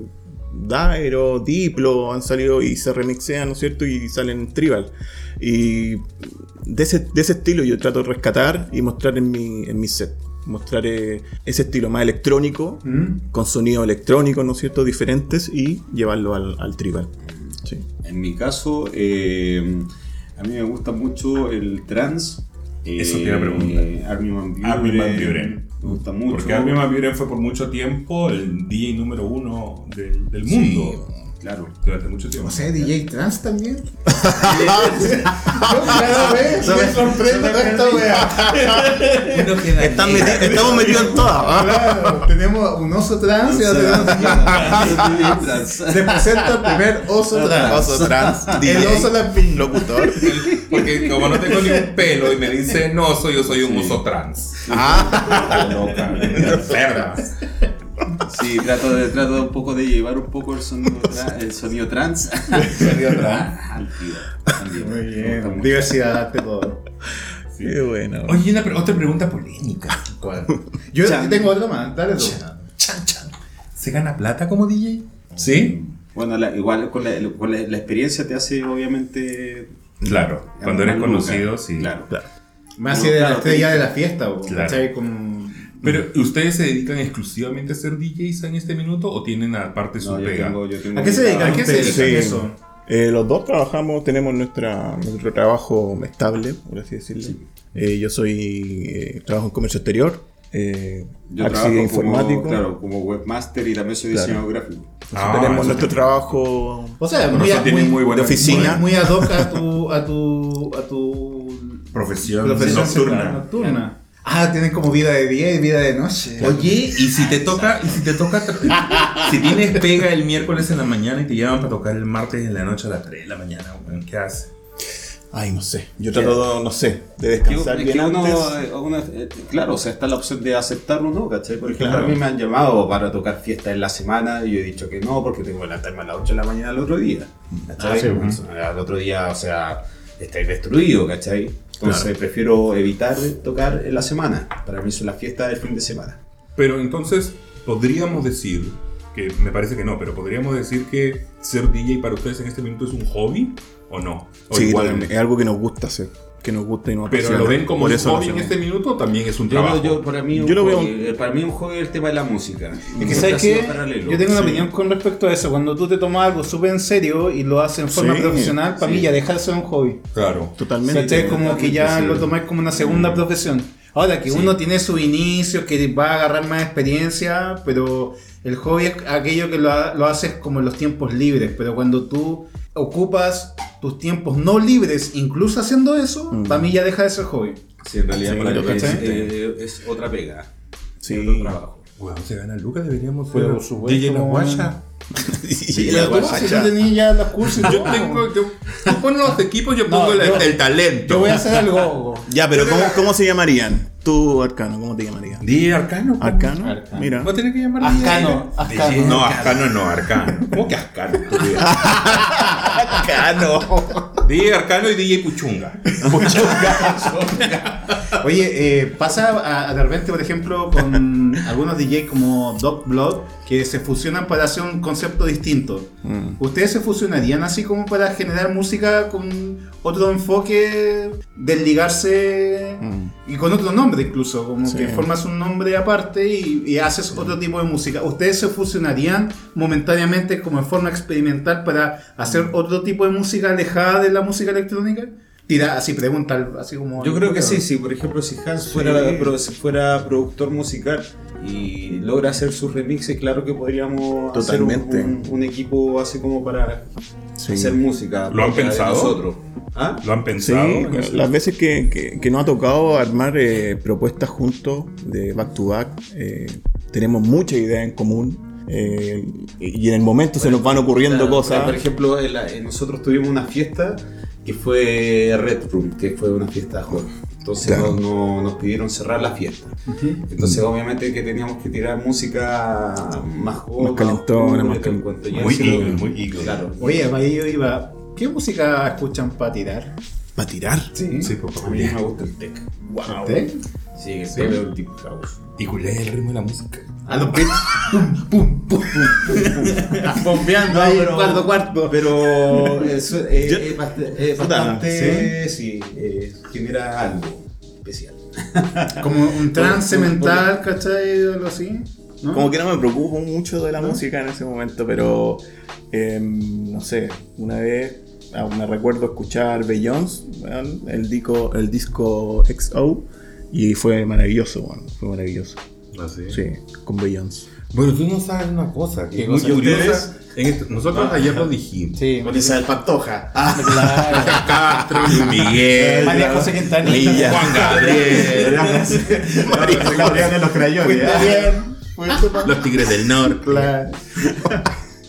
Speaker 5: Dairo, Diplo han salido y se remixean, ¿no es cierto? Y salen tribal. Y de ese, de ese estilo yo trato de rescatar y mostrar en mi, en mi set. Mostrar eh, ese estilo más electrónico,
Speaker 2: ¿Mm?
Speaker 5: con sonido electrónico, ¿no es cierto? Diferentes y llevarlo al, al tribal. Sí.
Speaker 6: En mi caso, eh, a mí me gusta mucho el eh, trans.
Speaker 4: Eso te iba a preguntar.
Speaker 6: Armin Van Buren.
Speaker 4: Armin Van Buren.
Speaker 6: Me gusta mucho.
Speaker 4: Porque Armin Van Buren fue por mucho tiempo el DJ número uno del, del mundo.
Speaker 10: Claro, durante mucho tiempo.
Speaker 2: O sea, DJ
Speaker 5: <laughs>
Speaker 2: trans también. Yo cada vez me sorprendo de esta wea.
Speaker 5: Están meti- estamos metidos en todas. ¿ah?
Speaker 2: Claro, tenemos un oso trans y ahora
Speaker 6: <laughs>
Speaker 2: tenemos Se presenta el primer oso trans.
Speaker 5: Oso trans,
Speaker 2: El
Speaker 5: DJ,
Speaker 2: oso lampiño.
Speaker 5: locutor.
Speaker 4: Porque como no tengo ningún pelo y me dicen oso, yo soy un oso trans.
Speaker 5: Ah,
Speaker 4: Loca, enferma.
Speaker 6: Sí, trato de trato un poco de llevar un poco el sonido, tra- el sonido trans. Ah, <laughs> al tiro, al
Speaker 2: Muy
Speaker 6: tiro. Me gusta
Speaker 2: bien.
Speaker 6: mucho.
Speaker 2: Diversidad de todo.
Speaker 5: qué bueno.
Speaker 4: Oye, una pre- otra pregunta polémica.
Speaker 2: Yo
Speaker 6: Chan.
Speaker 2: tengo otro más. Dale tú.
Speaker 4: Chan, chan. ¿Se gana plata como DJ? ¿Sí?
Speaker 6: Bueno, la- igual con, la, con la- la experiencia te hace obviamente...
Speaker 4: Claro, cuando eres conocido, sí.
Speaker 6: Claro.
Speaker 2: Más si de la
Speaker 6: Claro,
Speaker 2: estrella de la fiesta, bo,
Speaker 4: Claro.
Speaker 2: ¿cachai? Como-
Speaker 4: Pero, ¿ustedes se dedican exclusivamente a ser DJs en este minuto o tienen aparte su
Speaker 6: No, yo
Speaker 4: pega?
Speaker 6: tengo- yo tengo
Speaker 2: ¿A qué se
Speaker 6: mi-
Speaker 2: dedican?
Speaker 6: Ah,
Speaker 2: ¿A qué se dedican
Speaker 5: Sí.
Speaker 2: eso?
Speaker 5: Eh, los dos trabajamos, tenemos nuestra, nuestro trabajo estable, por así decirlo. Eh, yo soy, eh, trabajo en comercio exterior, eh,
Speaker 6: Yo
Speaker 5: Axi
Speaker 6: trabajo
Speaker 5: informático.
Speaker 6: como, claro, como webmaster y también soy
Speaker 5: Claro.
Speaker 6: diseñador gráfico.
Speaker 4: Ah,
Speaker 5: tenemos
Speaker 4: eso
Speaker 5: nuestro
Speaker 4: tiene-
Speaker 5: trabajo
Speaker 2: O sea,
Speaker 4: Con
Speaker 2: muy,
Speaker 4: razón
Speaker 2: a-
Speaker 4: tienen muy buena
Speaker 5: de oficina.
Speaker 2: muy ad hoc a tu, a tu, a tu
Speaker 4: Profesión,
Speaker 2: profesión
Speaker 4: nocturna.
Speaker 2: nocturna. Ah, tienen como vida de día y vida de noche.
Speaker 4: Oye, y si te toca, y si te toca, si tienes pega el miércoles en la mañana y te llaman para tocar el martes en la noche a las 3 de la mañana, weón, ¿qué haces?
Speaker 5: Ay, no sé. Yo trato, de, no sé, de descansar
Speaker 6: Yo- es
Speaker 5: bien
Speaker 6: que uno,
Speaker 5: antes.
Speaker 6: eh, uno, eh, claro, o sea, está la opción de aceptarlo o no, ¿cachai? Por ejemplo, a mí me han llamado para tocar fiestas en la semana y yo he dicho que no porque tengo que levantarme a las 8 de la mañana al otro día. ¿Cachai? Al otro día, o sea, estáis destruido, ¿cachai? Entonces prefiero evitar tocar en la semana. Para mí son las fiestas del fin de semana.
Speaker 4: Pero entonces, podríamos decir, que me parece que no, pero podríamos decir que ser DJ para ustedes en este minuto es un hobby o no. O
Speaker 5: Sí,
Speaker 4: igual,
Speaker 5: también, es algo que nos gusta hacer, que nos gusta y nos
Speaker 4: pero
Speaker 5: apasiona.
Speaker 4: lo ven como
Speaker 5: Por
Speaker 4: un
Speaker 5: eso lo
Speaker 4: hobby en
Speaker 5: hacemos.
Speaker 4: este minuto o también es un
Speaker 6: Yo,
Speaker 4: trabajo.
Speaker 6: yo- para mí, un
Speaker 5: Yo lo veo-
Speaker 6: hobby- eh, para mí un hobby es el tema de la música.
Speaker 2: Es que
Speaker 6: Nunca ha
Speaker 2: sabes
Speaker 6: sido
Speaker 2: que
Speaker 6: paralelo.
Speaker 2: yo tengo una
Speaker 6: Sí.
Speaker 2: opinión con respecto a eso. Cuando tú te tomas algo súper en serio y lo haces en forma
Speaker 5: Sí,
Speaker 2: profesional, para mí ya deja de ser un hobby.
Speaker 4: Claro.
Speaker 5: Totalmente.
Speaker 2: ¿Cachai? como que ya
Speaker 6: sí.
Speaker 2: lo tomáis como una segunda profesión. Ahora que uno tiene su inicio, que va a agarrar más experiencia, pero el hobby es aquello que lo, ha- lo haces como en los tiempos libres. Pero cuando tú ocupas tus tiempos no libres, incluso haciendo eso, para mí ya deja de ser hobby.
Speaker 6: Sí, en realidad,
Speaker 5: Sí,
Speaker 6: para
Speaker 5: lo
Speaker 6: mí es,
Speaker 5: pensé.
Speaker 6: eh, es otra <laughs> pega.
Speaker 5: Sí.
Speaker 6: Es otro trabajo.
Speaker 4: Weón, se gana Lucas, deberíamos
Speaker 2: Pero,
Speaker 4: ser
Speaker 2: por supuesto,
Speaker 4: DJ La
Speaker 2: weón.
Speaker 4: Guacha.
Speaker 5: Y la guacha.
Speaker 2: ya los cursos.
Speaker 4: Yo tengo, yo, tú pones los equipos, yo
Speaker 2: No,
Speaker 4: pongo el,
Speaker 2: yo-
Speaker 4: el talento.
Speaker 2: Yo voy a hacer algo.
Speaker 5: Ya, pero ¿cómo, ¿cómo se llamarían? Tú, Arcano, ¿cómo te
Speaker 4: <laughs>
Speaker 5: llamarías?
Speaker 4: DJ Arcano. po.
Speaker 5: ¿Arcano?
Speaker 2: Arcano.
Speaker 5: Mira.
Speaker 4: Va a tener que llamar
Speaker 2: Ascano,
Speaker 4: DJ.
Speaker 2: Ascano.
Speaker 4: No, Ascano no, Arcano. ¿Cómo que <laughs> Ascano? Arcano. DJ Arcano y DJ Puchunga.
Speaker 2: Oye, eh, pasa a- a de repente, por ejemplo,
Speaker 6: <laughs>
Speaker 2: con algunos DJ como Doc Blood que se fusionan para hacer un concepto distinto.
Speaker 6: Mm.
Speaker 2: ¿Ustedes se fusionarían así como para generar música con otro enfoque, desligarse
Speaker 5: Mm.
Speaker 2: y con otro nombre incluso? Como
Speaker 5: Sí.
Speaker 2: que formas un nombre aparte y, y haces otro tipo de música. ¿Ustedes se fusionarían momentáneamente como en forma experimental para hacer
Speaker 6: Mm.
Speaker 2: otro tipo de música alejada de la música electrónica? Tira así, pregunta, así como...
Speaker 6: Yo creo que sí, sí. Por ejemplo, si Hans fuera, pro- si fuera productor musical y logra hacer sus remixes, claro que podríamos
Speaker 5: Totalmente.
Speaker 6: hacer un- un, un equipo así como para
Speaker 5: Sí.
Speaker 6: hacer música.
Speaker 4: ¿Lo han
Speaker 6: propia de
Speaker 4: pensado?
Speaker 6: Nosotros. ¿Ah?
Speaker 4: ¿Lo han
Speaker 5: Sí, pues,
Speaker 4: pensado?
Speaker 5: las veces que, que, que nos ha tocado armar eh, propuestas juntos de back to back, eh, tenemos mucha idea en común eh, y en el momento se nos van ocurriendo
Speaker 6: Claro,
Speaker 5: cosas.
Speaker 6: Por ejemplo, en la- en nosotros tuvimos una fiesta que fue Red Room, que fue una fiesta joven. Entonces
Speaker 5: Claro.
Speaker 6: nos, nos- nos pidieron cerrar la fiesta. Entonces obviamente que teníamos que tirar música más joven.
Speaker 5: calentona, más cal-
Speaker 4: muy eagle, muy eagle.
Speaker 6: Claro.
Speaker 2: Oye, ahí yo iba. ¿Qué música escuchan para tirar?
Speaker 5: ¿Para tirar?
Speaker 6: Sí,
Speaker 4: Sí, por favor.
Speaker 6: A mí me gusta el tech.
Speaker 2: ¿A
Speaker 6: Wow.
Speaker 2: usted?
Speaker 6: Sí, el tech es un tipo house.
Speaker 4: ¿Y cuál es el ritmo de la música?
Speaker 2: A los beats. pum, pum, pum, pum. Bombeando ahí, cuarto, cuarto.
Speaker 6: Pero eso es,
Speaker 5: Yo-
Speaker 6: es bast- eh, es
Speaker 5: Puta,
Speaker 6: bastante, sí, eh, genera algo especial.
Speaker 2: Como un trance mental, ¿cachai? O algo así. ¿no?
Speaker 5: Como que no me preocupo mucho de la música en ese momento, pero em, no sé, una vez aún me recuerdo escuchar Beyoncé, weón, el disco, el disco XO, y fue maravilloso, weón, fue maravilloso.
Speaker 3: Así.
Speaker 5: ¿Ah, Sí, con Beyoncé.
Speaker 4: Bueno, tú no sabes una cosa. Que
Speaker 3: Y
Speaker 4: es muy
Speaker 3: ustedes,
Speaker 4: curiosa.
Speaker 3: en esto- nosotros ayer lo dijimos.
Speaker 11: Sí,
Speaker 6: Con esa del
Speaker 2: <laughs>
Speaker 6: Pantoja.
Speaker 2: Ah,
Speaker 11: claro.
Speaker 4: Castro, Luis
Speaker 2: Eh,
Speaker 4: Miguel,
Speaker 11: María José Quintanilla.
Speaker 4: Juan
Speaker 6: <laughs>
Speaker 4: Gabriel,
Speaker 6: La reunión de los crayones.
Speaker 4: los Tigres del Norte.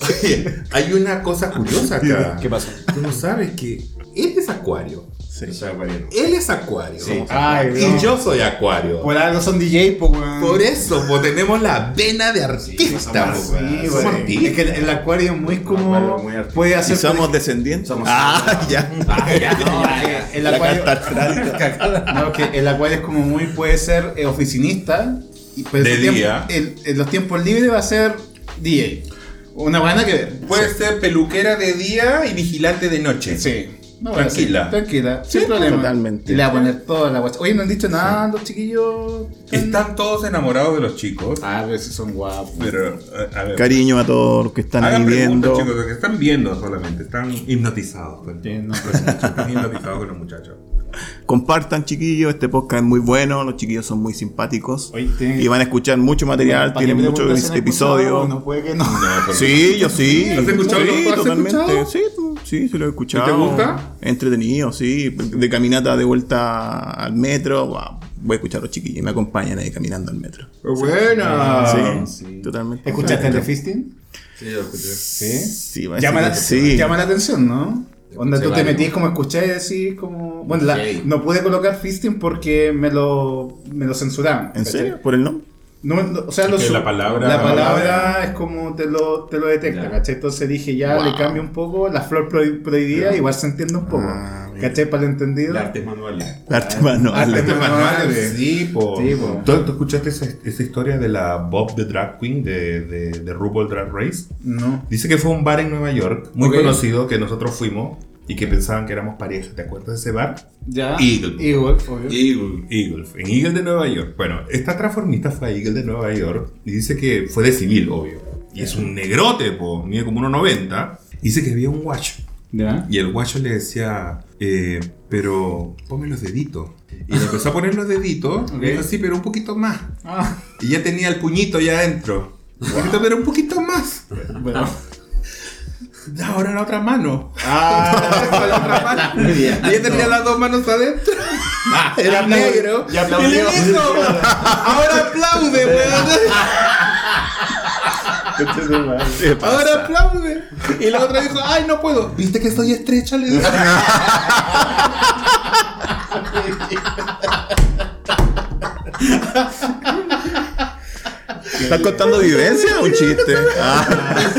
Speaker 4: Oye, hay una cosa curiosa acá.
Speaker 11: ¿Qué pasó?
Speaker 4: Tú no sabes que él es acuario.
Speaker 6: O sea, bueno.
Speaker 4: Él es acuario.
Speaker 11: Ay,
Speaker 4: Y
Speaker 11: no.
Speaker 4: yo soy acuario.
Speaker 11: Por algo son DJ, pues, weón.
Speaker 4: Por eso, pues, tenemos la vena de artista.
Speaker 6: somos
Speaker 4: pues,
Speaker 6: así,
Speaker 4: somos
Speaker 6: güey.
Speaker 4: artistas.
Speaker 2: Es que el, el Aquarium es
Speaker 6: Acuario
Speaker 2: como.
Speaker 6: muy artístico.
Speaker 2: puede
Speaker 5: ¿Y
Speaker 2: hacer.
Speaker 5: somos descendientes? ah, <laughs> ya.
Speaker 6: <laughs>
Speaker 2: <laughs> eh, el Aquarium. <laughs> No, que el Aquarius es como muy. Puede ser eh, oficinista. Y pero
Speaker 4: De
Speaker 2: su tiempo-
Speaker 4: día.
Speaker 2: el- en los tiempos libres va a ser DJ. Una buena que ver.
Speaker 4: Puede ser peluquera de día y vigilante de noche.
Speaker 2: Sí. No,
Speaker 4: Tranquila.
Speaker 2: sí, tranquila. Sin problema.
Speaker 5: totalmente.
Speaker 2: Y le va a poner toda la guacha. Oye, no han dicho nada los chiquillos.
Speaker 4: Están todos enamorados de los chicos.
Speaker 2: A veces son guapos.
Speaker 4: Pero, eh, a
Speaker 5: <laughs>
Speaker 4: ver.
Speaker 5: Cariño a todos los que están ahí
Speaker 4: Hagan preguntas,
Speaker 5: viendo.
Speaker 4: chicos, que están viendo solamente, están hipnotizados. con- con los muchachos, están hipnotizados con los muchachos.
Speaker 5: Compartan, chiquillos. Este podcast es muy bueno. Los chiquillos son muy simpáticos.
Speaker 2: Oye, tienen-
Speaker 5: Y van a escuchar mucho material.
Speaker 2: ¿Para
Speaker 5: tienen
Speaker 2: qué
Speaker 5: muchos
Speaker 2: preguntas si han escuchado?
Speaker 5: episodios.
Speaker 2: No Ah, puede que no.
Speaker 5: Sí, yo sí.
Speaker 4: ¿Lo has escuchado?
Speaker 5: Sí,
Speaker 4: ¿Lo has
Speaker 5: totalmente.
Speaker 4: escuchado?
Speaker 5: Sí, sí, sí lo he escuchado.
Speaker 4: ¿Y te gusta?
Speaker 5: Entretenido, sí. De caminata de vuelta al metro. wow, Voy a escuchar a los chiquillos. Me acompañan ahí caminando al metro.
Speaker 2: <laughs>
Speaker 4: Buena.
Speaker 5: sí, totalmente.
Speaker 2: Ah, ¿Escuchaste el de Fisting?
Speaker 7: Sí, yo escuché.
Speaker 2: Sí.
Speaker 5: Sí, va a
Speaker 2: Llama la,
Speaker 5: ser- sí.
Speaker 2: llama la atención, ¿no? Onda,
Speaker 7: Sí,
Speaker 2: tú te
Speaker 7: vale.
Speaker 2: metís como escuché y decís como... Bueno, la-
Speaker 7: Sí.
Speaker 2: no pude colocar Fisting porque me lo, me lo censuraban.
Speaker 5: ¿En
Speaker 2: ¿cachai?
Speaker 5: serio? ¿Por el nombre?
Speaker 2: No, no, o sea,
Speaker 4: Es
Speaker 2: lo
Speaker 4: que
Speaker 2: su-
Speaker 4: la palabra-
Speaker 2: la palabra es como te lo, te lo detecta,
Speaker 7: Ya.
Speaker 2: ¿cachai? Entonces dije, ya le cambio un poco, la flor pro- prohibida, igual se entiende un poco,
Speaker 5: Ah, mira.
Speaker 2: ¿cachai? Para lo entendido.
Speaker 7: El arte manual.
Speaker 2: Ah,
Speaker 5: Arte manual. <laughs>
Speaker 2: Arte manual.
Speaker 4: Sí,
Speaker 6: <laughs>
Speaker 4: po.
Speaker 2: Sí, po.
Speaker 4: ¿Tú, tú escuchaste esa, esa historia de la Bob the Drag Queen de, de, de RuPaul Drag Race?
Speaker 2: No.
Speaker 4: Dice que fue un bar en Nueva York, muy
Speaker 7: Ok.
Speaker 4: conocido, que nosotros fuimos y que pensaban que éramos pareja. ¿Te acuerdas de ese bar?
Speaker 2: Ya.
Speaker 4: Eagle.
Speaker 2: Igual, obvio.
Speaker 7: Eagle.
Speaker 4: Eagle, en Eagle de Nueva York. Bueno, esta transformista fue a Eagle de Nueva York y dice que fue de civil, obvio. Y es un negrote, po, mide como 1,90. Dice que había un guacho.
Speaker 2: Ya.
Speaker 4: Y el guacho le decía, eh, pero ponme los deditos. Y le empezó a poner los deditos, y dijo, sí, pero un poquito más.
Speaker 2: Ah,
Speaker 4: Y ya tenía el puñito ya adentro. Un poquito, pero un poquito más.
Speaker 2: bueno. <laughs>
Speaker 4: Ahora la otra mano.
Speaker 2: Ah, Ah,
Speaker 4: Ahora la otra <laughs> mano.
Speaker 7: Muy
Speaker 4: Y
Speaker 7: bien.
Speaker 4: ya tenía las dos manos adentro.
Speaker 2: era negro.
Speaker 4: Y le hizo. Ahora
Speaker 2: <laughs>
Speaker 4: aplaude, weón. Ahora aplaude. Y la otra dijo, ay, no puedo. ¿Viste que estoy estrecha? Le
Speaker 2: <laughs>
Speaker 4: dijo.
Speaker 5: ¿Estás contando vivencias o un chiste? Ah,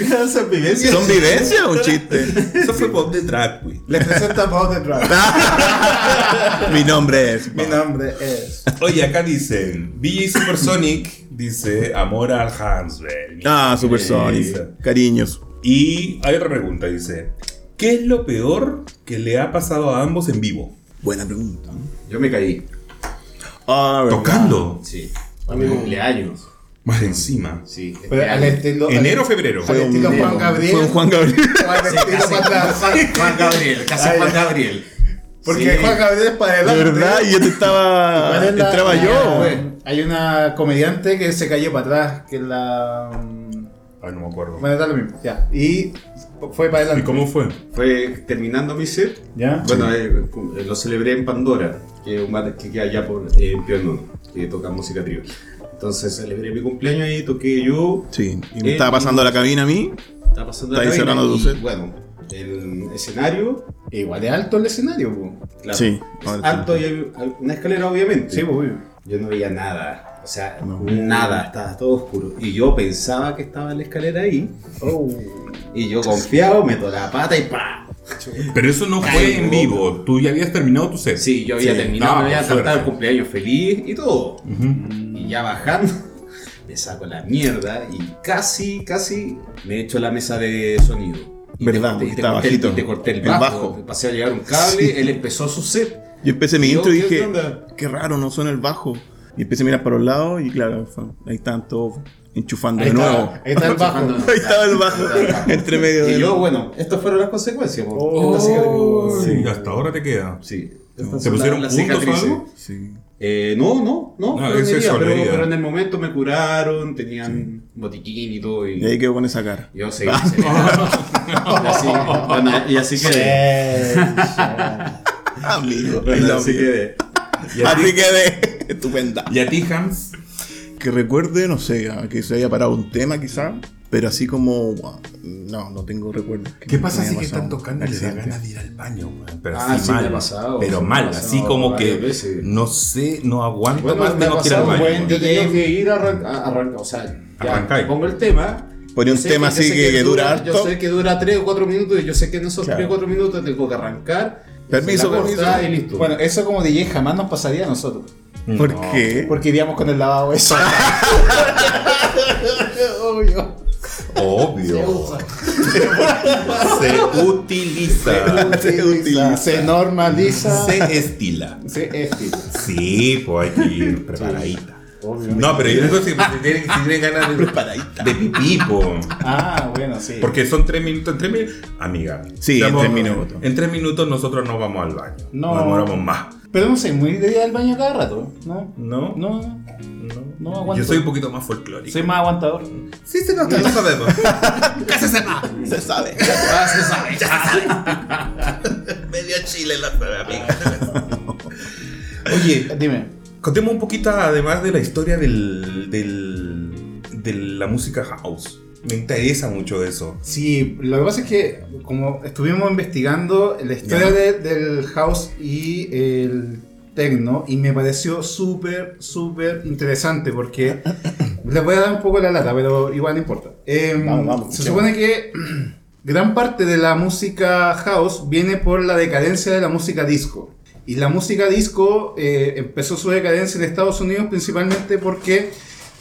Speaker 2: Gracias, vivencia.
Speaker 5: ¿Son vivencias o un
Speaker 4: <laughs>
Speaker 5: chiste?
Speaker 4: Eso fue Bob de Drag Queen.
Speaker 2: Les presento a Bob the Drag.
Speaker 5: Mi nombre es.
Speaker 2: Mi nombre es...
Speaker 4: Oye, acá dicen, DJ Supersonic dice, amor al Hansberg.
Speaker 5: Ah, Super Sonic. Cariños.
Speaker 4: Y hay otra pregunta, dice, ¿qué es lo peor que le ha pasado a ambos en vivo?
Speaker 1: Buena pregunta.
Speaker 7: Yo me caí.
Speaker 1: Ah, ¿verdad?
Speaker 4: Tocando.
Speaker 7: Sí. A mi cumpleaños.
Speaker 4: Más encima.
Speaker 7: Sí. este
Speaker 2: Pero al <laughs>
Speaker 7: año.
Speaker 2: estilo... al-
Speaker 4: Enero o febrero.
Speaker 2: Al estilo Juan
Speaker 5: Fue un
Speaker 2: Gabriel.
Speaker 5: Juan Gabriel.
Speaker 2: o al estilo Juan Gabriel.
Speaker 7: Juan Gabriel. Casi Juan Gabriel.
Speaker 2: Porque
Speaker 7: Sí.
Speaker 2: Juan Gabriel es para
Speaker 5: La
Speaker 2: adelante.
Speaker 5: verdad, y yo te estaba.
Speaker 2: ¿Cuál es la-
Speaker 5: Entraba yo.
Speaker 2: Hay una comediante que se cayó para atrás, que la... mm,
Speaker 4: Ay, no me acuerdo.
Speaker 2: Bueno, da lo mismo, ya. Y fue para adelante.
Speaker 4: ¿Y cómo fue?
Speaker 6: Fue terminando mi set.
Speaker 2: ¿Ya?
Speaker 6: Bueno, eh, cu- eh, lo celebré en Pandora, que es un bar que queda allá por, eh, en Pionono, que toca música trío. Entonces celebré mi cumpleaños y toqué yo.
Speaker 5: Sí, y me estaba pasando la cabina a mí.
Speaker 6: Está pasando
Speaker 5: Está ahí
Speaker 6: cabina
Speaker 5: sonando tu
Speaker 6: y,
Speaker 5: set.
Speaker 6: Bueno, el escenario,
Speaker 2: Igual es alto el escenario, po.
Speaker 6: claro,
Speaker 5: Sí.
Speaker 6: es alto y hay hay una escalera, obviamente.
Speaker 2: Sí, pues, obvio.
Speaker 6: Yo no veía nada, o sea,
Speaker 5: No.
Speaker 6: nada, estaba todo oscuro. Y yo pensaba que estaba en la escalera ahí,
Speaker 2: Oh.
Speaker 6: y yo confiado, meto la pata y ¡pa!
Speaker 4: Pero eso no fue en vivo. Tú ya habías terminado tu set.
Speaker 6: Sí, yo había
Speaker 4: Sí.
Speaker 6: terminado,
Speaker 4: Ah,
Speaker 6: me había
Speaker 4: suerte.
Speaker 6: cantado el cumpleaños feliz y todo.
Speaker 4: Ujú.
Speaker 6: Y ya bajando, <laughs> me saco la mierda y casi, casi me echo la mesa de sonido. Y
Speaker 5: Verdad, porque
Speaker 6: te, te
Speaker 5: estaba
Speaker 6: corté, el-
Speaker 5: bajito.
Speaker 6: y te corté el
Speaker 5: El
Speaker 6: bajo.
Speaker 5: bajo.
Speaker 6: te Pasé a llegar un cable, él empezó su set.
Speaker 5: Yo empecé mi
Speaker 6: Yo,
Speaker 5: intro y
Speaker 6: ¿qué
Speaker 5: dije,
Speaker 6: onda?
Speaker 5: qué raro, no suena el bajo. Y empecé a mirar para los lados y claro, fue- ahí estaban todos enchufando
Speaker 2: Ahí
Speaker 5: de
Speaker 2: está,
Speaker 5: nuevo. <laughs>
Speaker 2: ahí está el bajo.
Speaker 5: Ahí estaba el bajo, entre medio
Speaker 6: Y
Speaker 5: de...
Speaker 6: yo, bueno, estas fueron las consecuencias. po. Estas
Speaker 4: Oh,
Speaker 6: cicatrices.
Speaker 4: sí, hasta ahora te queda.
Speaker 6: Sí. Estas
Speaker 4: ¿Se
Speaker 6: son
Speaker 4: pusieron
Speaker 6: las
Speaker 4: puntos o
Speaker 6: cicatrices.
Speaker 4: algo?
Speaker 5: Sí.
Speaker 6: Eh,
Speaker 7: Eh, no, no, no,
Speaker 4: No,
Speaker 7: fue
Speaker 4: eso
Speaker 7: mi
Speaker 4: es
Speaker 7: día, pero,
Speaker 4: sobrevida.
Speaker 7: pero en el momento me curaron, tenían botiquín y todo.
Speaker 5: Y ahí
Speaker 7: Y
Speaker 5: quedó con esa cara.
Speaker 7: yo seguí celebrando. y, así, bueno, y así quedé.
Speaker 2: Eh,
Speaker 5: Amigo.
Speaker 7: Bueno, así quedé.
Speaker 5: Así quedé. Estupenda.
Speaker 4: ¿Y a ti, Hans?
Speaker 5: Que recuerde, no sé, a que se haya parado un tema quizá, pero así como. guau, No, no tengo recuerdo.
Speaker 4: ¿Qué pasa
Speaker 5: me
Speaker 4: si
Speaker 5: haya
Speaker 4: que
Speaker 5: pasado
Speaker 4: están tocando y
Speaker 5: un
Speaker 4: le da
Speaker 5: accidente?
Speaker 4: ganas de ir al baño, weón? Pero
Speaker 6: Ah,
Speaker 4: así
Speaker 6: sí, me
Speaker 4: mal,
Speaker 6: ha pasado,
Speaker 4: pero
Speaker 6: sí,
Speaker 4: mal,
Speaker 6: me ha pasado
Speaker 4: así como que
Speaker 6: varias veces.
Speaker 4: no sé, no aguanto
Speaker 6: Bueno,
Speaker 4: más,
Speaker 6: me ha
Speaker 4: tengo que ir al
Speaker 6: pasado,
Speaker 4: baño.
Speaker 6: buen
Speaker 4: weón.
Speaker 6: día.
Speaker 7: Yo tenía que ir a arran- a arrancar, o sea, ya
Speaker 4: Arrancar.
Speaker 7: te pongo el tema.
Speaker 5: Ponía
Speaker 7: Yo
Speaker 5: un
Speaker 7: sé
Speaker 5: tema
Speaker 7: yo
Speaker 5: así
Speaker 7: sé
Speaker 5: que- que dura
Speaker 7: Yo
Speaker 5: harto.
Speaker 7: sé que dura 3 o 4 minutos y yo sé que en esos
Speaker 5: Claro.
Speaker 7: 3 o 4 minutos tengo que arrancar.
Speaker 5: Permiso,
Speaker 7: hacer la
Speaker 5: permiso.
Speaker 7: cortada Y listo.
Speaker 11: Bueno, eso como DJ jamás nos pasaría a nosotros.
Speaker 5: ¿Por qué?
Speaker 11: Porque iríamos con el lavado
Speaker 2: <laughs>
Speaker 11: eso. Obvio.
Speaker 4: Obvio. <laughs> Se utiliza.
Speaker 5: <laughs>
Speaker 11: Se utiliza, se normaliza.
Speaker 4: Se estila.
Speaker 11: Se estila.
Speaker 4: Sí, pues hay que ir preparadita. No, pero yo digo si, si tienen, si tienen ganas de, preparadita. de pipí, po.
Speaker 11: Ah, bueno, sí.
Speaker 4: Porque son tres minutos, en tres minutos. Amiga.
Speaker 5: Sí, en tres minutos.
Speaker 4: En tres minutos nosotros no vamos al baño.
Speaker 11: No.
Speaker 4: No demoramos más.
Speaker 11: Pero no sé, muy de ir al baño cada rato. No,
Speaker 4: No.
Speaker 11: no, no. No aguanto.
Speaker 4: Yo soy un poquito más folclórico.
Speaker 11: Soy más aguantador.
Speaker 4: Sí, se nota, lo sabemos.
Speaker 5: Se sabe.
Speaker 4: <laughs>
Speaker 11: Ah,
Speaker 4: Medio chile la amiga.
Speaker 11: Oye, dime.
Speaker 4: Contemos un poquito además de la historia del, del, de la música house. Me interesa mucho eso.
Speaker 2: Sí, lo que pasa es que como estuvimos investigando la historia de- del house y el techno y me pareció súper, súper
Speaker 5: <coughs>
Speaker 2: interesante porque les voy a dar un poco la lata, pero igual no importa. Em,
Speaker 5: Vamos, vamos,
Speaker 2: se
Speaker 5: escuchemos.
Speaker 2: supone que <clears throat> gran parte de la música house viene por la decadencia de la música disco. Y la música disco eh, empezó su decadencia en Estados Unidos principalmente porque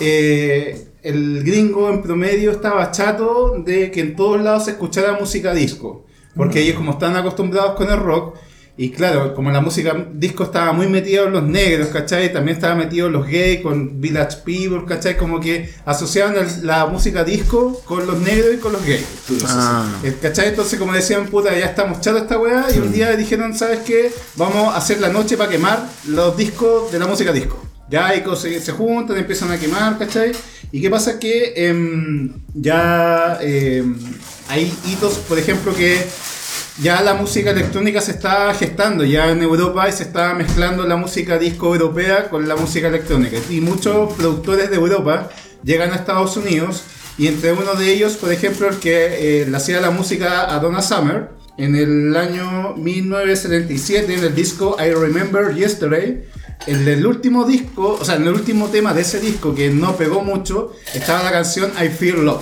Speaker 2: eh, el gringo en promedio estaba chato de que en todos lados se escuchara música disco. Porque ellos como están acostumbrados con el rock, y claro, como la música disco estaba muy metida en los negros, ¿cachai? También estaba metido los gays con Village People, ¿cachai? Como que asociaban el- la música disco con los negros y con los gays.
Speaker 5: Ah.
Speaker 2: Eh, ¿Cachai? Entonces, como decían, puta, ya estamos chato esta weá. Y un día dijeron, ¿sabes qué? Vamos a hacer la noche para quemar los discos de la música disco. Ya, y co- se, se juntan, empiezan a quemar, ¿cachai? Y qué pasa que em, ya em, hay hitos, por ejemplo, que ya la música electrónica se está gestando ya en Europa y se está mezclando la música disco europea con la música electrónica. Y muchos productores de Europa llegan a Estados Unidos y entre uno de ellos, por ejemplo, el que eh, le hacía la música a Donna Summer en el año 1977 en el disco I Remember Yesterday. En el último disco, o sea, en el último tema de ese disco que no pegó mucho, estaba la canción I Feel Love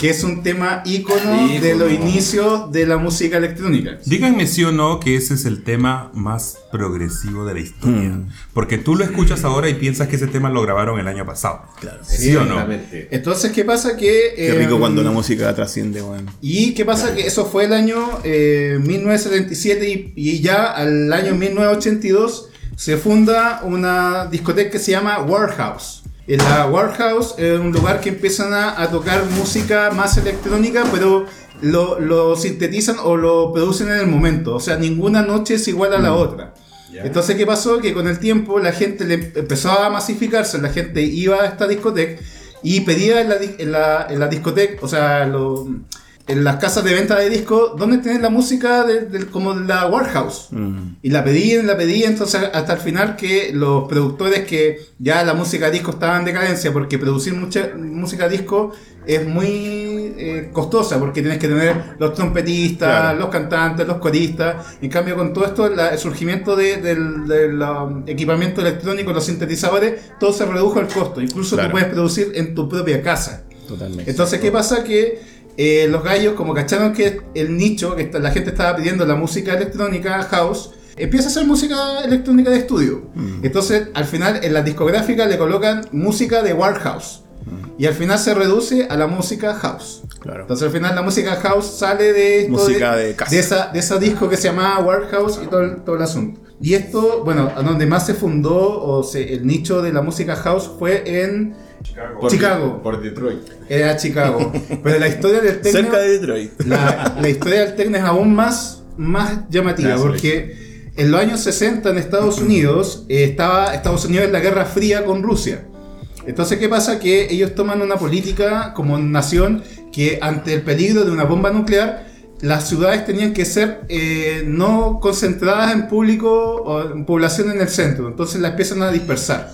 Speaker 2: que es un tema ícono de los inicios de la música electrónica.
Speaker 3: Díganme sí o no que ese es el tema más progresivo de la historia.
Speaker 5: Mm.
Speaker 3: Porque tú lo escuchas ahora y piensas que ese tema lo grabaron el año pasado. Claro. ¿Sí, o no?
Speaker 7: Exactamente.
Speaker 2: Entonces, ¿qué pasa? Que,
Speaker 5: Qué
Speaker 2: eh,
Speaker 5: rico cuando la música trasciende, weón.
Speaker 2: Y qué pasa que eso fue el año eh, 1977 y, y ya al año 1982 se funda una discoteca que se llama Warehouse. En la Warehouse es un lugar que empiezan a, a tocar música más electrónica, pero lo, lo sintetizan o lo producen en el momento. O sea, ninguna noche es igual a
Speaker 5: Mm.
Speaker 2: la otra. Entonces, ¿qué pasó? Que con el tiempo la gente le empezó a masificarse, la gente iba a esta discoteca y pedía en la, di- en la- en la discoteca, o sea, lo- en las casas de venta de discos, ¿dónde tenés la música de, del- como de la warehouse?
Speaker 5: Mm,
Speaker 2: Y la pedían, la pedían, entonces hasta el final que los productores que ya la música disco estaba en decadencia, porque producir mucha música disco es muy eh, costosa, porque tienes que tener los trompetistas, los cantantes, los coristas. En cambio, con todo esto, la- el surgimiento de- del, del, um, equipamiento electrónico, los sintetizadores, todo se redujo el costo. Incluso
Speaker 5: Claro.
Speaker 2: tú puedes producir en tu propia casa.
Speaker 5: Totalmente.
Speaker 2: Entonces, ¿qué pasa? Que eh, los gallos, como cacharon que el nicho, que esta- la gente estaba pidiendo la música electrónica, house, empieza a hacer música electrónica de estudio.
Speaker 5: Mm.
Speaker 2: Entonces, al final, en la discográfica le colocan música de warehouse. Y al final se reduce a la música house.
Speaker 5: Mm. Claro.
Speaker 2: Entonces al final la música house sale de esto
Speaker 5: Música de casa.
Speaker 2: esa, de esa disco que se llamaba Warehouse y todo el, todo el asunto. Y esto, bueno, a donde más se fundó o se- el nicho de la música house fue en
Speaker 6: Por-
Speaker 2: Chicago.
Speaker 6: Por Detroit.
Speaker 2: Era Chicago. Pero la historia del techno,
Speaker 5: Cerca de Detroit.
Speaker 2: la, la historia del techno es aún más, más llamativa
Speaker 6: Gracias,
Speaker 2: porque En los años 60 en Estados Unidos eh, estaba Estados Unidos en la Guerra Fría con Rusia. Entonces, ¿qué pasa? Que ellos toman una política como nación que ante el peligro de una bomba nuclear, las ciudades tenían que ser eh, no concentradas en público o en población en el centro. Entonces las empiezan a dispersar.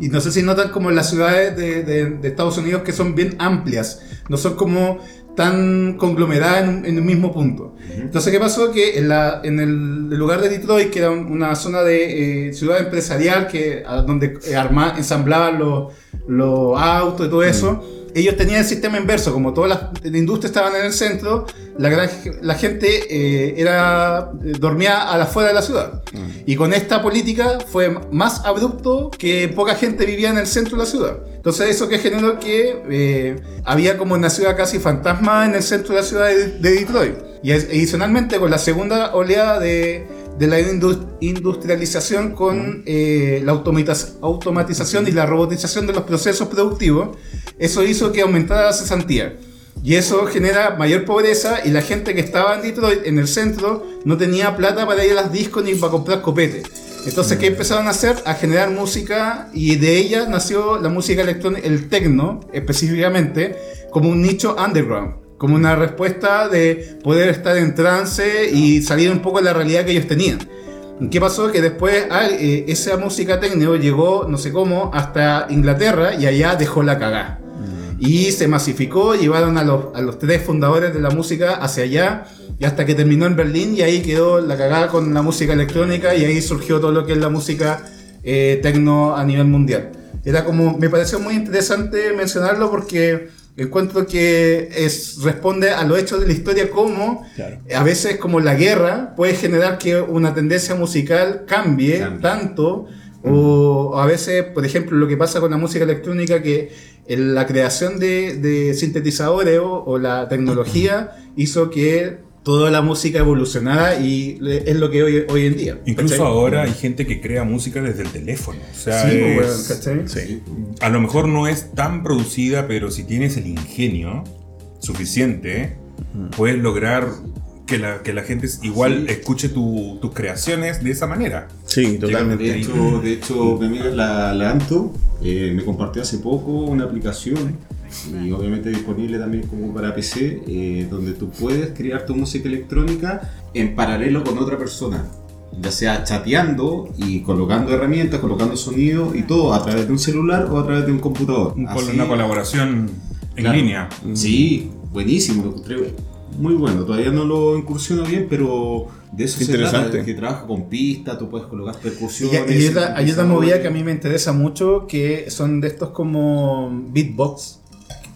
Speaker 2: Y no sé si notan como las ciudades de, de- de Estados Unidos que son bien amplias, no son como tan conglomeradas en, un- en un mismo punto. Entonces, ¿qué pasó? Que en, la- en el lugar de Detroit, que era un- una zona de eh, ciudad empresarial, que, a donde eh, arma- ensamblaban los, los autos y todo eso, ellos tenían el sistema inverso, como todas las la industria estaban en el centro, la, gran- la gente eh, era, eh, dormía a la fuera de la ciudad. Y con esta política fue más abrupto que poca gente vivía en el centro de la ciudad. Entonces eso que generó que eh, había como una ciudad casi fantasma en el centro de la ciudad de, de Detroit. Y es- adicionalmente con la segunda oleada de, de la indu- industrialización con eh, la automatiz- automatización y la robotización de los procesos productivos, eso hizo que aumentara la cesantía. Y eso genera mayor pobreza y la gente que estaba en Detroit, en el centro, no tenía plata para ir a las discos ni para comprar copete. Entonces, ¿qué empezaron a hacer? A generar música y de ella nació la música electrónica, el techno específicamente, como un nicho underground, como una respuesta de poder estar en trance y salir un poco de la realidad que ellos tenían. ¿Qué pasó? Que después ah, eh, esa música techno llegó, no sé cómo, hasta Inglaterra y allá dejó la cagada. Y se masificó, llevaron a los, a los tres fundadores de la música hacia allá, y hasta que terminó en Berlín, y ahí quedó la cagada con la música electrónica, y ahí surgió todo lo que es la música eh, tecno a nivel mundial. Era como, me pareció muy interesante mencionarlo porque encuentro que es, responde a los hechos de la historia como a veces como la guerra puede generar que una tendencia musical cambie tanto o a veces, por ejemplo, lo que pasa con la música electrónica, que en la creación de, de sintetizadores o, o la tecnología hizo que toda la música evolucionara y le- es lo que hoy, hoy en día.
Speaker 3: Incluso
Speaker 2: ¿cachai?
Speaker 3: ahora hay gente que crea música desde el teléfono. O sea,
Speaker 2: Sí, pues,
Speaker 3: es-
Speaker 2: weón, ¿cachai?
Speaker 3: a lo mejor no es tan producida, pero si tienes el ingenio suficiente, puedes lograr que la, que la gente igual escuche tu- tus creaciones de esa manera.
Speaker 5: Sí, totalmente.
Speaker 6: De hecho, de hecho, mi amiga la, la Anto eh, me compartió hace poco una aplicación y obviamente disponible también como para PC eh, donde tú puedes crear tu música electrónica en paralelo con otra persona. Ya sea chateando y colocando herramientas, colocando sonidos y todo a través de un celular o a través de un computador.
Speaker 3: Un col-
Speaker 6: Así-
Speaker 3: una colaboración en
Speaker 6: Claro.
Speaker 3: línea.
Speaker 6: Sí, buenísimo, lo encontré muy bueno. Todavía no lo incursiono bien, pero de eso
Speaker 5: Qué
Speaker 6: se trata,
Speaker 5: interesante.
Speaker 6: de que trabaja con pista, tú puedes colocar
Speaker 2: Y,
Speaker 6: percusiones.
Speaker 2: y hay otra- hay otra
Speaker 6: sintetizadores.
Speaker 2: movida que a mí me interesa mucho, que son de estos como beatbox,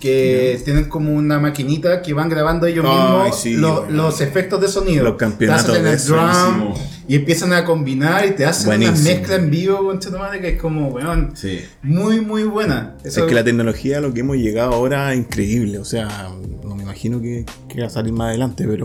Speaker 2: que tienen como una maquinita que van grabando ellos
Speaker 5: Ay,
Speaker 2: mismos
Speaker 5: sí,
Speaker 2: lo-
Speaker 5: bueno.
Speaker 2: los efectos de sonido.
Speaker 5: Los campeonatos
Speaker 2: Te hacen
Speaker 5: de
Speaker 2: el
Speaker 5: eso,
Speaker 2: drum,
Speaker 6: buenísimo.
Speaker 2: y empiezan a combinar y te hacen una
Speaker 5: Buenísimo.
Speaker 2: mezcla en vivo, concha tu madre, que es como, weón,
Speaker 6: Sí.
Speaker 2: muy, muy buena.
Speaker 5: Es
Speaker 2: Eso-
Speaker 5: que la tecnología, lo que hemos llegado ahora, es increíble. O sea, no me imagino que, que va a salir más adelante, pero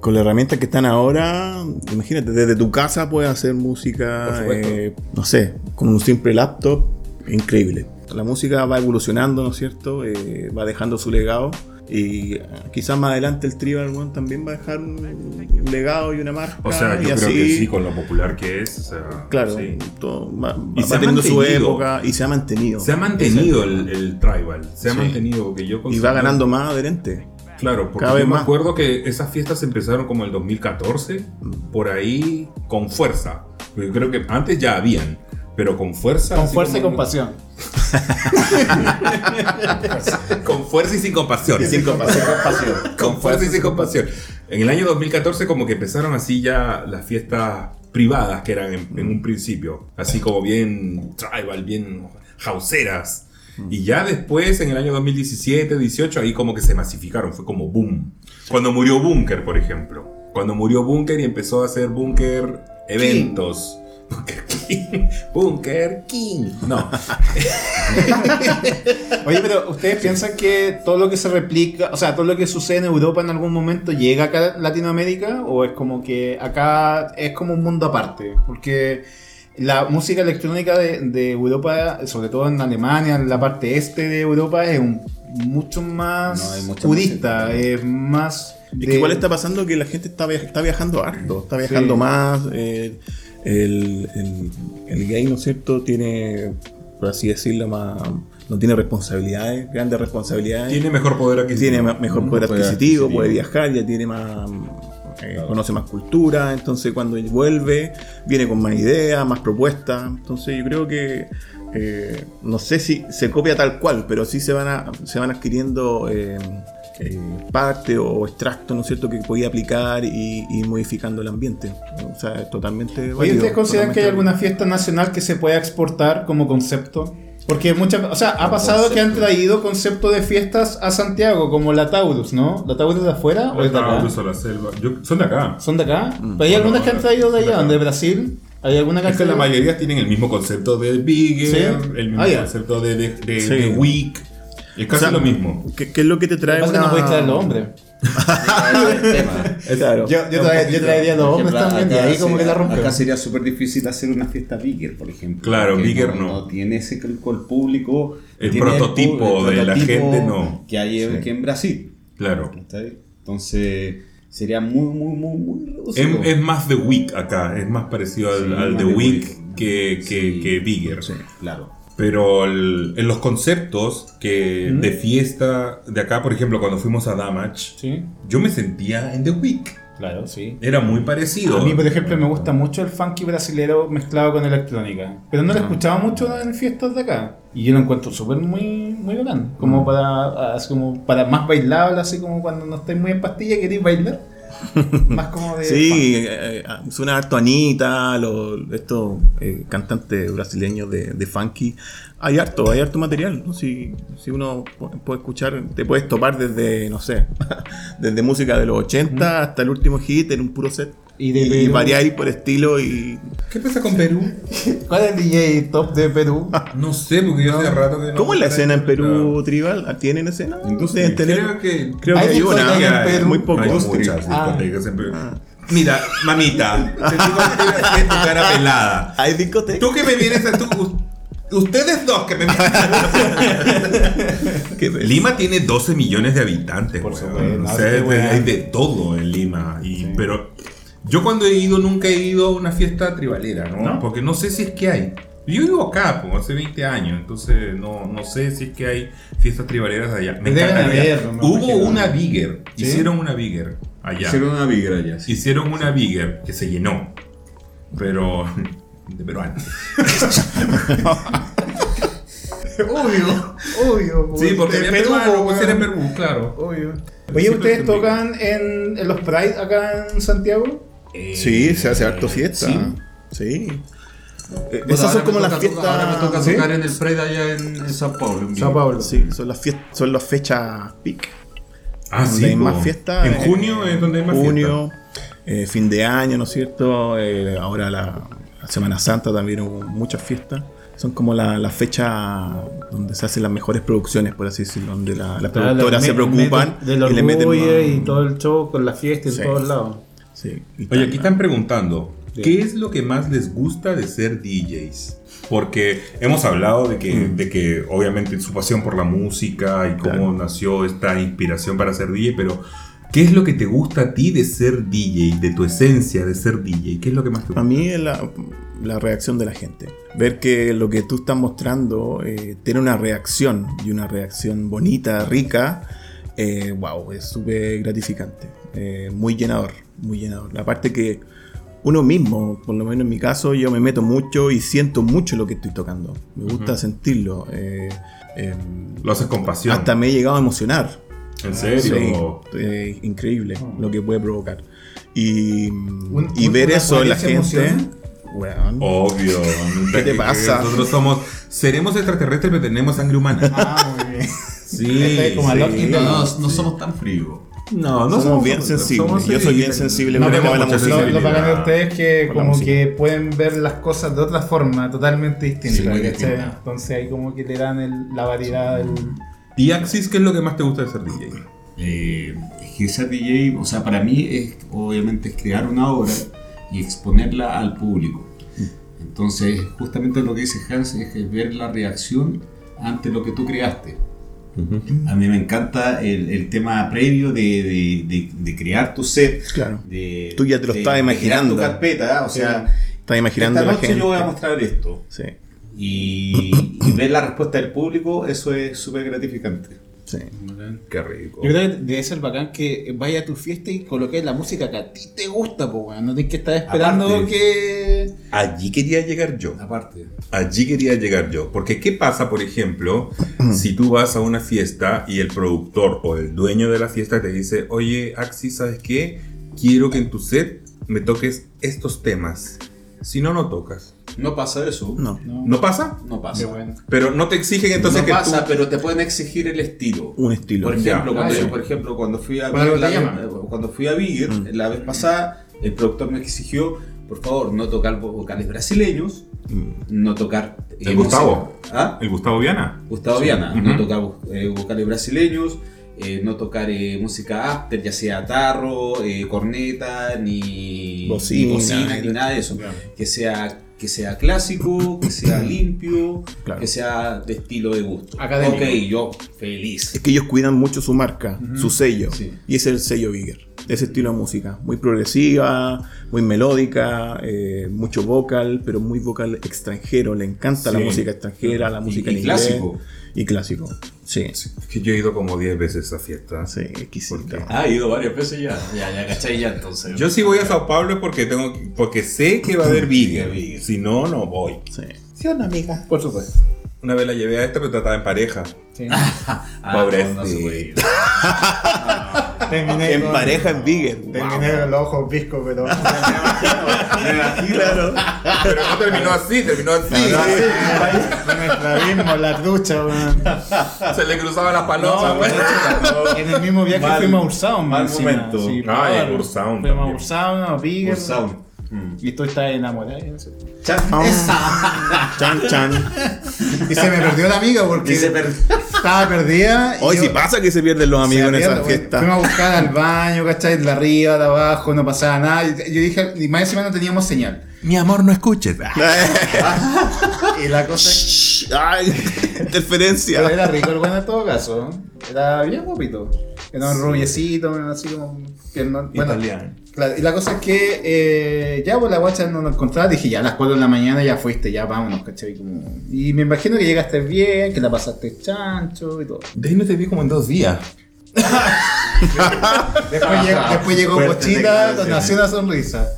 Speaker 5: con las herramientas que están ahora, imagínate, desde tu casa puedes hacer música, eh, no sé, con un simple laptop, increíble. La música va evolucionando, ¿no es cierto? Eh, va dejando su legado. Y eh, quizás más adelante el Tribal One también va a dejar un, un legado y una marca.
Speaker 3: O sea,
Speaker 5: y
Speaker 3: yo creo
Speaker 5: así.
Speaker 3: que sí, con lo popular que es. o sea,
Speaker 5: Claro,
Speaker 3: sí.
Speaker 5: todo va,
Speaker 3: Y
Speaker 5: va
Speaker 3: se ha
Speaker 5: teniendo su
Speaker 3: mantenido.
Speaker 5: época y se ha mantenido.
Speaker 3: Se ha mantenido el, el tribal, se ha
Speaker 5: Sí.
Speaker 3: mantenido que yo
Speaker 5: y
Speaker 3: considero-
Speaker 5: va ganando más adherente.
Speaker 3: Claro, porque
Speaker 5: cada vez
Speaker 3: yo me
Speaker 5: más.
Speaker 3: acuerdo que esas fiestas empezaron como el 2014,
Speaker 5: Mm.
Speaker 3: por ahí con fuerza. Yo creo que antes ya habían, pero con fuerza.
Speaker 12: Con
Speaker 3: así
Speaker 12: fuerza y
Speaker 3: como-
Speaker 12: con pasión.
Speaker 3: <laughs> Con fuerza y sin compasión. con fuerza y sin compasión. En el año 2014 como que empezaron así ya las fiestas privadas que eran en, en un principio, así como bien tribal, bien houseeras. Y ya después, en el año 2017, 18, ahí como que se masificaron, fue como boom. Cuando murió Bunker, por ejemplo. Cuando murió Bunker y empezó a hacer Bunker eventos. Bunker King. Bunker King. No.
Speaker 2: Oye, pero ¿ustedes piensan que todo lo que se replica, o sea, todo lo que sucede en Europa en algún momento llega acá a Latinoamérica? ¿O es como que acá es como un mundo aparte? Porque la música electrónica de, de Europa, sobre todo en Alemania, en la parte este de Europa, es un- mucho más
Speaker 6: No, hay mucha
Speaker 2: purista,
Speaker 6: música.
Speaker 2: es más
Speaker 5: Es
Speaker 2: de-
Speaker 5: que igual está pasando que la gente está, via- está viajando harto, está viajando
Speaker 2: Sí.
Speaker 5: más. eh, el, el- el gay, ¿no es cierto?, tiene, por así decirlo, más, no tiene responsabilidades, grandes responsabilidades.
Speaker 4: Tiene mejor poder
Speaker 5: que
Speaker 4: aquí.
Speaker 5: tiene ma- mejor poder
Speaker 13: poder
Speaker 5: adquisitivo,
Speaker 13: adquisitivo.
Speaker 5: puede viajar, ya tiene más. eh, conoce más cultura, entonces cuando él vuelve, viene con más ideas, más propuestas. Entonces yo creo que. eh, no sé si se copia tal cual, pero sí se van, a- se van adquiriendo. eh, eh, parte o extracto, ¿no es cierto?, que podía aplicar y, y modificando el ambiente. O sea, es totalmente
Speaker 2: Oye,
Speaker 5: válido,
Speaker 2: ¿ustedes consideran que hay
Speaker 5: totalmente
Speaker 2: alguna fiesta nacional que se pueda exportar como concepto? Porque muchas, o sea, ha pasado que han traído concepto de fiestas a Santiago, como la Taurus, ¿no? ¿La Taurus es de afuera o es de acá?
Speaker 4: a la selva. Yo- son de acá.
Speaker 2: ¿Son de acá?
Speaker 3: Mm,
Speaker 2: Pero hay algunas que han traído de allá, de Brasil. ¿Hay alguna que
Speaker 4: Es que la mayoría tienen el mismo concepto de Bigger,
Speaker 2: Sí.
Speaker 4: el mismo
Speaker 2: Ah, ya.
Speaker 4: concepto de, de, de-
Speaker 5: Sí.
Speaker 4: de Weak. Es casi
Speaker 5: O sea,
Speaker 4: lo mismo.
Speaker 5: ¿Qué, qué es lo que te trae
Speaker 3: Pasa que
Speaker 5: una-
Speaker 3: no podéis traer los hombres.
Speaker 4: <laughs>
Speaker 5: Claro.
Speaker 3: Yo, yo, trae- yo traería los hombres también y ahí como que la rompe.
Speaker 6: Acá sería súper difícil hacer una fiesta Bigger, por ejemplo.
Speaker 4: Claro,
Speaker 6: porque
Speaker 4: Bigger no.
Speaker 6: tiene ese cálculo público.
Speaker 4: El
Speaker 6: tiene
Speaker 4: prototipo
Speaker 6: pu-
Speaker 4: de la
Speaker 6: prototipo
Speaker 4: gente, no.
Speaker 6: Que hay aquí en Brasil.
Speaker 4: Claro.
Speaker 6: ¿cachai? Entonces sería muy, muy, muy, muy
Speaker 4: Es,
Speaker 6: reducido.
Speaker 4: es más The Weak acá. Es más parecido al,
Speaker 6: Sí,
Speaker 4: al
Speaker 6: más
Speaker 4: The
Speaker 6: The
Speaker 4: Weak
Speaker 6: Weak.
Speaker 4: que, que,
Speaker 6: Sí.
Speaker 4: que Bigger.
Speaker 6: Claro.
Speaker 4: Pero el- en los conceptos que de fiesta de acá, por ejemplo, cuando fuimos a Damage,
Speaker 3: Sí,
Speaker 4: yo me sentía en The Week.
Speaker 3: claro, sí.
Speaker 4: Era muy parecido.
Speaker 2: A mí, por ejemplo, me gusta mucho el funky brasilero mezclado con electrónica. Pero
Speaker 5: Ah.
Speaker 2: no lo escuchaba mucho en fiestas de acá. Y yo lo encuentro súper muy, muy bacán.
Speaker 5: Ah.
Speaker 2: Como para así como para más bailable, así como cuando no estáis muy en pastilla y queréis bailar.
Speaker 5: <laughs>
Speaker 2: más como de.
Speaker 5: Sí, eh, eh, suena harto Anita, los- estos eh, cantantes brasileños de, de funky. Hay harto, hay harto material, ¿no? Si, si uno pu- puede escuchar, te puedes topar desde, no sé, <laughs> desde música de los 80 hasta el último hit en un puro set.
Speaker 3: Y
Speaker 5: Y,
Speaker 3: de Perú.
Speaker 5: variar y por estilo y...
Speaker 4: ¿Qué pasa con Perú?
Speaker 3: ¿Cuál es el DJ top de Perú?
Speaker 4: No sé, porque yo hace rato que no.
Speaker 5: ¿Cómo es la escena en Perú tribal? Ah, ¿Tienen escena? Deben tener-
Speaker 4: Creo que.
Speaker 5: creo
Speaker 3: Hay
Speaker 5: que hay
Speaker 3: discotecas
Speaker 5: una,
Speaker 3: en Perú.
Speaker 5: muy poco.
Speaker 4: Hay
Speaker 5: Muchas.
Speaker 4: muchas
Speaker 3: Ah.
Speaker 4: discotecas en Perú. Mira, mamita, te digo que es tu cara pelada.
Speaker 5: Hay discotecas.
Speaker 4: Tú que me vienes a tú. Ustedes dos que me
Speaker 5: Qué bello.
Speaker 4: Lima tiene 12 millones de habitantes,
Speaker 3: Por
Speaker 4: weón.
Speaker 3: supuesto,
Speaker 4: O
Speaker 3: no,
Speaker 4: sea,
Speaker 3: sí,
Speaker 4: es de-
Speaker 3: weón.
Speaker 4: hay de todo en Lima. Y, Pero yo cuando he ido, nunca he ido a una fiesta tribalera, ¿no? Porque no sé si es que hay. Yo vivo acá, po, hace 20 años, entonces no, no sé si es que hay fiestas tribaleras allá. Me
Speaker 3: Deben
Speaker 4: encantaría.
Speaker 3: haber, me
Speaker 4: Hubo
Speaker 3: imagino.
Speaker 4: una bigger, hicieron una bigger allá.
Speaker 13: Hicieron una vigra ya. sí.
Speaker 4: Hicieron una bigger que se llenó, pero <laughs> de peruano.
Speaker 2: <laughs> Obvio, obvio.
Speaker 4: Sí, porque
Speaker 2: de
Speaker 4: era peruano, pues
Speaker 2: weón.
Speaker 4: era en Perú, claro.
Speaker 2: Obvio. Oye, ¿ustedes tocan en, en los Pride acá en Santiago?
Speaker 5: Sí, se hace harto fiesta. Sí. Eh,
Speaker 13: Bueno,
Speaker 5: Esas
Speaker 13: ahora
Speaker 5: son
Speaker 13: me
Speaker 5: como
Speaker 13: toca
Speaker 5: las
Speaker 13: tocar- Ahora me toca
Speaker 5: fiestas.
Speaker 13: tocar en el Fred allá en, en Sao Paulo. en
Speaker 2: Sao
Speaker 13: vivo.
Speaker 2: Paulo.
Speaker 5: Sí, son las fiestas, son las fechas peak.
Speaker 4: Ah,
Speaker 5: Donde
Speaker 4: sí.
Speaker 5: hay más
Speaker 4: po.
Speaker 5: fiesta,
Speaker 4: En
Speaker 5: eh,
Speaker 4: junio es donde hay más
Speaker 5: Junio, eh, fin de año, ¿no es cierto? Eh, ahora la, la Semana Santa también hubo muchas fiestas. Son como la, la fecha donde se hacen las mejores producciones, por así decirlo, donde la-
Speaker 3: Ah,
Speaker 5: las productoras se preocupan
Speaker 3: Del orgullo y,
Speaker 5: le meten más-
Speaker 3: todo el show con la fiesta en
Speaker 5: Sí.
Speaker 3: todos lados.
Speaker 5: Sí, y
Speaker 4: Oye,
Speaker 5: tal,
Speaker 4: aquí
Speaker 5: ¿no?
Speaker 4: están preguntando, ¿qué es lo que más les gusta de ser DJs? Porque hemos hablado de que,
Speaker 5: Mm.
Speaker 4: de que obviamente su pasión por la música y cómo nació esta inspiración para ser DJ, pero ¿qué es lo que te gusta a ti de ser DJ, de tu esencia de ser DJ? ¿Qué es lo que más te
Speaker 5: A
Speaker 4: gusta?
Speaker 5: mí es la, la reacción de la gente. Ver que lo que tú estás mostrando eh, tiene una reacción y una reacción bonita, rica. eh, wow, es súper gratificante. eh, muy llenador, muy llenador. La parte que uno mismo, por lo menos en mi caso, yo me meto mucho y siento mucho lo que estoy tocando. Me gusta sentirlo. eh, em,
Speaker 4: Lo haces con pasión.
Speaker 5: hasta me he llegado a emocionar.
Speaker 4: ¿En serio?
Speaker 5: Sí, eh, increíble lo que puede provocar. Y,
Speaker 2: Un-
Speaker 5: y
Speaker 2: un-
Speaker 5: ver
Speaker 2: una
Speaker 5: eso en la
Speaker 2: coherencia
Speaker 5: gente. weón.
Speaker 2: emocional.
Speaker 4: Obvio.
Speaker 5: <laughs> ¿Qué te pasa?
Speaker 4: Nosotros somos, seremos extraterrestres, pero tenemos sangre humana.
Speaker 3: Ah, muy bien.
Speaker 4: Sí.
Speaker 3: Este es como
Speaker 4: sí.
Speaker 3: al Orkin,
Speaker 13: No,
Speaker 3: ¿no?
Speaker 13: no, no somos tan fríos.
Speaker 4: No, no
Speaker 5: somos, bien sensibles. Yo soy bien sensible
Speaker 2: No,
Speaker 5: con el tema
Speaker 2: pero
Speaker 5: de la
Speaker 4: muchas
Speaker 5: música.
Speaker 2: Lo,
Speaker 4: sensibilidad.
Speaker 2: lo bacán de ustedes es que
Speaker 5: Con la
Speaker 2: como
Speaker 5: música.
Speaker 2: que pueden ver las cosas de otra forma, totalmente
Speaker 13: Sí,
Speaker 2: distinta.
Speaker 13: muy
Speaker 2: ¿cachai?
Speaker 13: distinta.
Speaker 2: Entonces ahí como que le dan el- la variedad del...
Speaker 4: ¿Y Axis qué es lo que más te gusta de ser DJ?
Speaker 6: Eh, es que ser DJ, o sea, para mí es obviamente es crear una obra y exponerla al público. Entonces, justamente lo que dice Hans es que ver la reacción ante lo que tú creaste. A mí me encanta el, el tema previo de, de- de- de crear tu set.
Speaker 5: Claro.
Speaker 6: de-
Speaker 5: Tú ya te lo
Speaker 6: de-
Speaker 5: estás
Speaker 6: de crear
Speaker 5: imaginando.
Speaker 6: tu carpeta, o sea,
Speaker 5: Estás imaginando
Speaker 6: esta
Speaker 5: a la
Speaker 6: noche
Speaker 5: gente.
Speaker 6: yo voy a mostrar esto.
Speaker 5: Sí,
Speaker 6: Y, y ver la respuesta del público, eso es súper gratificante.
Speaker 5: sí.
Speaker 6: Mm.
Speaker 4: Qué rico.
Speaker 2: Yo creo que debe ser bacán que vayas a tu fiesta y coloques la música que a ti te gusta, po, weón. No tienes que estar esperando
Speaker 4: Aparte.
Speaker 2: que.
Speaker 4: Allí quería llegar yo.
Speaker 6: Aparte.
Speaker 4: Allí quería llegar yo. Porque ¿qué pasa, por ejemplo, <clears throat> si tú vas a una fiesta y el productor o el dueño de la fiesta te dice, oye, Axi, ¿sabes qué? Quiero que en tu set me toques estos temas. Si no, no tocas.
Speaker 6: No pasa eso.
Speaker 5: No.
Speaker 4: ¿No pasa?
Speaker 6: No
Speaker 2: Qué
Speaker 6: pasa.
Speaker 2: bueno.
Speaker 4: Pero no te exigen entonces
Speaker 6: no
Speaker 4: que
Speaker 6: pasa,
Speaker 4: tú...
Speaker 6: pero te pueden exigir el estilo.
Speaker 5: Un estilo.
Speaker 6: Por ejemplo,
Speaker 2: Ya.
Speaker 6: cuando,
Speaker 2: Ah,
Speaker 6: yo,
Speaker 2: sí.
Speaker 6: por ejemplo, cuando fui a
Speaker 2: Bueno,
Speaker 6: Beer,
Speaker 2: te
Speaker 6: la,
Speaker 2: llaman.
Speaker 6: cuando fui a Beer, la vez pasada, el productor me exigió, por favor, no tocar vo- vocales brasileños,
Speaker 5: Mm.
Speaker 6: no tocar... eh,
Speaker 4: El Gustavo.
Speaker 6: música- ¿Ah?
Speaker 4: El Gustavo Viana.
Speaker 6: Gustavo Viana,
Speaker 4: Ujú.
Speaker 6: no tocar vo- eh, vocales brasileños, eh, no tocar eh, música after, ya sea tarro, eh, corneta, ni
Speaker 5: Bocina,
Speaker 6: ni, bocina, ni
Speaker 5: eh.
Speaker 6: nada de eso. Que sea que sea clásico, que sea limpio,
Speaker 5: Claro.
Speaker 6: que sea de estilo de gusto.
Speaker 2: Académico.
Speaker 6: Ok, yo feliz.
Speaker 5: Es que ellos cuidan mucho su marca, su sello.
Speaker 6: Sí.
Speaker 5: Y ese es el sello Bigger. Ese estilo de música. Muy progresiva, muy melódica, eh, mucho vocal, pero muy vocal extranjero. Le encanta la
Speaker 4: Sí.
Speaker 5: música extranjera, la música
Speaker 6: y
Speaker 5: en inglés.
Speaker 6: clásico.
Speaker 5: Y clásico. Sí.
Speaker 4: Es que yo he ido como 10 veces a fiestas.
Speaker 5: Sí, exquisita.
Speaker 6: Ah, he ido varias veces ya. Ya, ya, ¿cachai? Ya, entonces.
Speaker 4: Yo sí voy a Sao Paulo es porque tengo que- porque sé que va a <clears throat> haber Bigger.
Speaker 6: Bigger.
Speaker 4: Si no, no voy.
Speaker 5: Sí.
Speaker 2: Por supuesto.
Speaker 4: Una vez la llevé a esta, pero trataba en pareja.
Speaker 2: <laughs> Sí.
Speaker 6: Ah,
Speaker 4: Pobre
Speaker 6: no, no se puede ir.
Speaker 2: Terminé
Speaker 5: En
Speaker 2: con-
Speaker 5: pareja en Bigger.
Speaker 2: Terminé con los ojos viscos, pero.
Speaker 5: Claro.
Speaker 4: Pero
Speaker 3: Ah,
Speaker 4: no terminó así, terminó así.
Speaker 2: Con estrabismo, la ducha, weón.
Speaker 4: Se le cruzaban las palomas. güey.
Speaker 2: En el mismo viaje
Speaker 6: Mal-
Speaker 2: fuimos a Ursound,
Speaker 6: mal
Speaker 2: encima,
Speaker 6: momento.
Speaker 2: sí,
Speaker 4: Ah,
Speaker 2: claro.
Speaker 4: en Ursound
Speaker 2: Fuimos a
Speaker 4: también.
Speaker 2: Ursound, a Bigger.
Speaker 6: Por sound. Mm.
Speaker 2: Y tú estás enamorado. Y
Speaker 5: Chan, chan.
Speaker 2: se me perdió la amiga porque
Speaker 6: Dice, per-
Speaker 2: estaba perdida. y
Speaker 5: Hoy
Speaker 2: yo-
Speaker 5: sí pasa que se pierden los amigos en
Speaker 2: Se
Speaker 5: esa
Speaker 2: abrió,
Speaker 5: fiesta.
Speaker 2: Fuimos a buscar al baño, ¿cachai? De arriba, de abajo, no pasaba nada. Y Yo dije, y más encima no teníamos señal.
Speaker 4: Mi amor, no escuches.
Speaker 2: Y la cosa es
Speaker 5: <laughs> Ay,
Speaker 2: Pero
Speaker 5: interferencia.
Speaker 2: era rico el bueno en todo caso. Era bien guapito. Era un rubiecito, así como. pierno- bueno, claro, y la cosa es que eh, ya pues la guacha no nos encontraba. Dije, ya a las 4 de la mañana ya fuiste, ya vámonos, ¿cachai? Como- y me imagino que llegaste bien, que la pasaste chancho y todo.
Speaker 4: De ahí no te vi como en dos días.
Speaker 2: Después, llegó, después llegó Pochita, donde nació una sonrisa.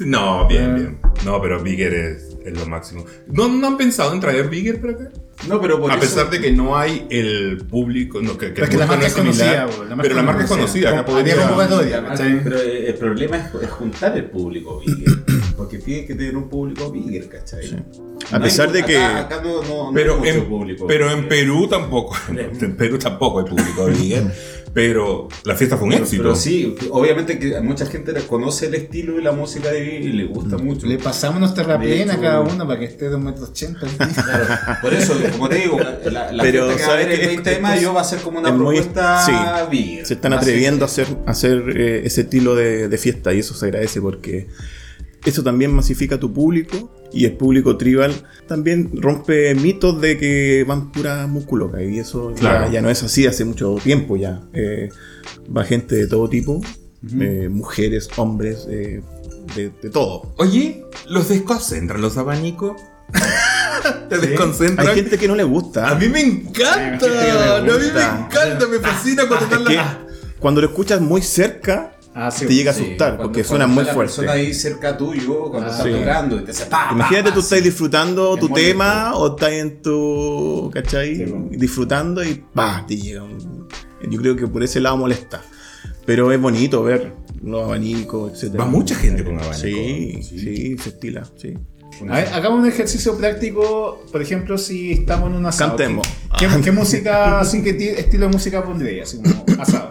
Speaker 4: No,
Speaker 2: Ah.
Speaker 4: bien, bien. No, pero Bigger es, es lo máximo. ¿No, no han pensado en traer Bigger para acá?
Speaker 6: No, pero por
Speaker 4: A
Speaker 6: eso-
Speaker 4: pesar de que no hay el público. No, que, que
Speaker 2: Pero es
Speaker 4: el
Speaker 2: que la marca
Speaker 4: público no
Speaker 2: es conocida,
Speaker 4: similar,
Speaker 2: bro,
Speaker 4: pero la marca es conocida. Acá
Speaker 2: Como- Había
Speaker 4: podría-
Speaker 2: convocatoria,
Speaker 6: Además,
Speaker 2: ¿cachai?
Speaker 6: Pero eh, el problema es, es juntar el público
Speaker 5: <clears throat>
Speaker 6: bigger. Porque tienes que tener un público bigger, ¿cachai?
Speaker 5: A
Speaker 6: No hay
Speaker 5: pesar
Speaker 6: mu-
Speaker 5: de que-
Speaker 6: Acá, acá no, no, no hay
Speaker 4: Pero,
Speaker 6: mucho
Speaker 4: en,
Speaker 6: público
Speaker 4: pero en
Speaker 6: bigger.
Speaker 4: Perú tampoco. En Perú tampoco hay público de Bigger. Pero la fiesta fue un
Speaker 6: Pero,
Speaker 4: éxito.
Speaker 6: pero sí, obviamente que mucha gente conoce el estilo y la música de Bigger y le gusta
Speaker 5: Mm.
Speaker 6: mucho.
Speaker 2: Le pasamos nuestra terraplenes a
Speaker 6: hecho,
Speaker 2: cada uno para que esté de
Speaker 4: <laughs>
Speaker 2: 1,80 m.
Speaker 6: Por eso, como te digo, la, la
Speaker 5: Pero,
Speaker 6: fiesta que va a
Speaker 5: ¿sabes
Speaker 6: haber el
Speaker 5: qué?
Speaker 6: 20 de
Speaker 5: Es-
Speaker 6: mayo va a ser como una
Speaker 5: es muy-
Speaker 6: propuesta
Speaker 5: sí.
Speaker 6: bigger.
Speaker 5: Se están
Speaker 6: Así-
Speaker 5: atreviendo a hacer, a hacer eh, ese estilo de, de fiesta y eso se agradece porque eso también masifica tu público y el público tribal también rompe mitos de que van pura músculo acá, y eso ya-
Speaker 4: Claro.
Speaker 5: ya, no es así hace mucho tiempo ya. Eh, va gente de todo tipo, eh, mujeres, hombres, eh, de, de todo.
Speaker 4: Oye, los desconcentran los abanicos. <laughs> Te desconcentran.
Speaker 5: Hay gente que no le gusta.
Speaker 4: A mí me encanta. a mí me encanta. Me fascina cuando están
Speaker 5: que
Speaker 4: las.
Speaker 5: cuando lo escuchas muy cerca
Speaker 4: Ah,
Speaker 5: te llega a
Speaker 6: Sí,
Speaker 5: asustar
Speaker 6: cuando-
Speaker 5: porque
Speaker 6: cuando
Speaker 5: suena
Speaker 6: está
Speaker 5: muy
Speaker 6: la
Speaker 5: fuerte. Ah,
Speaker 6: persona ahí cerca tuyo, cuando está
Speaker 5: sí.
Speaker 6: tocando y te hace pa, pa,
Speaker 5: Imagínate, tú
Speaker 6: pa,
Speaker 5: estás disfrutando
Speaker 6: Es
Speaker 5: tu
Speaker 6: muy
Speaker 5: tema o estás en tu. ¿cachai?
Speaker 6: Sí, bueno.
Speaker 5: Disfrutando y ¡pah! Te llega un- Yo creo que por ese lado molesta. Pero es bonito ver los abanicos, etc.
Speaker 4: Va mucha gente con abanico.
Speaker 5: Sí, sí, se estila, sí.
Speaker 14: A ver, hagamos un ejercicio práctico, por ejemplo, si estamos en un asado.
Speaker 5: Cantemos.
Speaker 14: ¿Qué,
Speaker 4: Ah.
Speaker 14: qué música, así que ti- estilo de música pondría? Así como asado.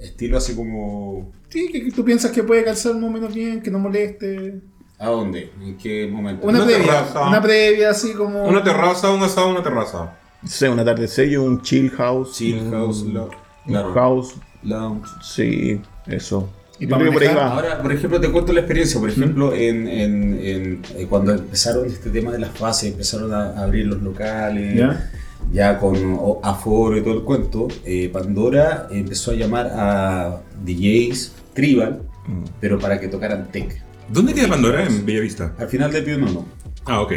Speaker 6: Estilo así como.
Speaker 14: Sí, que, que tú piensas que puede calzar más o menos bien, que no moleste.
Speaker 6: ¿A dónde? ¿En qué momento?
Speaker 14: Una
Speaker 4: Una
Speaker 14: previa,
Speaker 4: terraza.
Speaker 14: una previa así como...
Speaker 4: Una terraza, un asado, una terraza.
Speaker 5: No sé, un atardecer y un chill house.
Speaker 6: Chill house,
Speaker 5: Mm.
Speaker 6: lo-
Speaker 5: un
Speaker 6: claro.
Speaker 5: house,
Speaker 6: lounge.
Speaker 5: sí, eso.
Speaker 14: Y
Speaker 5: Yo
Speaker 14: para
Speaker 5: creo que por ahí
Speaker 14: manejar,
Speaker 5: va.
Speaker 6: Ahora, por ejemplo, te cuento la experiencia. Por ejemplo, en, en- en- eh, cuando empezaron este tema de las bases, empezaron a abrir los locales.
Speaker 14: ¿Ya?
Speaker 6: ya con o- aforo y todo el cuento, eh, Pandora empezó a llamar a DJs tribal, pero para que tocaran tech.
Speaker 4: ¿Dónde queda Pandora? En Bellavista.
Speaker 6: Al final del no no.
Speaker 4: Ah, ok.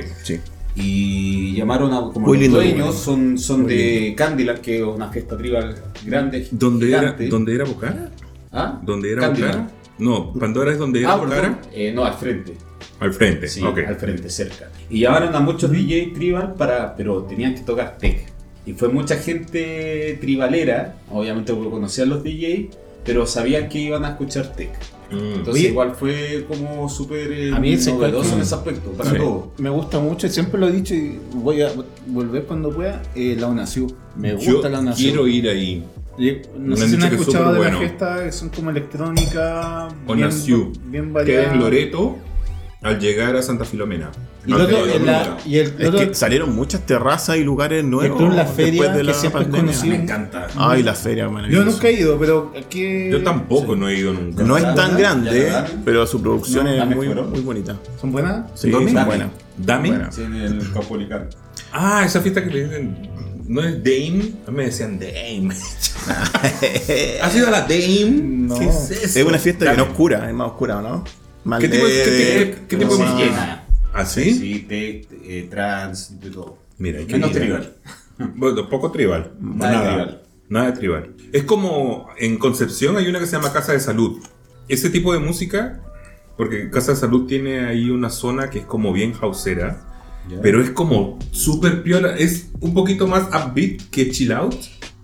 Speaker 6: Y llamaron a como
Speaker 5: Muy
Speaker 6: los
Speaker 5: lindo
Speaker 6: dueños,
Speaker 5: lugar.
Speaker 6: son, son de Candyland, que es una fiesta tribal grande.
Speaker 4: ¿Dónde era,
Speaker 6: gigante.
Speaker 4: ¿dónde era Bocara?
Speaker 6: ¿Ah?
Speaker 4: ¿Dónde era
Speaker 6: Candyland.
Speaker 4: Bocara? No, Pandora es donde era
Speaker 6: Ah, perdón.
Speaker 4: Bocara.
Speaker 6: Eh, no, al frente.
Speaker 4: Al frente.
Speaker 6: Sí,
Speaker 4: ok.
Speaker 6: al frente, cerca. Y llamaron a muchos DJ tribal para. Pero tenían que tocar tech. Y fue mucha gente tribalera, obviamente porque conocían los DJ, pero sabían que iban a escuchar tech.
Speaker 4: Mm.
Speaker 6: Entonces
Speaker 2: Oye.
Speaker 6: igual fue como súper eh,
Speaker 2: A mí ese
Speaker 6: novedoso
Speaker 2: cuento-
Speaker 6: en ese aspecto, para
Speaker 4: Sí.
Speaker 6: todo.
Speaker 2: Me gusta mucho, y siempre lo he dicho y voy a volver cuando pueda, eh, la UNASIU. Me
Speaker 4: Yo
Speaker 2: gusta la UNASIU.
Speaker 4: quiero ir ahí.
Speaker 2: Yo- No
Speaker 4: Me
Speaker 2: sé
Speaker 4: han
Speaker 2: si
Speaker 4: dicho
Speaker 2: no han
Speaker 4: que es
Speaker 2: escuchado de
Speaker 4: superbueno.
Speaker 2: la fiesta, que son como electrónica,
Speaker 4: Onasiu,
Speaker 2: bien, bien
Speaker 4: Que
Speaker 2: variada.
Speaker 4: es Loreto al llegar a Santa Filomena.
Speaker 2: Y,
Speaker 4: No
Speaker 2: el
Speaker 4: he
Speaker 2: otro-
Speaker 4: tenido
Speaker 2: en la-
Speaker 4: nunca.
Speaker 2: y el
Speaker 5: Es
Speaker 2: otro,
Speaker 5: que salieron muchas terrazas y lugares nuevos.
Speaker 2: estuvo en la
Speaker 5: después
Speaker 2: feria
Speaker 5: de
Speaker 2: que
Speaker 5: la
Speaker 2: siempre es
Speaker 5: pandemia.
Speaker 2: conocido.
Speaker 6: encanta.
Speaker 5: Ay, la feria, maravillosa.
Speaker 2: yo nunca he ido, pero aquí
Speaker 4: Yo tampoco no he ido nunca.
Speaker 5: No es
Speaker 6: Ya
Speaker 5: tan
Speaker 6: la- ya
Speaker 5: grande,
Speaker 6: la dan.
Speaker 5: pero su producción
Speaker 6: No,
Speaker 5: es
Speaker 6: dame
Speaker 5: muy,
Speaker 6: fueron.
Speaker 5: muy bonita.
Speaker 2: son buenas.
Speaker 5: Sí,
Speaker 4: ¿Dónde?
Speaker 5: es
Speaker 4: Dame.
Speaker 5: buena.
Speaker 4: Dame.
Speaker 5: Buena.
Speaker 6: Sí, en el Caupolicán.
Speaker 4: Ah, esa fiesta que le dicen. ¿No es Dame? A mí me
Speaker 2: <laughs>
Speaker 4: decían Dame. ¿Has ido a la Dame?
Speaker 2: No.
Speaker 4: ¿Qué es eso?
Speaker 5: Es una fiesta que no es oscura, es más oscura, ¿no? Más
Speaker 4: ¿Qué tipo de-
Speaker 5: leve,
Speaker 4: qué- qué- qué tipo de-
Speaker 5: más-
Speaker 6: llena.
Speaker 4: ¿Ah, pues, sí?
Speaker 6: Sí, tech, eh, trans, de todo.
Speaker 4: Mira, hay que
Speaker 6: Menos
Speaker 4: ir.
Speaker 6: tribal.
Speaker 4: Bueno, poco tribal.
Speaker 6: Nada de tribal.
Speaker 4: Nada de tribal. Es como en Concepción hay una que se llama Casa de Salud. Ese tipo de música, porque Casa de Salud tiene ahí una zona que es como bien hausera, pero es como súper piola. Es un poquito más upbeat que chill out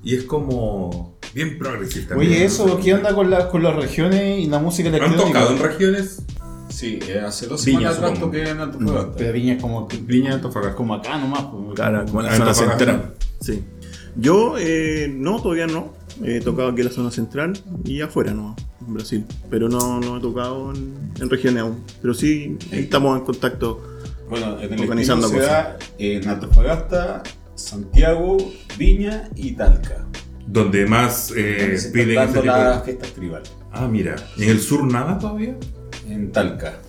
Speaker 4: y es como bien progresista.
Speaker 2: Oye, eso, ¿qué onda con, la, con las regiones y la música
Speaker 4: ¿Han
Speaker 2: electrónica?
Speaker 4: tocado en regiones?
Speaker 6: Sí, eh, hace dos
Speaker 4: Viña,
Speaker 6: semanas atrás
Speaker 4: supongo.
Speaker 6: toqué en Antofagasta.
Speaker 2: Pero Viña es como,
Speaker 4: Viña de Antofagasta.
Speaker 2: como acá nomás. pues.
Speaker 5: Claro, como la
Speaker 4: Ah,
Speaker 5: zona
Speaker 4: Antofagasta.
Speaker 5: central. Sí. Yo, eh, no, todavía no. He tocado aquí en la zona central y afuera, no, en Brasil. Pero no, no he tocado en, en regiones aún. Pero sí, estamos en contacto.
Speaker 6: Bueno, en el
Speaker 5: Organizando
Speaker 6: Espino se da en Antofagasta, Santiago, Viña y Talca.
Speaker 4: Donde más eh,
Speaker 6: Donde se están
Speaker 4: piden ese
Speaker 6: dando
Speaker 4: tipo de-
Speaker 6: las fiestas tribales.
Speaker 4: Ah, mira. ¿Y en el sur nada todavía?
Speaker 6: En Talca.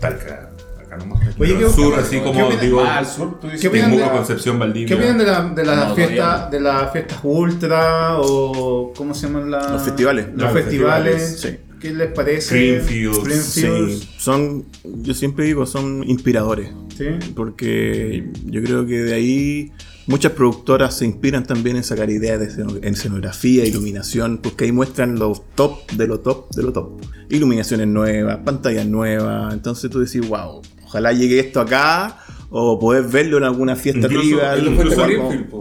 Speaker 4: Talca. Acá nomás.
Speaker 2: Oye, ¿qué-
Speaker 4: Pero sur, así
Speaker 2: qué
Speaker 4: como
Speaker 2: opinas-
Speaker 4: digo,
Speaker 6: Ah, al sur, tú dices.
Speaker 2: ¿Qué opinan
Speaker 4: Temuco,
Speaker 2: de la-
Speaker 4: Concepción, Valdivia.
Speaker 2: ¿Qué opinan de las de la
Speaker 6: No, todavía
Speaker 2: fiestas
Speaker 6: no.
Speaker 2: de las fiestas ultra o cómo se llaman las
Speaker 5: Los festivales.
Speaker 2: Los
Speaker 5: Los
Speaker 2: festivales.
Speaker 5: festivales,
Speaker 2: ¿Qué les parece?
Speaker 4: Creamfields,
Speaker 2: Creamfields,
Speaker 5: Sí, son, yo siempre digo, son inspiradores.
Speaker 2: sí.
Speaker 5: porque yo creo que de ahí muchas productoras se inspiran también en sacar ideas de esceno- en escenografía, iluminación, porque ahí muestran los top de lo top de lo top. Iluminaciones nuevas, pantallas nuevas, entonces tú decís, wow, ojalá llegue esto acá o poder verlo en alguna fiesta
Speaker 4: Incluso-
Speaker 5: arriba.
Speaker 4: incluso
Speaker 5: algo-
Speaker 4: Greenfield,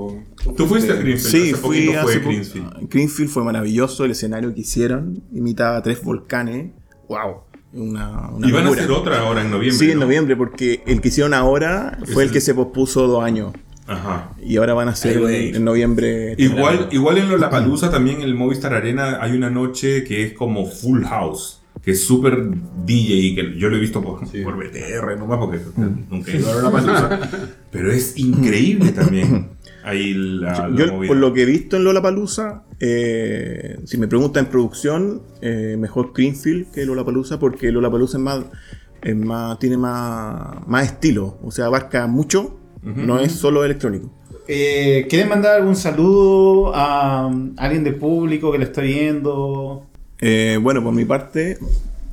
Speaker 4: Tú fuiste a Greenfield.
Speaker 5: Sí,
Speaker 4: hace
Speaker 5: fui
Speaker 4: poquito
Speaker 5: hace
Speaker 4: fue
Speaker 5: poco- Ah,
Speaker 4: Greenfield.
Speaker 5: Greenfield fue maravilloso, el escenario que hicieron imitaba tres volcanes, wow, una, una
Speaker 4: Y van a
Speaker 5: locura.
Speaker 4: hacer otra ahora en noviembre.
Speaker 5: Sí, en
Speaker 4: ¿no?
Speaker 5: noviembre, porque el que hicieron ahora
Speaker 4: Es
Speaker 5: fue el
Speaker 4: el-
Speaker 5: que se pospuso dos años.
Speaker 4: Ajá.
Speaker 5: Y ahora van a ser
Speaker 6: Ahí voy a ir.
Speaker 5: en noviembre.
Speaker 4: Igual, igual en Lollapalooza también en el Movistar Arena hay una noche que es como full house. Que es súper DJ, que yo lo he visto por, por BTR nomás, porque nunca he ido a Lollapalooza.
Speaker 5: <laughs>
Speaker 4: Pero es increíble también. Ahí la, la
Speaker 5: Yo,
Speaker 4: movida.
Speaker 5: por lo que he visto en Lollapalooza, eh, si me preguntan en producción, eh, mejor Greenfield que Lollapalooza, porque Lollapalooza es más, es más, tiene más, más estilo, o sea, abarca mucho, no es solo electrónico.
Speaker 2: Eh, ¿Quieren mandar algún saludo a um, alguien del público que lo está viendo?
Speaker 5: Eh, bueno, por mi parte,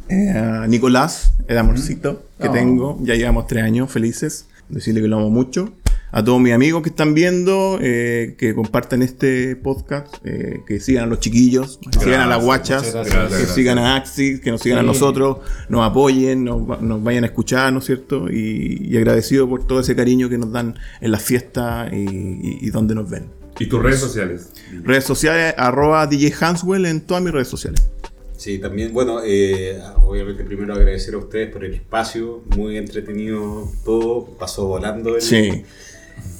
Speaker 5: eh, a Nicolás, el amorcito que
Speaker 2: Oh.
Speaker 5: tengo, ya llevamos tres años felices, decirle que lo amo mucho. A todos mis amigos que están viendo, eh, que compartan este podcast, eh, que sigan a los chiquillos, que sigan a las guachas,
Speaker 2: muchas
Speaker 5: que
Speaker 2: gracias.
Speaker 4: Gracias,
Speaker 5: sigan a Axis, que nos sigan
Speaker 2: Sí.
Speaker 5: a nosotros, nos apoyen, nos, va- nos vayan a escuchar, ¿no es cierto? Y, y agradecido por todo ese cariño que nos dan en las fiestas y- y- y donde nos ven.
Speaker 4: Y tus redes sociales.
Speaker 5: Redes sociales, arroba DJ Hanswell en todas mis redes sociales.
Speaker 6: Sí, también, bueno, eh, obviamente primero agradecer a ustedes por el espacio, muy entretenido todo, pasó volando el-
Speaker 5: Sí.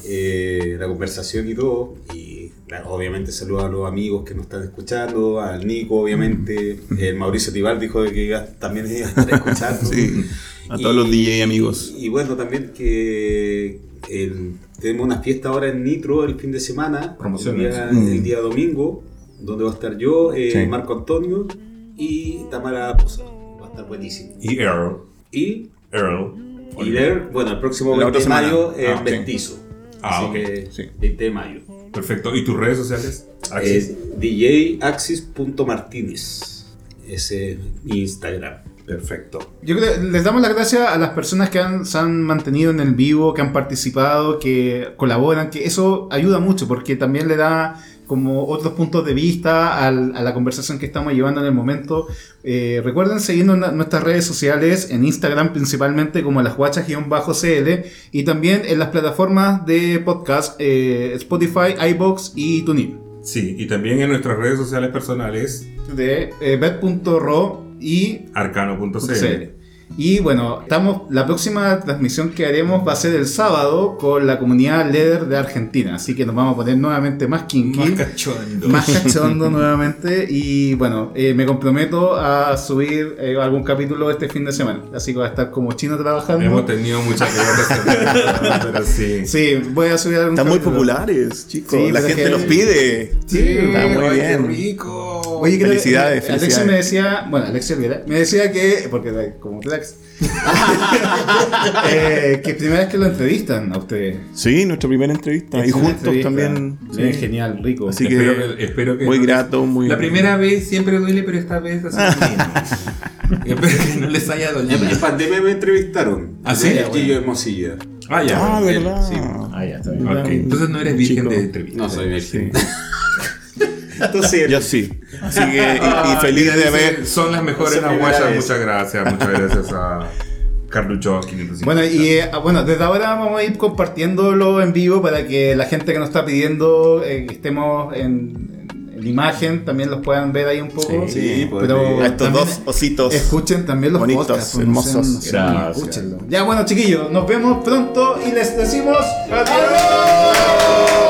Speaker 6: eh, la conversación y todo. Y claro, obviamente saludo a los amigos que nos están escuchando, al Nico, obviamente,
Speaker 5: Mm.
Speaker 6: el Mauricio Tibal dijo de que iba- también iba a
Speaker 5: <laughs>
Speaker 6: estar escuchando.
Speaker 5: Sí, a todos los DJ amigos.
Speaker 6: Y bueno, también que el- tenemos una fiesta ahora en Nitro el fin de semana.
Speaker 4: Promociones.
Speaker 6: El día,
Speaker 5: Mm.
Speaker 6: el día domingo, donde va a estar yo, eh,
Speaker 5: Sí.
Speaker 6: Marco Antonio y Tamara Poza. Va a estar buenísimo.
Speaker 4: Y Earl.
Speaker 6: Y,
Speaker 4: Earl.
Speaker 6: y leer, bueno, el próximo
Speaker 5: La
Speaker 6: 20
Speaker 5: otra
Speaker 6: de
Speaker 5: semana.
Speaker 6: mayo, eh,
Speaker 5: Ah, ok.
Speaker 6: Mestizo.
Speaker 4: Ah,
Speaker 6: así
Speaker 4: ok,
Speaker 6: que
Speaker 5: sí.
Speaker 6: 20 de mayo.
Speaker 4: Perfecto. ¿Y tus redes sociales? Ah, Axis?
Speaker 6: Es djaxis.martínez. Ese es mi Instagram.
Speaker 4: Perfecto.
Speaker 2: Yo creo les damos las gracias a las personas que han, se han mantenido en el vivo, que han participado, que colaboran, que eso ayuda mucho porque también le da como otros puntos de vista al- a la conversación que estamos llevando en el momento. Eh, recuerden seguirnos en la- nuestras redes sociales, en Instagram principalmente como las guachas-cl y también en las plataformas de podcast eh, Spotify, iBox y TuneIn
Speaker 4: Sí, y también en nuestras redes sociales personales,
Speaker 2: de eh, bet.ro y
Speaker 4: arcano.cl.
Speaker 2: CL. Y bueno, estamos, la próxima transmisión que haremos va a ser el sábado con la comunidad LEDER de Argentina. Así que nos vamos a poner nuevamente más
Speaker 4: Más
Speaker 2: kinky,
Speaker 4: cachondo.
Speaker 2: más
Speaker 4: <laughs>
Speaker 2: cachondo nuevamente. Y bueno, eh, me comprometo a subir eh, algún capítulo este fin de semana. Así que va a estar como chino
Speaker 4: Hemos
Speaker 2: trabajando.
Speaker 4: tenido muchas guerras, pero sí.
Speaker 2: Sí, voy a subir algún
Speaker 5: Están muy
Speaker 2: capítulo.
Speaker 5: populares, chicos.
Speaker 2: Sí,
Speaker 5: la
Speaker 2: pues es
Speaker 5: gente
Speaker 2: que-
Speaker 5: los pide. está muy
Speaker 4: ay, qué
Speaker 5: bien.
Speaker 4: rico.
Speaker 2: Oye, creo que-
Speaker 5: Felicidades,
Speaker 2: eh, Alexis
Speaker 5: felicidades.
Speaker 2: me decía, bueno, Alexis Olvera, me decía que, porque eh, como Plex, <laughs> eh, que primera vez que lo entrevistan a ustedes.
Speaker 5: Sí, nuestra primera entrevista. y
Speaker 2: Excelente
Speaker 5: juntos
Speaker 2: entrevista.
Speaker 5: también.
Speaker 2: Bien,
Speaker 5: sí.
Speaker 2: Genial, rico.
Speaker 5: Así que,
Speaker 4: Espero que- espero que
Speaker 5: muy
Speaker 4: no les-
Speaker 5: grato, muy.
Speaker 3: La primera vez siempre duele, pero esta vez así
Speaker 2: <laughs>
Speaker 3: menos. Espero que no les haya dolido.
Speaker 6: En pandemia me entrevistaron.
Speaker 3: ¿Ah, sí?
Speaker 6: El Gillo de Hermosilla.
Speaker 4: Ah, ya.
Speaker 5: Ah,
Speaker 3: Él,
Speaker 5: verdad.
Speaker 3: sí.
Speaker 15: Ah, ya, está bien.
Speaker 4: Ok,
Speaker 3: Entonces no eres
Speaker 5: Un
Speaker 3: virgen
Speaker 5: chico.
Speaker 3: de entrevista.
Speaker 6: No soy virgen.
Speaker 15: Entonces,
Speaker 5: Yo sí. Así que, y, y
Speaker 4: Ah,
Speaker 5: feliz
Speaker 4: mira,
Speaker 5: de
Speaker 4: dice,
Speaker 5: haber.
Speaker 4: Son las mejores
Speaker 15: Son
Speaker 4: aguayas.
Speaker 15: primeras.
Speaker 4: Muchas gracias. Muchas gracias a Carlucho 550.
Speaker 2: Bueno, y eh, bueno, desde ahora vamos a ir compartiéndolo en vivo para que la gente que nos está pidiendo eh, que estemos en, en imagen también los puedan ver ahí un poco.
Speaker 5: Sí,
Speaker 6: pues,
Speaker 2: pero
Speaker 5: A estos
Speaker 2: también
Speaker 5: dos ositos.
Speaker 2: Escuchen también los
Speaker 5: bonitos,
Speaker 2: podcasts, pues,
Speaker 5: hermosos.
Speaker 2: no sean-
Speaker 15: Gracias.
Speaker 2: escúchenlo. Ya bueno, chiquillos, nos vemos pronto y les decimos adiós.